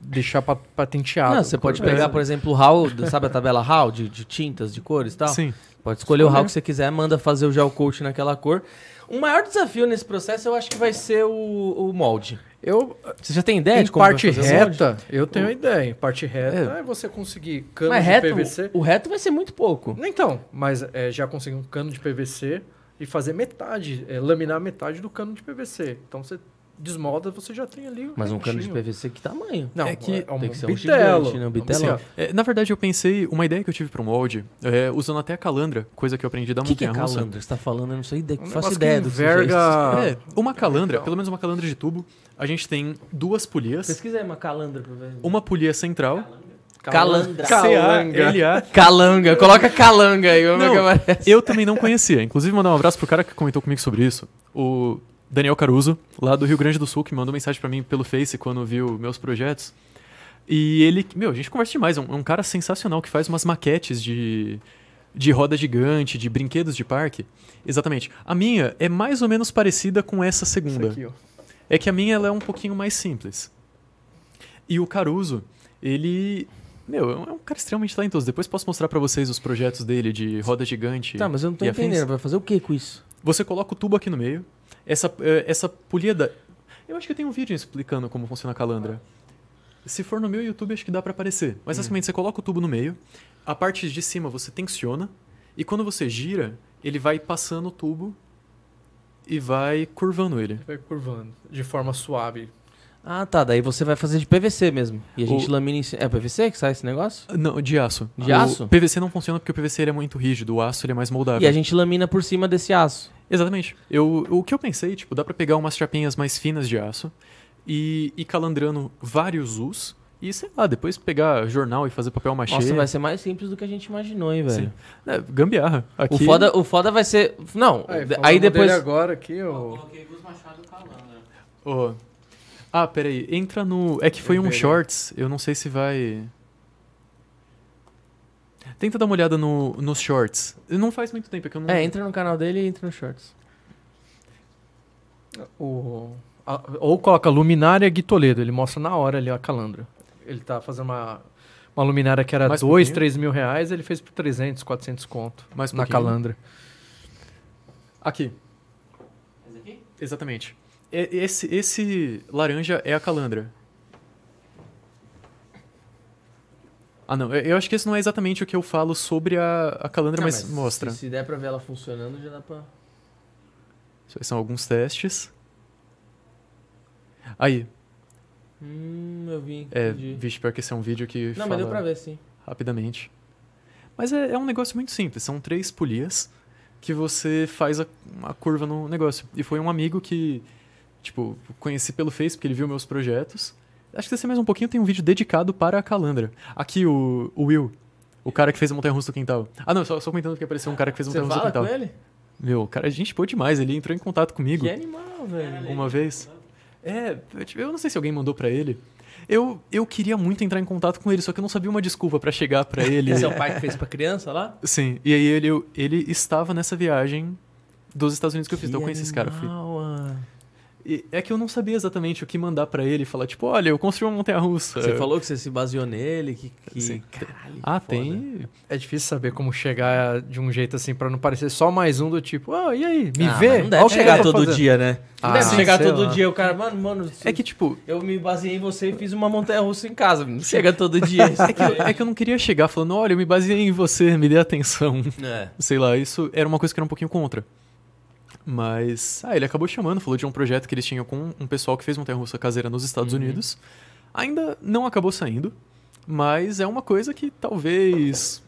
Speaker 2: deixar pa- patenteado.
Speaker 1: Não, você
Speaker 2: Cor
Speaker 1: pode
Speaker 2: Gus.
Speaker 1: pegar, por exemplo, o HAL, do- sabe a tabela HAL de, de tintas, de cores e tal?
Speaker 3: Sim.
Speaker 1: Pode escolher o HAL que você quiser, manda fazer o gel coat naquela cor. O maior desafio nesse processo eu acho que vai ser o, o molde.
Speaker 2: Eu,
Speaker 1: Você já tem ideia
Speaker 2: em
Speaker 1: É, de como vai
Speaker 2: parte
Speaker 1: fazer o molde?
Speaker 2: reta, eu tenho ideia. Em parte reta é, você conseguir cano
Speaker 1: Mas
Speaker 2: de
Speaker 1: reto,
Speaker 2: PVC.
Speaker 1: o reto vai ser muito pouco.
Speaker 2: Não, Então, mas é, já consegui um cano de PVC e fazer metade, é, laminar metade do cano de PVC. Então você desmolda, você já tem ali
Speaker 1: Mas um cano de
Speaker 2: retinho.
Speaker 1: PVC, que tamanho?
Speaker 2: Não,
Speaker 3: É que
Speaker 2: é um
Speaker 1: tem que ser um
Speaker 2: bitelo.
Speaker 1: gigante, né? Um
Speaker 2: É
Speaker 1: bitelão.
Speaker 2: assim, ó,
Speaker 3: É, na verdade, eu pensei, uma ideia que eu tive para um molde, é, usando até a calandra, coisa que eu aprendi da
Speaker 1: O que, que é
Speaker 3: montanha-russa.
Speaker 1: calandra? Você tá falando, eu não sei, ideia,
Speaker 2: um
Speaker 1: faço
Speaker 2: negócio que
Speaker 1: ideia do que seja isso.
Speaker 2: enverga...
Speaker 3: É, uma calandra,
Speaker 2: Então.
Speaker 3: pelo menos uma calandra de tubo, a gente tem duas polias.
Speaker 1: Pesquisa aí uma calandra pra ver.
Speaker 3: Uma polia central.
Speaker 1: Calandra.
Speaker 2: Calanga.
Speaker 3: CA.
Speaker 1: Calanga, coloca calanga aí, vamos ver é. o que
Speaker 3: Não.
Speaker 1: aparece.
Speaker 3: Eu também não conhecia. Inclusive, mandar um abraço pro cara que comentou comigo sobre isso. O Daniel Caruso, lá do Rio Grande do Sul, que mandou mensagem pra mim pelo Face quando viu meus projetos. E ele. Meu, a gente conversa demais. É um, é um cara sensacional que faz umas maquetes de. De roda gigante, de brinquedos de parque. Exatamente. A minha é mais ou menos parecida com essa
Speaker 2: Isso
Speaker 3: segunda.
Speaker 2: aqui, ó.
Speaker 3: É que a minha ela é um pouquinho mais simples. E o Caruso, ele. Meu, é um cara extremamente talentoso. Depois posso mostrar pra vocês os projetos dele de roda gigante.
Speaker 1: Tá, mas eu não tô
Speaker 3: e afins.
Speaker 1: entendendo. Vai fazer o que com isso?
Speaker 3: Você coloca o tubo aqui no meio. Essa, eh, essa polia da. Eu acho que eu tenho um vídeo explicando como funciona a calandra. Se for no meu YouTube, acho que dá pra aparecer.
Speaker 1: Hum.
Speaker 3: Mas basicamente, você coloca o tubo no meio, a parte de cima você tensiona, e quando você gira, ele vai passando o tubo e vai curvando ele.
Speaker 2: Vai curvando de forma suave.
Speaker 1: Ah, tá. Daí você vai fazer de PVC mesmo. E a
Speaker 3: O-
Speaker 1: gente lamina em cima. É PVC que sai esse negócio?
Speaker 3: Não, de aço.
Speaker 1: De
Speaker 3: O
Speaker 1: aço?
Speaker 3: PVC não funciona porque o PVC ele é muito rígido, o aço ele é mais moldável.
Speaker 1: E a gente lamina por cima desse aço.
Speaker 3: Exatamente. Eu, o que eu pensei, tipo, dá pra pegar umas chapinhas mais finas de aço e ir calandrando vários us e, sei lá, depois pegar jornal e fazer papel machê.
Speaker 1: Nossa, vai ser mais simples do que a gente imaginou, hein, velho.
Speaker 3: Sim. É, gambiarra.
Speaker 1: O,
Speaker 3: Aqui,
Speaker 1: foda, o foda vai ser. Não,
Speaker 2: Aí,
Speaker 1: de- aí
Speaker 2: falando
Speaker 1: depois.
Speaker 2: dele agora aqui, ó.
Speaker 4: Coloquei Gus Machado calando.
Speaker 3: ó. Ah, peraí. Entra no... É que foi
Speaker 2: Eu
Speaker 3: um
Speaker 2: vejo.
Speaker 3: shorts. Eu não sei se vai... Tenta dar uma olhada no, nos shorts. Não faz muito tempo é que eu não...
Speaker 1: É, entra no canal dele e entra no shorts.
Speaker 2: O- a- ou coloca luminária Gui Toledo, ele mostra na hora ali a calandra. Ele tá fazendo uma, uma luminária que era
Speaker 3: Mais
Speaker 2: 2,
Speaker 3: pouquinho?
Speaker 2: 3 mil reais, ele fez por 300, 400 conto
Speaker 3: Mais um
Speaker 2: na
Speaker 1: né?
Speaker 3: pouquinho.
Speaker 2: calandra.
Speaker 3: Aqui.
Speaker 4: Esse aqui?
Speaker 3: Exatamente. E- Esse, esse laranja é a calandra. Ah, não. Eu- Eu acho que isso não é exatamente o que eu falo sobre a, a calandra,
Speaker 1: Ah,
Speaker 3: mas, mostra.
Speaker 1: Se, se der pra ver ela funcionando, já dá pra.
Speaker 3: Isso aí São alguns testes. Aí.
Speaker 1: Hum, eu vi.
Speaker 3: É,
Speaker 1: entendi.
Speaker 3: vixe, pior que esse é um vídeo que
Speaker 1: Não,
Speaker 3: fala
Speaker 1: mas deu pra ver sim.
Speaker 3: rapidamente. Mas é, é um negócio muito simples. São três polias que você faz a, uma curva no negócio. E foi um amigo que, tipo, conheci pelo Face, porque ele viu meus projetos. Acho que deve ser mais um pouquinho, tem um vídeo dedicado para a Calandra. Aqui, o, o Will. O cara que fez a montanha russa do quintal. Ah, não, só, só comentando que apareceu um cara que fez a
Speaker 1: Você
Speaker 3: montanha russa do
Speaker 1: fala
Speaker 3: quintal.
Speaker 1: com ele?
Speaker 3: Meu, cara, a gente pôde demais. Ele entrou em contato comigo
Speaker 1: Que é animal, velho.
Speaker 3: uma vez. É, eu tive- eu não sei se alguém mandou pra ele. Eu, eu queria muito entrar em contato com ele, só que eu não sabia uma desculpa pra chegar pra ele.
Speaker 1: Esse é o pai que fez pra criança lá?
Speaker 3: Sim, e aí ele, ele estava nessa viagem dos Estados Unidos que eu fiz. Então eu conheci esse cara. eu Fui.
Speaker 1: animal, ah.
Speaker 3: E é que eu não sabia exatamente o que mandar pra ele. Falar, tipo, olha, eu construí uma montanha-russa.
Speaker 1: Você falou que você se baseou nele, que... que...
Speaker 3: É. Sim.
Speaker 1: Caralho, que
Speaker 3: Ah,
Speaker 1: foda.
Speaker 3: tem...
Speaker 2: É difícil saber como chegar de um jeito assim, pra não parecer só mais um do tipo, ah, e aí, me
Speaker 1: Ah, mas
Speaker 2: vê?
Speaker 1: Não
Speaker 2: Olha
Speaker 1: deve
Speaker 2: o que
Speaker 1: chegar
Speaker 2: eu tô
Speaker 1: todo
Speaker 2: fazendo.
Speaker 1: dia, né? Não
Speaker 2: Ah,
Speaker 1: deve
Speaker 2: sim,
Speaker 1: chegar
Speaker 2: sei
Speaker 1: todo
Speaker 2: lá.
Speaker 1: dia o cara, mano, mano.
Speaker 3: É que, tipo,
Speaker 1: Eu me baseei em você e fiz uma montanha russa em casa. Não chega todo dia. isso.
Speaker 3: é que, eu- é que eu não queria chegar falando, olha, eu me baseei em você, me dê atenção.
Speaker 1: É.
Speaker 3: Sei lá, isso era uma coisa que eu era um pouquinho contra. Mas, ah, ele acabou chamando, falou de um projeto que eles tinham com um pessoal que fez montanha-russa caseira nos Estados
Speaker 1: Uhum.
Speaker 3: Unidos. Ainda não acabou saindo, mas é uma coisa que talvez...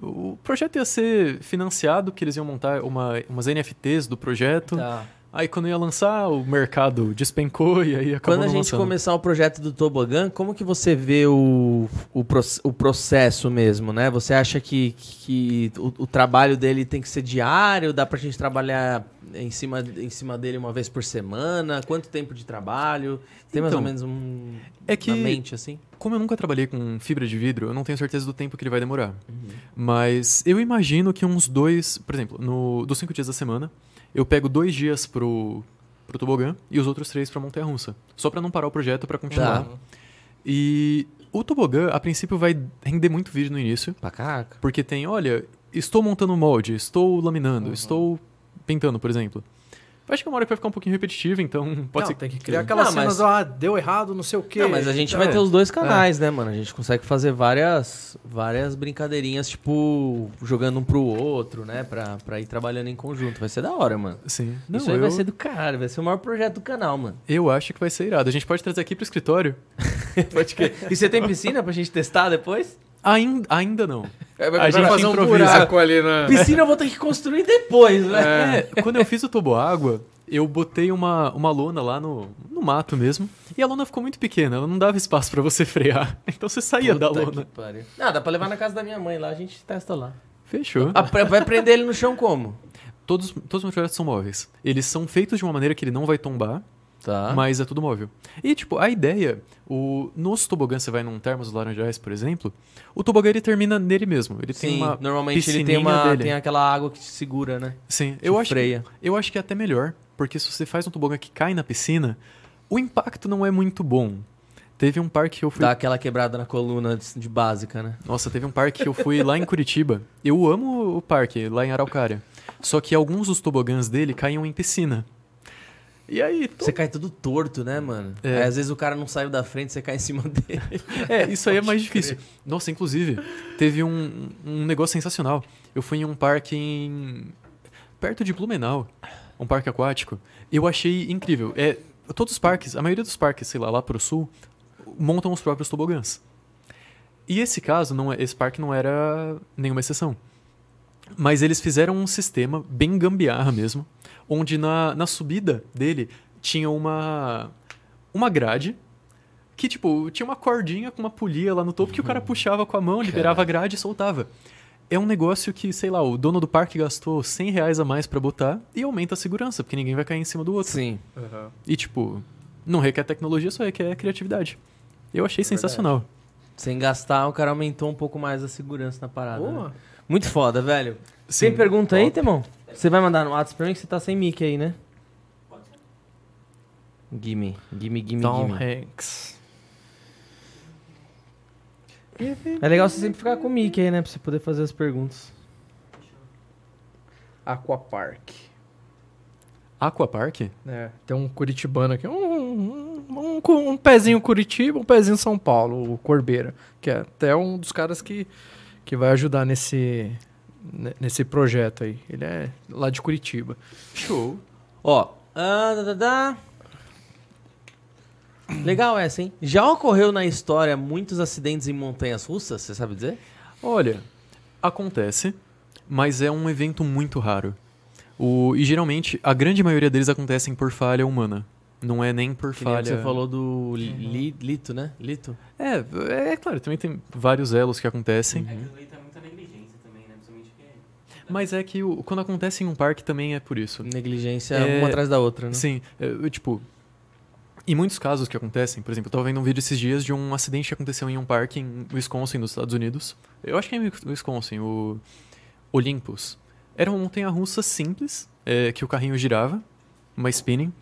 Speaker 3: O projeto ia ser financiado, que eles iam montar uma, umas NFTs do projeto.
Speaker 1: Tá.
Speaker 3: Aí quando ia lançar, o mercado despencou e aí acabou
Speaker 1: Quando a
Speaker 3: não
Speaker 1: gente
Speaker 3: lançando.
Speaker 1: começar o projeto do Tobogã, como que você vê o, o, pro- o processo mesmo, né? Você acha que, que o, o trabalho dele tem que ser diário? Dá pra gente trabalhar em cima, em cima dele uma vez por semana? Quanto tempo de trabalho? Tem mais
Speaker 3: Então,
Speaker 1: ou menos um,
Speaker 3: é que-
Speaker 1: na mente, assim?
Speaker 3: Como eu nunca trabalhei com fibra de vidro, eu não tenho certeza do tempo que ele vai demorar.
Speaker 1: Uhum.
Speaker 3: Mas eu imagino que uns dois, por exemplo, no, dos cinco dias da semana, eu pego dois dias pro, pro tobogã e os outros três pra montanha russa. Só pra não parar o projeto pra continuar.
Speaker 1: Tá.
Speaker 3: E o tobogã, a princípio, vai render muito vídeo no início.
Speaker 1: Pra caraca.
Speaker 3: Porque tem, olha, estou montando um molde, estou laminando, estou pintando, por exemplo. Eu Acho que é uma hora que vai ficar um pouquinho repetitiva, então pode
Speaker 2: não,
Speaker 3: ser
Speaker 2: tem que criar aquelas
Speaker 1: Não, mas-
Speaker 2: cenas, ah, deu errado, não sei o quê. É.
Speaker 1: Não, mas a gente vai ter os
Speaker 3: é.
Speaker 1: dois canais, né, mano? A gente consegue fazer várias, várias brincadeirinhas, tipo, jogando um pro outro, né? Pra, pra ir trabalhando em conjunto. Vai ser da hora, mano.
Speaker 3: Sim.
Speaker 1: Isso aí vai ser do caralho, vai ser o maior projeto do canal, mano.
Speaker 3: Eu acho que vai ser irado. A gente pode trazer aqui pro escritório?
Speaker 1: Pode crer. E você tem piscina pra gente testar depois?
Speaker 3: Ainda, ainda não.
Speaker 2: vai,
Speaker 3: a gente
Speaker 2: fazer um
Speaker 3: improvisa.
Speaker 2: buraco ali na...
Speaker 1: Piscina eu vou ter que construir depois, né?
Speaker 3: É, quando eu fiz o tubo água, eu botei uma, uma lona lá no, no mato mesmo. E a lona ficou muito pequena, ela não dava espaço pra você frear. Então você saía da
Speaker 1: Puta
Speaker 3: lona.
Speaker 1: que pariu. Não, dá pra levar na casa da minha mãe lá, a gente testa lá.
Speaker 3: Fechou.
Speaker 1: Ah, pre- vai prender ele no chão como?
Speaker 3: Todos, todos os meus projetos são móveis. Eles são feitos de uma maneira que ele não vai tombar,
Speaker 1: Tá.
Speaker 3: mas é tudo móvel. E, tipo, a ideia, o, nos tobogãs, você vai num Termas Laranjais, por exemplo, o tobogã ele termina nele mesmo. Ele tem
Speaker 1: Sim,
Speaker 3: uma
Speaker 1: normalmente ele tem,
Speaker 3: piscininha
Speaker 1: uma,
Speaker 3: dele.
Speaker 1: tem aquela água que te segura, né?
Speaker 3: Sim,
Speaker 1: Te
Speaker 3: eu acho, que-
Speaker 1: freia.
Speaker 3: eu acho que é até melhor, porque se você faz um tobogã que cai na piscina, o impacto não é muito bom. Teve um parque que eu fui.
Speaker 1: Dá aquela quebrada na coluna de, de básica, né?
Speaker 3: Nossa, teve um parque que eu fui lá em Curitiba. Eu amo o parque, lá em Araucária. Só que alguns dos tobogãs dele caíam em piscina. E aí? to-
Speaker 1: Você cai tudo torto, né, mano?
Speaker 3: É.
Speaker 1: Aí às vezes o cara não saiu da frente, você cai em cima dele.
Speaker 3: É, isso aí é mais difícil. Nossa, inclusive, teve um, um negócio sensacional. Eu fui em um parque em. perto de Blumenau, um parque aquático. Eu achei incrível. É, todos os parques, a maioria dos parques, sei lá, lá pro sul, montam os próprios tobogãs. E esse caso, não é, esse parque não era nenhuma exceção. Mas eles fizeram um sistema bem gambiarra mesmo, onde na, na subida dele tinha uma, uma grade que, tipo, tinha uma cordinha com uma polia lá no topo que o cara puxava com a mão, liberava a grade e soltava. É um negócio que, sei lá, o dono do parque gastou 100 reais a mais pra botar e aumenta a segurança, porque ninguém vai cair em cima do outro.
Speaker 1: Sim.
Speaker 2: Aham.
Speaker 3: E, tipo, não requer tecnologia, só requer criatividade. Eu
Speaker 1: É
Speaker 3: achei sensacional.
Speaker 1: Sem gastar, o cara aumentou um pouco mais a segurança na parada. né?
Speaker 2: Boa.
Speaker 1: Muito foda, velho.
Speaker 3: Sim.
Speaker 1: Tem pergunta aí, Temão? Você vai mandar no WhatsApp pra mim que você tá sem mic aí, né? Gimme, gimme, gimme,
Speaker 3: Então,
Speaker 2: Tom
Speaker 1: gimme.
Speaker 2: Hanks.
Speaker 1: É legal você sempre ficar com o mic aí, né? Pra você poder fazer as perguntas.
Speaker 2: Aquapark.
Speaker 3: Aquapark?
Speaker 2: É, tem um curitibano aqui, um, um, um cu- um pezinho Curitiba, um pezinho São Paulo, o Corbeira, que é até um dos caras que, que vai ajudar nesse, ne- nesse projeto aí. Ele é lá de Curitiba.
Speaker 3: Show.
Speaker 1: Ó. ah, da, da, da. Legal essa, hein? Já ocorreu na história muitos acidentes em montanhas russas, você sabe dizer?
Speaker 3: Olha, acontece, mas é um evento muito raro. O, e geralmente, a grande maioria deles acontecem por falha humana. Não é nem por
Speaker 1: Que nem
Speaker 3: falha. Uhum.
Speaker 1: Você falou do li- Lito, né? Lito.
Speaker 3: É, é claro, também tem vários elos que acontecem.
Speaker 4: É que o leite é muito
Speaker 3: Mas é que o- quando acontece em um parque também é por isso.
Speaker 1: Negligência
Speaker 3: É,
Speaker 1: uma atrás da outra, né?
Speaker 3: Sim, é, eu, tipo. Em muitos casos que acontecem, por exemplo, eu tava vendo um vídeo esses dias de um acidente que aconteceu em um parque em Wisconsin, nos Estados Unidos. Eu acho que é em Wisconsin, o Olympus. Era uma montanha-russa simples, é, que o carrinho girava, uma spinning.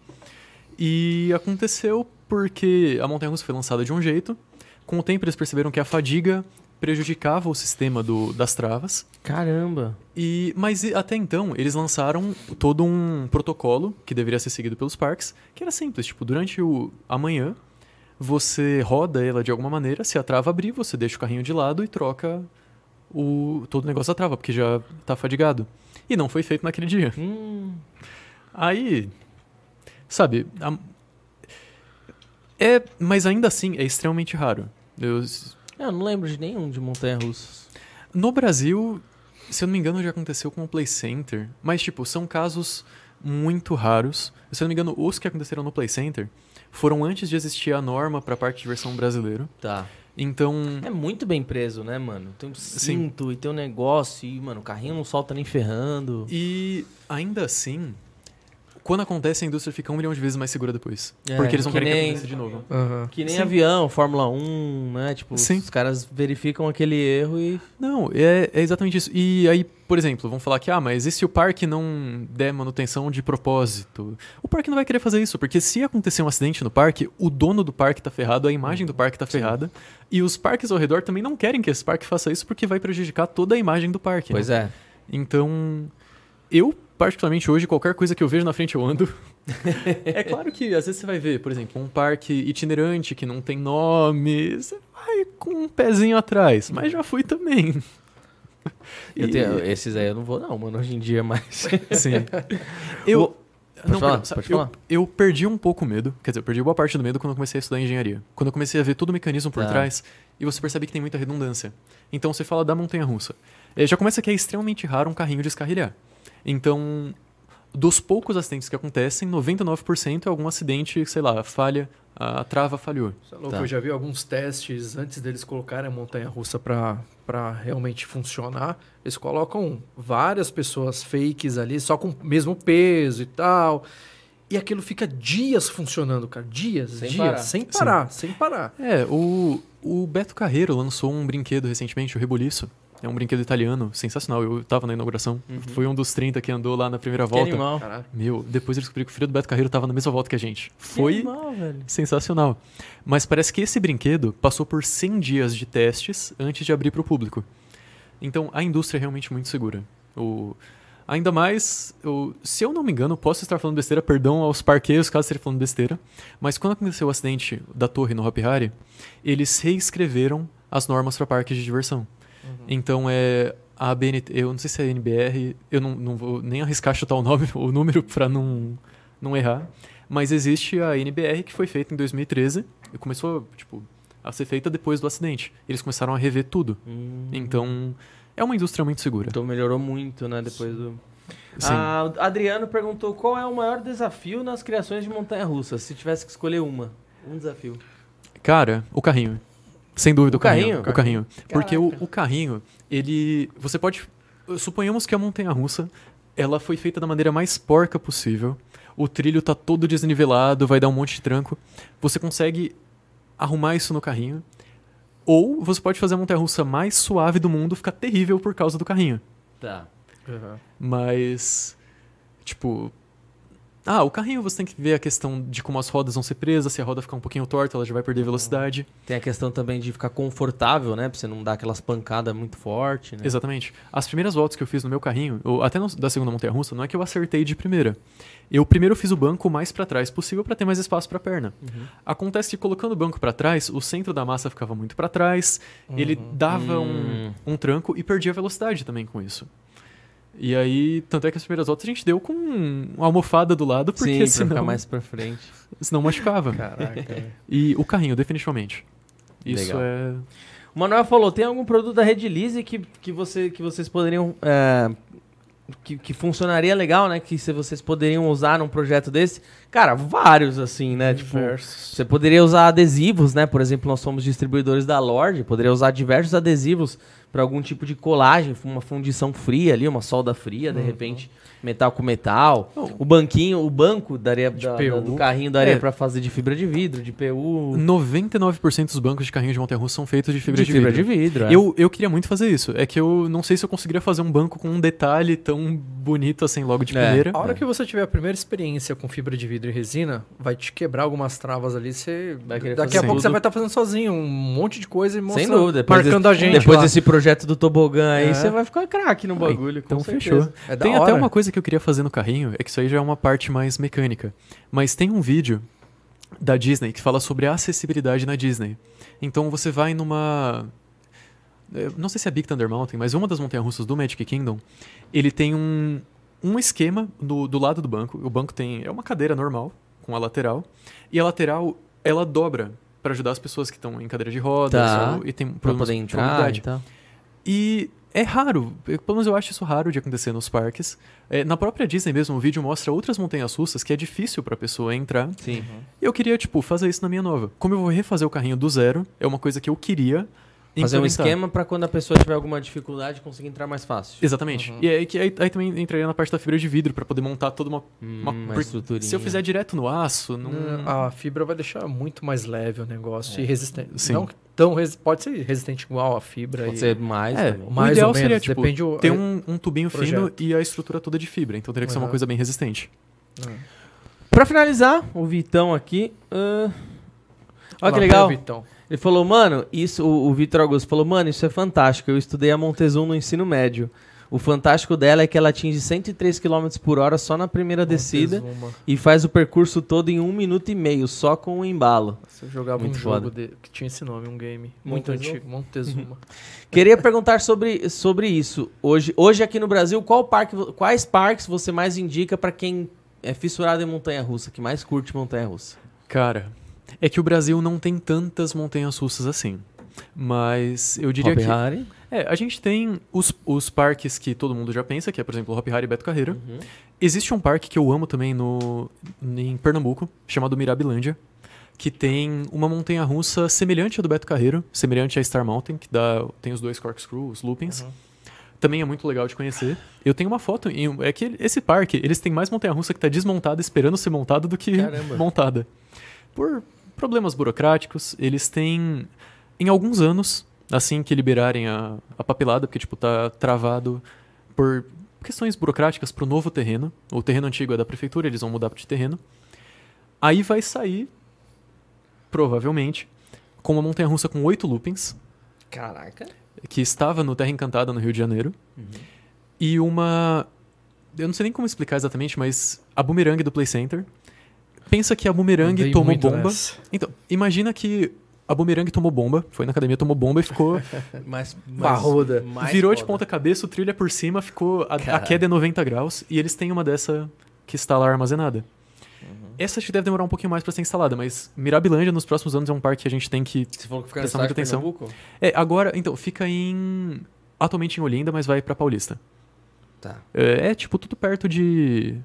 Speaker 3: E aconteceu porque a montanha-russa foi lançada de um jeito. Com o tempo eles perceberam que a fadiga prejudicava o sistema do, das travas.
Speaker 1: Caramba.
Speaker 3: E, mas e- até então, eles lançaram todo um protocolo que deveria ser seguido pelos parques, que era simples, tipo, durante o amanhã, você roda ela de alguma maneira, se a trava abrir, você deixa o carrinho de lado e troca o todo o negócio da trava, porque já tá fadigado. E não foi feito naquele dia.
Speaker 1: Hum,
Speaker 3: Aí, sabe, a- é, mas ainda assim é extremamente raro. Eu
Speaker 1: É, eu não lembro de nenhum de montanha-russa.
Speaker 3: no Brasil, se eu não me engano, já aconteceu com o Play Center. Mas, tipo, são casos muito raros. Se eu não me engano, os que aconteceram no Play Center foram antes de existir a norma para parque de diversão brasileiro.
Speaker 1: Tá.
Speaker 3: Então,
Speaker 1: É muito bem preso, né, mano? Tem um cinto e tem um negócio e, mano, o carrinho não solta nem ferrando.
Speaker 3: e ainda assim, quando acontece, a indústria fica um milhão de vezes mais segura depois.
Speaker 1: É,
Speaker 3: porque eles não
Speaker 1: que
Speaker 3: querem que
Speaker 1: nem-
Speaker 3: aconteça de
Speaker 4: tá
Speaker 3: novo.
Speaker 2: Aham.
Speaker 1: Que nem
Speaker 3: Sim.
Speaker 1: avião, Fórmula 1, né? Tipo,
Speaker 3: Sim.
Speaker 1: os caras verificam aquele erro e.
Speaker 3: Não, é, é exatamente isso. E aí, por exemplo, vão falar que, ah, mas e se o parque não der manutenção de propósito? O parque não vai querer fazer isso, porque se acontecer um acidente no parque, o dono do parque tá ferrado, a imagem do parque tá ferrada, e os parques ao redor também não querem que esse parque faça isso, porque vai prejudicar toda a imagem do parque. né?
Speaker 1: Pois é.
Speaker 3: Então, eu, particularmente hoje, qualquer coisa que eu vejo na frente eu ando. é claro que às vezes você vai ver, por exemplo, um parque itinerante que não tem nome, você vai com um pezinho atrás, mas já fui também.
Speaker 1: Eu
Speaker 3: E-
Speaker 1: tenho- esses aí eu não vou, não, mano, hoje em dia, mas.
Speaker 3: Sim. Eu. Não,
Speaker 1: falar,
Speaker 3: perdão, sabe,
Speaker 1: pode
Speaker 3: eu,
Speaker 1: falar.
Speaker 3: eu perdi um pouco o medo, quer dizer, eu perdi boa parte do medo quando eu comecei a estudar engenharia. Quando eu comecei a ver todo o mecanismo por
Speaker 1: Tá.
Speaker 3: trás, e você percebe que tem muita redundância. Então você fala da montanha russa. já começa que é extremamente raro um carrinho descarrilhar. Então, dos poucos acidentes que acontecem, 99% é algum acidente, sei lá, falha, a trava falhou.
Speaker 2: Isso é louco,
Speaker 1: Tá.
Speaker 2: eu já vi alguns testes antes deles colocarem a montanha russa pra pra realmente funcionar. Eles colocam várias pessoas fakes ali, só com o mesmo peso e tal. E aquilo fica dias funcionando, cara. Dias,
Speaker 1: Sem
Speaker 2: dias,
Speaker 1: parar.
Speaker 2: sem parar, sem parar.
Speaker 3: É, o, o Beto Carreiro lançou um brinquedo recentemente, o Reboliço. É um brinquedo italiano, sensacional. Eu tava na inauguração. Foi um dos 30 que andou lá na primeira
Speaker 1: Que
Speaker 3: volta.
Speaker 1: animal.
Speaker 2: Caralho.
Speaker 3: Meu, depois eu descobri que o filho do Beto Carreiro tava na mesma volta que a gente.
Speaker 1: Que
Speaker 3: Foi
Speaker 1: animal, velho.
Speaker 3: sensacional. Mas parece que esse brinquedo passou por 100 dias de testes antes de abrir para o público. Então a indústria é realmente muito segura. O... Ainda mais, o- se eu não me engano, posso estar falando besteira, perdão aos parqueiros caso esteja falando besteira, mas quando aconteceu o acidente da torre no Hopi Hari, eles reescreveram as normas para parques de diversão. Então é a BNT, eu não sei se é a NBR, eu não, não vou nem arriscar chutar o nome, o número para não, não errar, mas existe a NBR que foi feita em 2013 e começou, tipo, a ser feita depois do acidente. Eles começaram a rever tudo.
Speaker 1: Hum,
Speaker 3: Então, é uma indústria muito segura.
Speaker 1: então melhorou muito, né? Depois do.
Speaker 3: Sim.
Speaker 1: Ah, o Adriano perguntou qual é o maior desafio nas criações de montanha-russa, se tivesse que escolher uma. Um desafio.
Speaker 3: Cara, o carrinho. Sem dúvida,
Speaker 1: O
Speaker 3: o carrinho.
Speaker 1: carrinho?
Speaker 3: O carrinho. Porque o, o carrinho, ele. Você pode. Suponhamos que a montanha russa ela foi feita da maneira mais porca possível. O trilho tá todo desnivelado, vai dar um monte de tranco. Você consegue arrumar isso no carrinho. Ou você pode fazer a montanha russa mais suave do mundo ficar terrível por causa do carrinho.
Speaker 1: Tá.
Speaker 3: Mas, tipo. Ah, o carrinho você tem que ver a questão de como as rodas vão ser presas. Se a roda ficar um pouquinho torta, ela já vai perder velocidade.
Speaker 1: Tem a questão também de ficar confortável, né? Pra você não dar aquelas pancadas muito forte, né?
Speaker 3: Exatamente. As primeiras voltas que eu fiz no meu carrinho, ou até no- da segunda montanha russa, não é que eu acertei de primeira. Eu primeiro fiz o banco o mais pra trás possível pra ter mais espaço pra perna.
Speaker 1: Uhum.
Speaker 3: Acontece que colocando o banco pra trás, o centro da massa ficava muito pra trás, ele dava
Speaker 1: Uhum. Hum.
Speaker 3: um, um tranco e perdia velocidade também com isso. E aí, tanto é que as primeiras voltas a gente deu com uma almofada do lado, porque
Speaker 1: Sim, pra
Speaker 3: senão,
Speaker 1: ficar mais pra frente.
Speaker 3: senão machucava.
Speaker 2: Caraca.
Speaker 3: E o carrinho, definitivamente. Isso
Speaker 1: Legal.
Speaker 3: é.
Speaker 1: O Manuel falou: tem algum produto da Red Lease que, que, você, que vocês poderiam. é, que, que funcionaria legal, né? Que se vocês poderiam usar num projeto desse. Cara, vários, assim, né? Tipo, você poderia usar adesivos, né? Por exemplo, nós somos distribuidores da Lorde, poderia usar diversos adesivos para algum tipo de colagem, uma fundição fria ali, uma solda fria,
Speaker 3: Uhum.
Speaker 1: de repente metal com metal. O banquinho, o banco daria da- da-
Speaker 2: PU.
Speaker 1: do carrinho daria
Speaker 2: É.
Speaker 1: para fazer de fibra de vidro, de PU,
Speaker 3: 99% dos bancos de carrinho de montanha russa são feitos de fibra de, vidro.
Speaker 1: vidro. é.
Speaker 3: Eu, eu queria muito fazer isso. É que eu não sei se eu conseguiria fazer um banco com um detalhe tão bonito assim logo de
Speaker 1: É.
Speaker 3: primeira.
Speaker 2: A hora que você tiver a primeira experiência com fibra de vidro e resina, vai te quebrar algumas travas ali. Você...
Speaker 1: Vai querer
Speaker 2: Daqui
Speaker 1: fazer
Speaker 2: a pouco
Speaker 1: tudo.
Speaker 2: você vai estar fazendo sozinho um monte de coisa e
Speaker 1: é. Sem
Speaker 2: mostrando,
Speaker 1: dúvida. Depois
Speaker 2: marcando
Speaker 1: desse,
Speaker 2: a gente.
Speaker 1: Depois
Speaker 2: lá.
Speaker 1: desse projeto do tobogã aí,
Speaker 2: É.
Speaker 1: você vai ficar craque no bagulho, com
Speaker 3: então
Speaker 1: certeza.
Speaker 3: fechou.
Speaker 2: É da
Speaker 3: tem até
Speaker 2: hora.
Speaker 3: uma coisa que eu queria fazer no carrinho, é que isso aí já é uma parte mais mecânica. Mas tem um vídeo da Disney que fala sobre a acessibilidade na Disney. Então você vai numa. eu Não sei se é Big Thunder Mountain, mas uma das montanhas russas do Magic Kingdom, ele tem um, um esquema do, do lado do banco. O banco tem. É uma cadeira normal, com a lateral. E a lateral, ela dobra para ajudar as pessoas que estão em cadeira de rodas
Speaker 1: Tá.
Speaker 3: ou- e tem
Speaker 1: Pra
Speaker 3: problemas
Speaker 1: poder
Speaker 3: de
Speaker 1: entrar
Speaker 3: mobilidade.
Speaker 1: e tal.
Speaker 3: E é raro, eu- pelo menos eu acho isso raro de acontecer nos parques. É, na própria Disney mesmo, o vídeo mostra outras montanhas russas que é difícil pra pessoa entrar.
Speaker 1: Sim.
Speaker 3: E eu queria, tipo, fazer isso na minha nova. Como eu vou refazer o carrinho do zero, é uma coisa que eu queria.
Speaker 1: Fazer um
Speaker 3: implementar.
Speaker 1: esquema pra quando a pessoa tiver alguma dificuldade conseguir entrar mais fácil.
Speaker 3: Exatamente. E aí, que- aí, aí também entraria na parte da fibra de vidro pra poder montar toda uma. uma-
Speaker 1: Hum, uma
Speaker 3: porque
Speaker 1: estruturinha.
Speaker 3: Se eu fizer direto no aço, não.
Speaker 2: A fibra vai deixar muito mais leve o
Speaker 1: É.
Speaker 2: negócio e resistente.
Speaker 3: Sim.
Speaker 2: Não tão resi- pode ser resistente igual a fibra.
Speaker 1: Pode
Speaker 2: e-
Speaker 1: ser mais
Speaker 3: É,
Speaker 1: também.
Speaker 3: o
Speaker 2: Mais
Speaker 3: ideal
Speaker 2: ou
Speaker 3: seria
Speaker 2: menos,
Speaker 3: tipo,
Speaker 2: depende o- é,
Speaker 3: ter um, um tubinho fino
Speaker 2: projeto.
Speaker 3: e a estrutura toda de fibra. Então teria que ser uma
Speaker 2: Aham.
Speaker 3: coisa bem resistente.
Speaker 1: Pra finalizar, o Vitão aqui. ah, Olha
Speaker 2: Lá,
Speaker 1: que legal.
Speaker 2: né, Vitão?
Speaker 1: Ele falou, mano, isso. O, o Vitor Augusto falou, mano, isso é fantástico. Eu estudei a Montezum no ensino médio. O fantástico dela é que ela atinge 103 km por hora só na primeira descida
Speaker 2: Montezuma.
Speaker 1: e faz o percurso todo em um minuto e meio, só com o embalo.
Speaker 2: Nossa, eu jogava
Speaker 1: Muito
Speaker 2: um jogo de- que tinha esse nome, um game muito
Speaker 1: Montezuma?
Speaker 2: antigo, Montezuma.
Speaker 1: Queria perguntar sobre, sobre isso. Hoje, hoje aqui no Brasil, qual parque, vo- quais parques você mais indica pra quem é fissurado em montanha russa, que mais curte montanha russa?
Speaker 3: Cara, é que o Brasil não tem tantas montanhas russas assim. Mas eu diria que.
Speaker 1: Harry.
Speaker 3: É, a gente tem os, os parques que todo mundo já pensa, que é, por exemplo, Hop Hari e Beto Carreiro. Existe um parque que eu amo também no, em Pernambuco, chamado Mirabilândia, que tem uma montanha russa semelhante à do Beto Carreiro, semelhante à Star Mountain, que dá, tem os dois corkscrews, os loopings. Também é muito legal de conhecer. Eu tenho uma foto. Em, é que esse parque, eles têm mais montanha-russa que tá desmontada esperando ser montada do que
Speaker 1: Caramba.
Speaker 3: montada. Por problemas burocráticos, eles têm. Em alguns anos, assim que liberarem a, a papelada, porque tipo, tá travado por questões burocráticas pro novo terreno. O terreno antigo é da prefeitura, eles vão mudar de terreno. Aí vai sair, provavelmente, com uma montanha-russa com oito loopings
Speaker 1: Caraca.
Speaker 3: que estava no Terra Encantada, no Rio de Janeiro.
Speaker 2: Uhum.
Speaker 3: E uma. Eu não sei nem como explicar exatamente, mas a bumerangue do Play Center. Pensa que a bumerangue
Speaker 2: Andei
Speaker 3: tomou
Speaker 2: muito
Speaker 3: bomba.
Speaker 2: nessa.
Speaker 3: Então, imagina que a bumerangue tomou bomba, foi na academia, tomou bomba e ficou.
Speaker 1: Mas,
Speaker 2: Parruda.
Speaker 3: virou de ponta-cabeça, o trilha por cima, ficou. A, a queda é 90 graus e eles têm uma dessa que está lá armazenada. Essa acho que deve demorar um pouquinho mais para ser instalada, mas Mirabilândia nos próximos anos é um parque que a gente tem que
Speaker 1: Você falou que fica no
Speaker 3: Presta
Speaker 1: estado de
Speaker 3: muita atenção.
Speaker 1: Pernambuco?
Speaker 3: é, agora, então, fica em. Atualmente em Olinda, mas vai pra Paulista.
Speaker 1: Tá.
Speaker 3: É, é, tipo tudo perto de.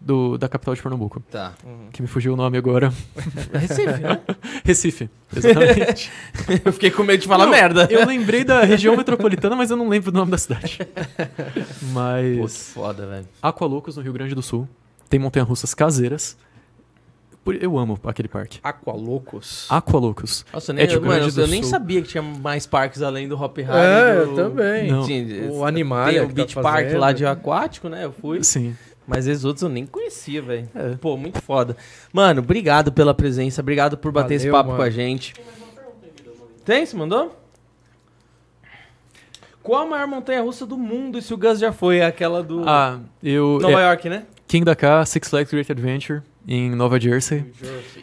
Speaker 3: Do, da capital de Pernambuco.
Speaker 1: Tá.
Speaker 3: Que me fugiu o nome agora.
Speaker 1: Recife, né?
Speaker 3: Recife. Exatamente.
Speaker 1: Eu fiquei com medo de falar merda.
Speaker 3: eu lembrei da região metropolitana, mas eu não lembro do nome da cidade.
Speaker 1: Putz,
Speaker 3: Mas.
Speaker 1: foda, velho.
Speaker 3: Aqualocos, no Rio Grande do Sul. Tem montanhas-russas caseiras. Por- Eu amo aquele parque.
Speaker 2: Aqualocos.
Speaker 3: Aqualocos.
Speaker 1: Nossa,
Speaker 3: É
Speaker 1: nem,
Speaker 3: de
Speaker 1: eu,
Speaker 3: Rio Grande
Speaker 1: mano,
Speaker 3: do
Speaker 1: eu nem
Speaker 3: Sul.
Speaker 1: sabia que tinha mais parques além do Hop Harry.
Speaker 2: É,
Speaker 1: do...
Speaker 2: eu também.
Speaker 3: Não.
Speaker 1: Sim,
Speaker 2: O Animalia
Speaker 1: Tem o
Speaker 2: que tá
Speaker 1: Beach Park
Speaker 2: fazendo.
Speaker 1: lá de aquático, né? Eu fui.
Speaker 3: Sim.
Speaker 1: Mas esses outros eu nem conhecia, velho.
Speaker 3: É.
Speaker 1: Pô, muito foda. Mano, obrigado pela presença, obrigado por bater esse
Speaker 2: Valeu,
Speaker 1: papo
Speaker 2: mano.
Speaker 1: com a gente. Tem? Você mandou? Qual a maior montanha russa do mundo? E se o Gus já foi? É Aquela do
Speaker 3: Ah, eu. é,
Speaker 1: Nova York, né?
Speaker 3: King da K, Six Flags Great Adventure, em Nova Jersey.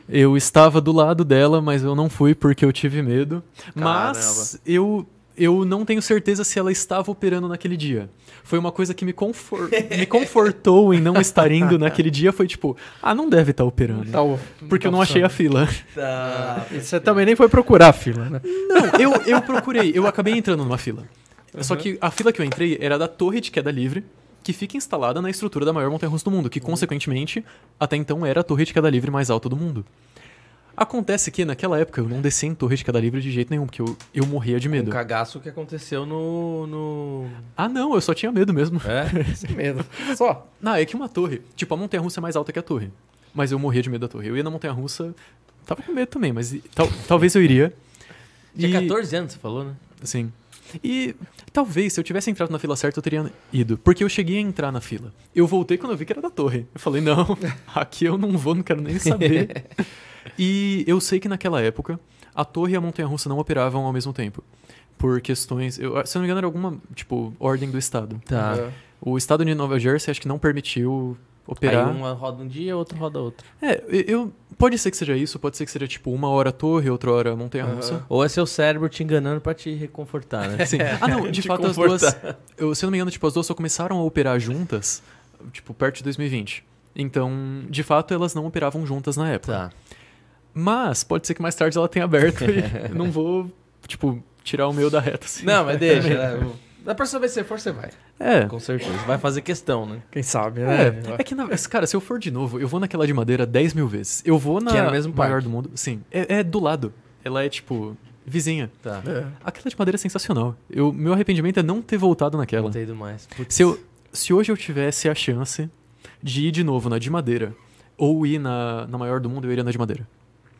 Speaker 3: Eu estava do lado dela, mas eu não fui porque eu tive medo. Mas eu, eu não tenho certeza se ela estava operando naquele dia. Foi uma coisa que me, confor- me confortou em não estar indo naquele dia. Foi tipo, ah, não deve estar operando.
Speaker 2: Tá o-
Speaker 3: porque
Speaker 2: tá
Speaker 3: eu não achei a
Speaker 2: funcionando.
Speaker 3: fila.
Speaker 1: Tá.
Speaker 2: E Você também nem foi procurar a fila,
Speaker 1: um
Speaker 2: né?
Speaker 3: Não, eu, eu procurei, eu acabei entrando numa fila. Só que a fila que eu entrei era da torre de queda livre, que fica instalada na
Speaker 1: Uhum.
Speaker 3: estrutura da maior montanha russa do mundo, que consequentemente, até então, era a torre de queda livre mais alta do mundo. Acontece que naquela época eu não desci em Torre de Queda Livre de jeito nenhum, porque eu, eu morria de
Speaker 1: Um
Speaker 3: medo.
Speaker 1: cagaço que aconteceu no. no...
Speaker 3: Ah, não, eu só tinha medo mesmo.
Speaker 1: É?
Speaker 2: Sem medo. Só.
Speaker 3: Não, é que uma torre. Tipo, a montanha russa é mais alta que a torre. Mas eu morria de medo da torre. Eu ia na montanha russa. Tava com medo também, mas tal- talvez eu iria.
Speaker 1: Tinha
Speaker 3: E-
Speaker 1: 14 anos, você falou, né?
Speaker 3: Sim. E talvez, se eu tivesse entrado na fila certa, eu teria ido. Porque eu cheguei a entrar na fila. Eu voltei quando eu vi que era da torre. Eu falei, não, aqui eu não vou, não quero nem saber. e eu sei que naquela época, a torre e a montanha-russa não operavam ao mesmo tempo. Por questões... Eu, se eu não me engano, era alguma, tipo, ordem do Estado.
Speaker 1: Tá.
Speaker 2: É.
Speaker 3: O Estado de Nova Jersey acho que não permitiu
Speaker 1: Aí
Speaker 3: operar.
Speaker 1: uma roda um dia, outra roda outro.
Speaker 3: É, eu- eu... Pode ser que seja isso, pode ser que seja, tipo, uma hora a torre, outra hora a montanha-russa.
Speaker 1: Ou é seu cérebro te enganando pra te reconfortar, né?
Speaker 3: Sim. Ah, não, de
Speaker 1: Te
Speaker 3: fato as duas. eu- se eu não me engano, tipo, as duas só começaram a operar juntas, tipo, perto de 2020. Então, de fato, elas não operavam juntas na época.
Speaker 1: Tá.
Speaker 3: Mas pode ser que mais tarde ela tenha aberto e não vou, tipo, tirar o meu da reta. Assim.
Speaker 1: Não, mas deixa. né? Da próxima vez que você for, você vai.
Speaker 3: É.
Speaker 1: Com certeza. Vai fazer questão, né?
Speaker 2: Quem sabe, né?
Speaker 3: É, é que, na- cara, se eu for de novo, eu vou naquela de madeira 10 mil vezes. Eu vou na
Speaker 1: Que é no mesmo
Speaker 3: maior
Speaker 1: parque.
Speaker 3: do mundo. Sim. É, é do lado. Ela é, tipo, vizinha.
Speaker 1: Tá.
Speaker 2: É.
Speaker 3: Aquela de madeira é sensacional. Eu, meu arrependimento é não ter voltado naquela.
Speaker 1: Não tem do mais. Putz.
Speaker 3: Se, eu- se hoje eu tivesse a chance de ir de novo na de madeira, ou ir na, na maior do mundo, eu iria na de madeira.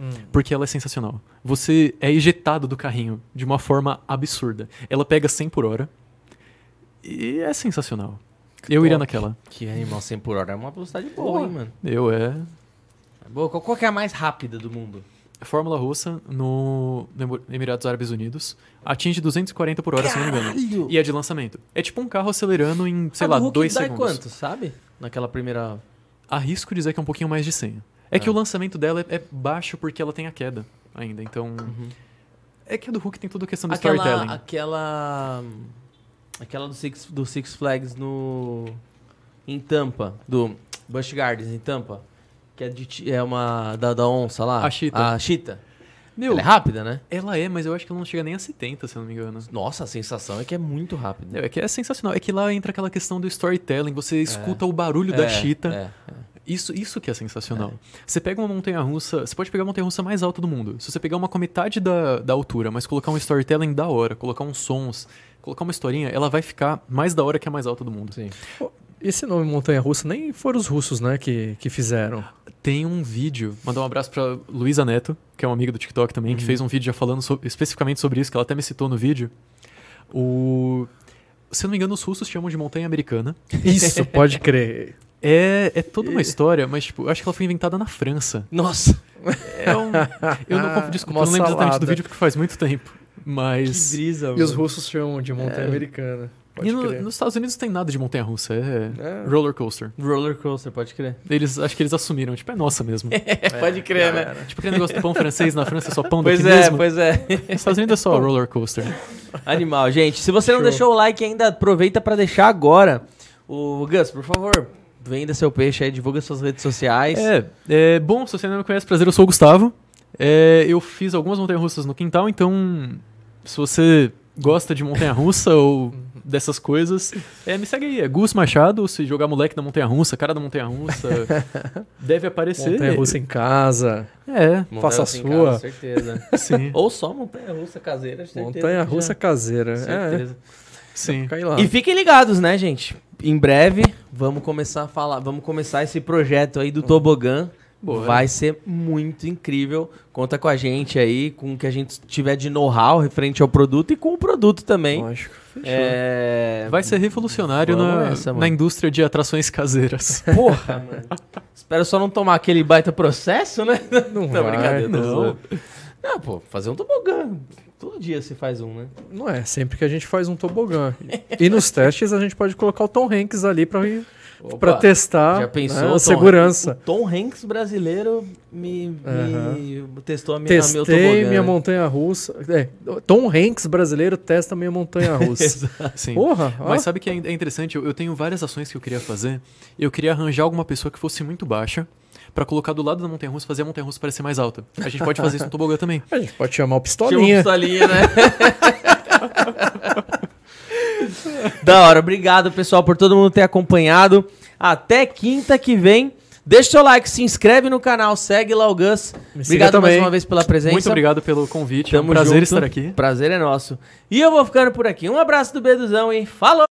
Speaker 2: Hum.
Speaker 3: Porque ela é sensacional. Você é ejetado do carrinho de uma forma absurda. Ela pega 100 por hora e é sensacional. eu iria
Speaker 2: top.
Speaker 3: naquela.
Speaker 1: Que animal 100 por hora é uma velocidade boa, hein, mano?
Speaker 3: Eu é.
Speaker 1: É Boa. Qual, qual que é a mais rápida do mundo?
Speaker 3: Fórmula russa no no Emir- Emirados Árabes Unidos atinge 240 por hora, se não me engano.
Speaker 1: Caralho!
Speaker 3: E é de lançamento. É tipo um carro acelerando em, sei
Speaker 1: A do
Speaker 3: lá,
Speaker 1: Hulk
Speaker 3: 2
Speaker 1: dá
Speaker 3: segundos.
Speaker 1: quanto, sabe? Naquela primeira...
Speaker 3: Arrisco dizer que é um pouquinho mais de 100. É que o lançamento dela é, é baixo porque ela tem a queda ainda, então...
Speaker 1: Uhum.
Speaker 3: É que a do Hulk tem toda a questão do
Speaker 1: Aquela...
Speaker 3: storytelling.
Speaker 1: Aquela... Aquela do Six, do Six Flags no... Em Tampa. Do Busch Gardens, em Tampa. Que é, de ti- é uma... Da, da onça lá.
Speaker 3: A chita.
Speaker 1: A chita.
Speaker 3: Meu,
Speaker 1: Ela é rápida, né?
Speaker 3: ela é, mas eu acho que ela não chega nem a 70, se eu não me engano.
Speaker 1: Nossa, a sensação é que é muito rápida.
Speaker 3: Meu, É que é sensacional. É que lá entra aquela questão do storytelling, você escuta o barulho da
Speaker 1: É,
Speaker 3: chita.
Speaker 1: é.
Speaker 3: Isso, isso que é sensacional. Você pega uma montanha russa, você pode pegar a montanha russa mais alta do mundo. Se você pegar uma com a metade da, da altura, mas colocar um storytelling da hora, colocar uns sons, colocar uma historinha, ela vai ficar mais da hora que a mais alta do mundo.
Speaker 1: Sim.
Speaker 2: Esse nome Montanha Russa nem foram os russos, né, que, que fizeram.
Speaker 3: Tem um vídeo, mandar um abraço pra Luísa Neto, que é uma amiga do TikTok também, que fez um vídeo já falando so- especificamente sobre isso, que ela até me citou no vídeo. O... Se eu não me engano, os russos chamam de montanha americana.
Speaker 2: Isso, pode crer.
Speaker 3: É, é toda uma história, mas tipo, eu acho que ela foi inventada na França.
Speaker 1: Nossa.
Speaker 3: É um... Eu não, conf- desculpa, eu não
Speaker 2: Mó
Speaker 3: lembro exatamente do
Speaker 2: salada.
Speaker 3: vídeo porque faz muito tempo. Mas.
Speaker 1: brisa,
Speaker 2: E os russos chamam de montanha
Speaker 1: É.
Speaker 2: americana. Pode
Speaker 3: E no-
Speaker 2: crer.
Speaker 3: nos Estados Unidos não tem nada de montanha russa, é,
Speaker 2: É.
Speaker 3: roller coaster.
Speaker 1: Roller coaster, pode crer.
Speaker 3: Eles, acho que eles assumiram, tipo, é nossa mesmo.
Speaker 1: pode crer, né?
Speaker 3: tipo aquele negócio do pão francês na França é só pão
Speaker 1: Pois
Speaker 3: daqui
Speaker 1: é,
Speaker 3: mesmo.
Speaker 1: pois é.
Speaker 3: Nos Estados Unidos é só roller coaster.
Speaker 1: Animal, gente. Se você não
Speaker 2: Show.
Speaker 1: deixou o like ainda, aproveita pra deixar agora. O Gus, por favor, venda seu peixe aí, divulga suas redes sociais.
Speaker 3: É, é, bom, se você não me conhece, prazer, eu sou o Gustavo. É, eu fiz algumas montanhas-russas no quintal, então se você gosta de montanha-russa ou dessas coisas, é, me segue aí, é Gus Machado, se jogar moleque da montanha-russa, cara da montanha-russa, deve aparecer.
Speaker 2: Montanha Russa em casa.
Speaker 3: É,
Speaker 1: Montanha-russa
Speaker 2: faça a
Speaker 1: em
Speaker 2: sua.
Speaker 1: casa, certeza.
Speaker 3: sim,
Speaker 1: Ou só montanha russa caseira, certeza.
Speaker 2: Montanha
Speaker 1: que
Speaker 2: Russa
Speaker 1: já-
Speaker 2: caseira. É,
Speaker 1: Certeza.
Speaker 3: sim.
Speaker 2: cai lá.
Speaker 1: E fiquem ligados, né, gente? Em breve vamos começar a falar, vamos começar esse projeto aí do tobogã.
Speaker 3: Boa.
Speaker 1: Vai ser muito incrível. Conta com a gente aí, com o que a gente tiver de know-how referente ao produto e com o produto também.
Speaker 2: Lógico.
Speaker 1: É...
Speaker 3: Vai ser revolucionário
Speaker 1: Vamos
Speaker 3: na,
Speaker 1: nessa, mano.
Speaker 3: na indústria de atrações caseiras.
Speaker 1: Porra, mano. Espero só não tomar aquele baita processo, né?
Speaker 2: Não,
Speaker 1: Não,
Speaker 2: vai,
Speaker 1: brincadeira, tô
Speaker 2: não.
Speaker 1: zoando. Não, pô, fazer um tobogã. Todo dia se faz um, né?
Speaker 2: Não é, sempre que a gente faz um tobogã. E nos testes a gente pode colocar o Tom Hanks ali pra, pra
Speaker 1: Opa,
Speaker 2: testar
Speaker 1: Já pensou?
Speaker 2: né,
Speaker 1: Tom
Speaker 2: a
Speaker 1: Hanks?
Speaker 2: segurança.
Speaker 1: O Tom Hanks brasileiro me, me testou a minha, meu
Speaker 2: Testei
Speaker 1: tobogã.
Speaker 2: minha
Speaker 1: né?
Speaker 2: montanha russa. É, Tom Hanks brasileiro testa minha montanha russa.
Speaker 3: Sim.
Speaker 2: Porra! ó.
Speaker 3: Mas sabe que é in- é interessante? Eu eu tenho várias ações que eu queria fazer. Eu queria arranjar alguma pessoa que fosse muito baixa pra colocar do lado da montanha russa e fazer a montanha russa parecer mais alta. A gente pode fazer isso no tobogã também.
Speaker 2: A gente pode chamar o
Speaker 1: Tinha um uma
Speaker 2: pistolinha.
Speaker 1: pistolinha, né? da hora, obrigado pessoal por todo mundo ter acompanhado. Até quinta que vem Deixa o seu like, se inscreve no canal, segue lá o Gus.
Speaker 2: siga
Speaker 1: Obrigado
Speaker 2: também.
Speaker 1: mais uma vez pela presença.
Speaker 3: Muito obrigado pelo convite. é um
Speaker 1: Tamo
Speaker 3: prazer
Speaker 1: junto.
Speaker 3: estar aqui.
Speaker 1: Prazer é nosso. E eu vou ficando por aqui. Um abraço do Beduzão e falou!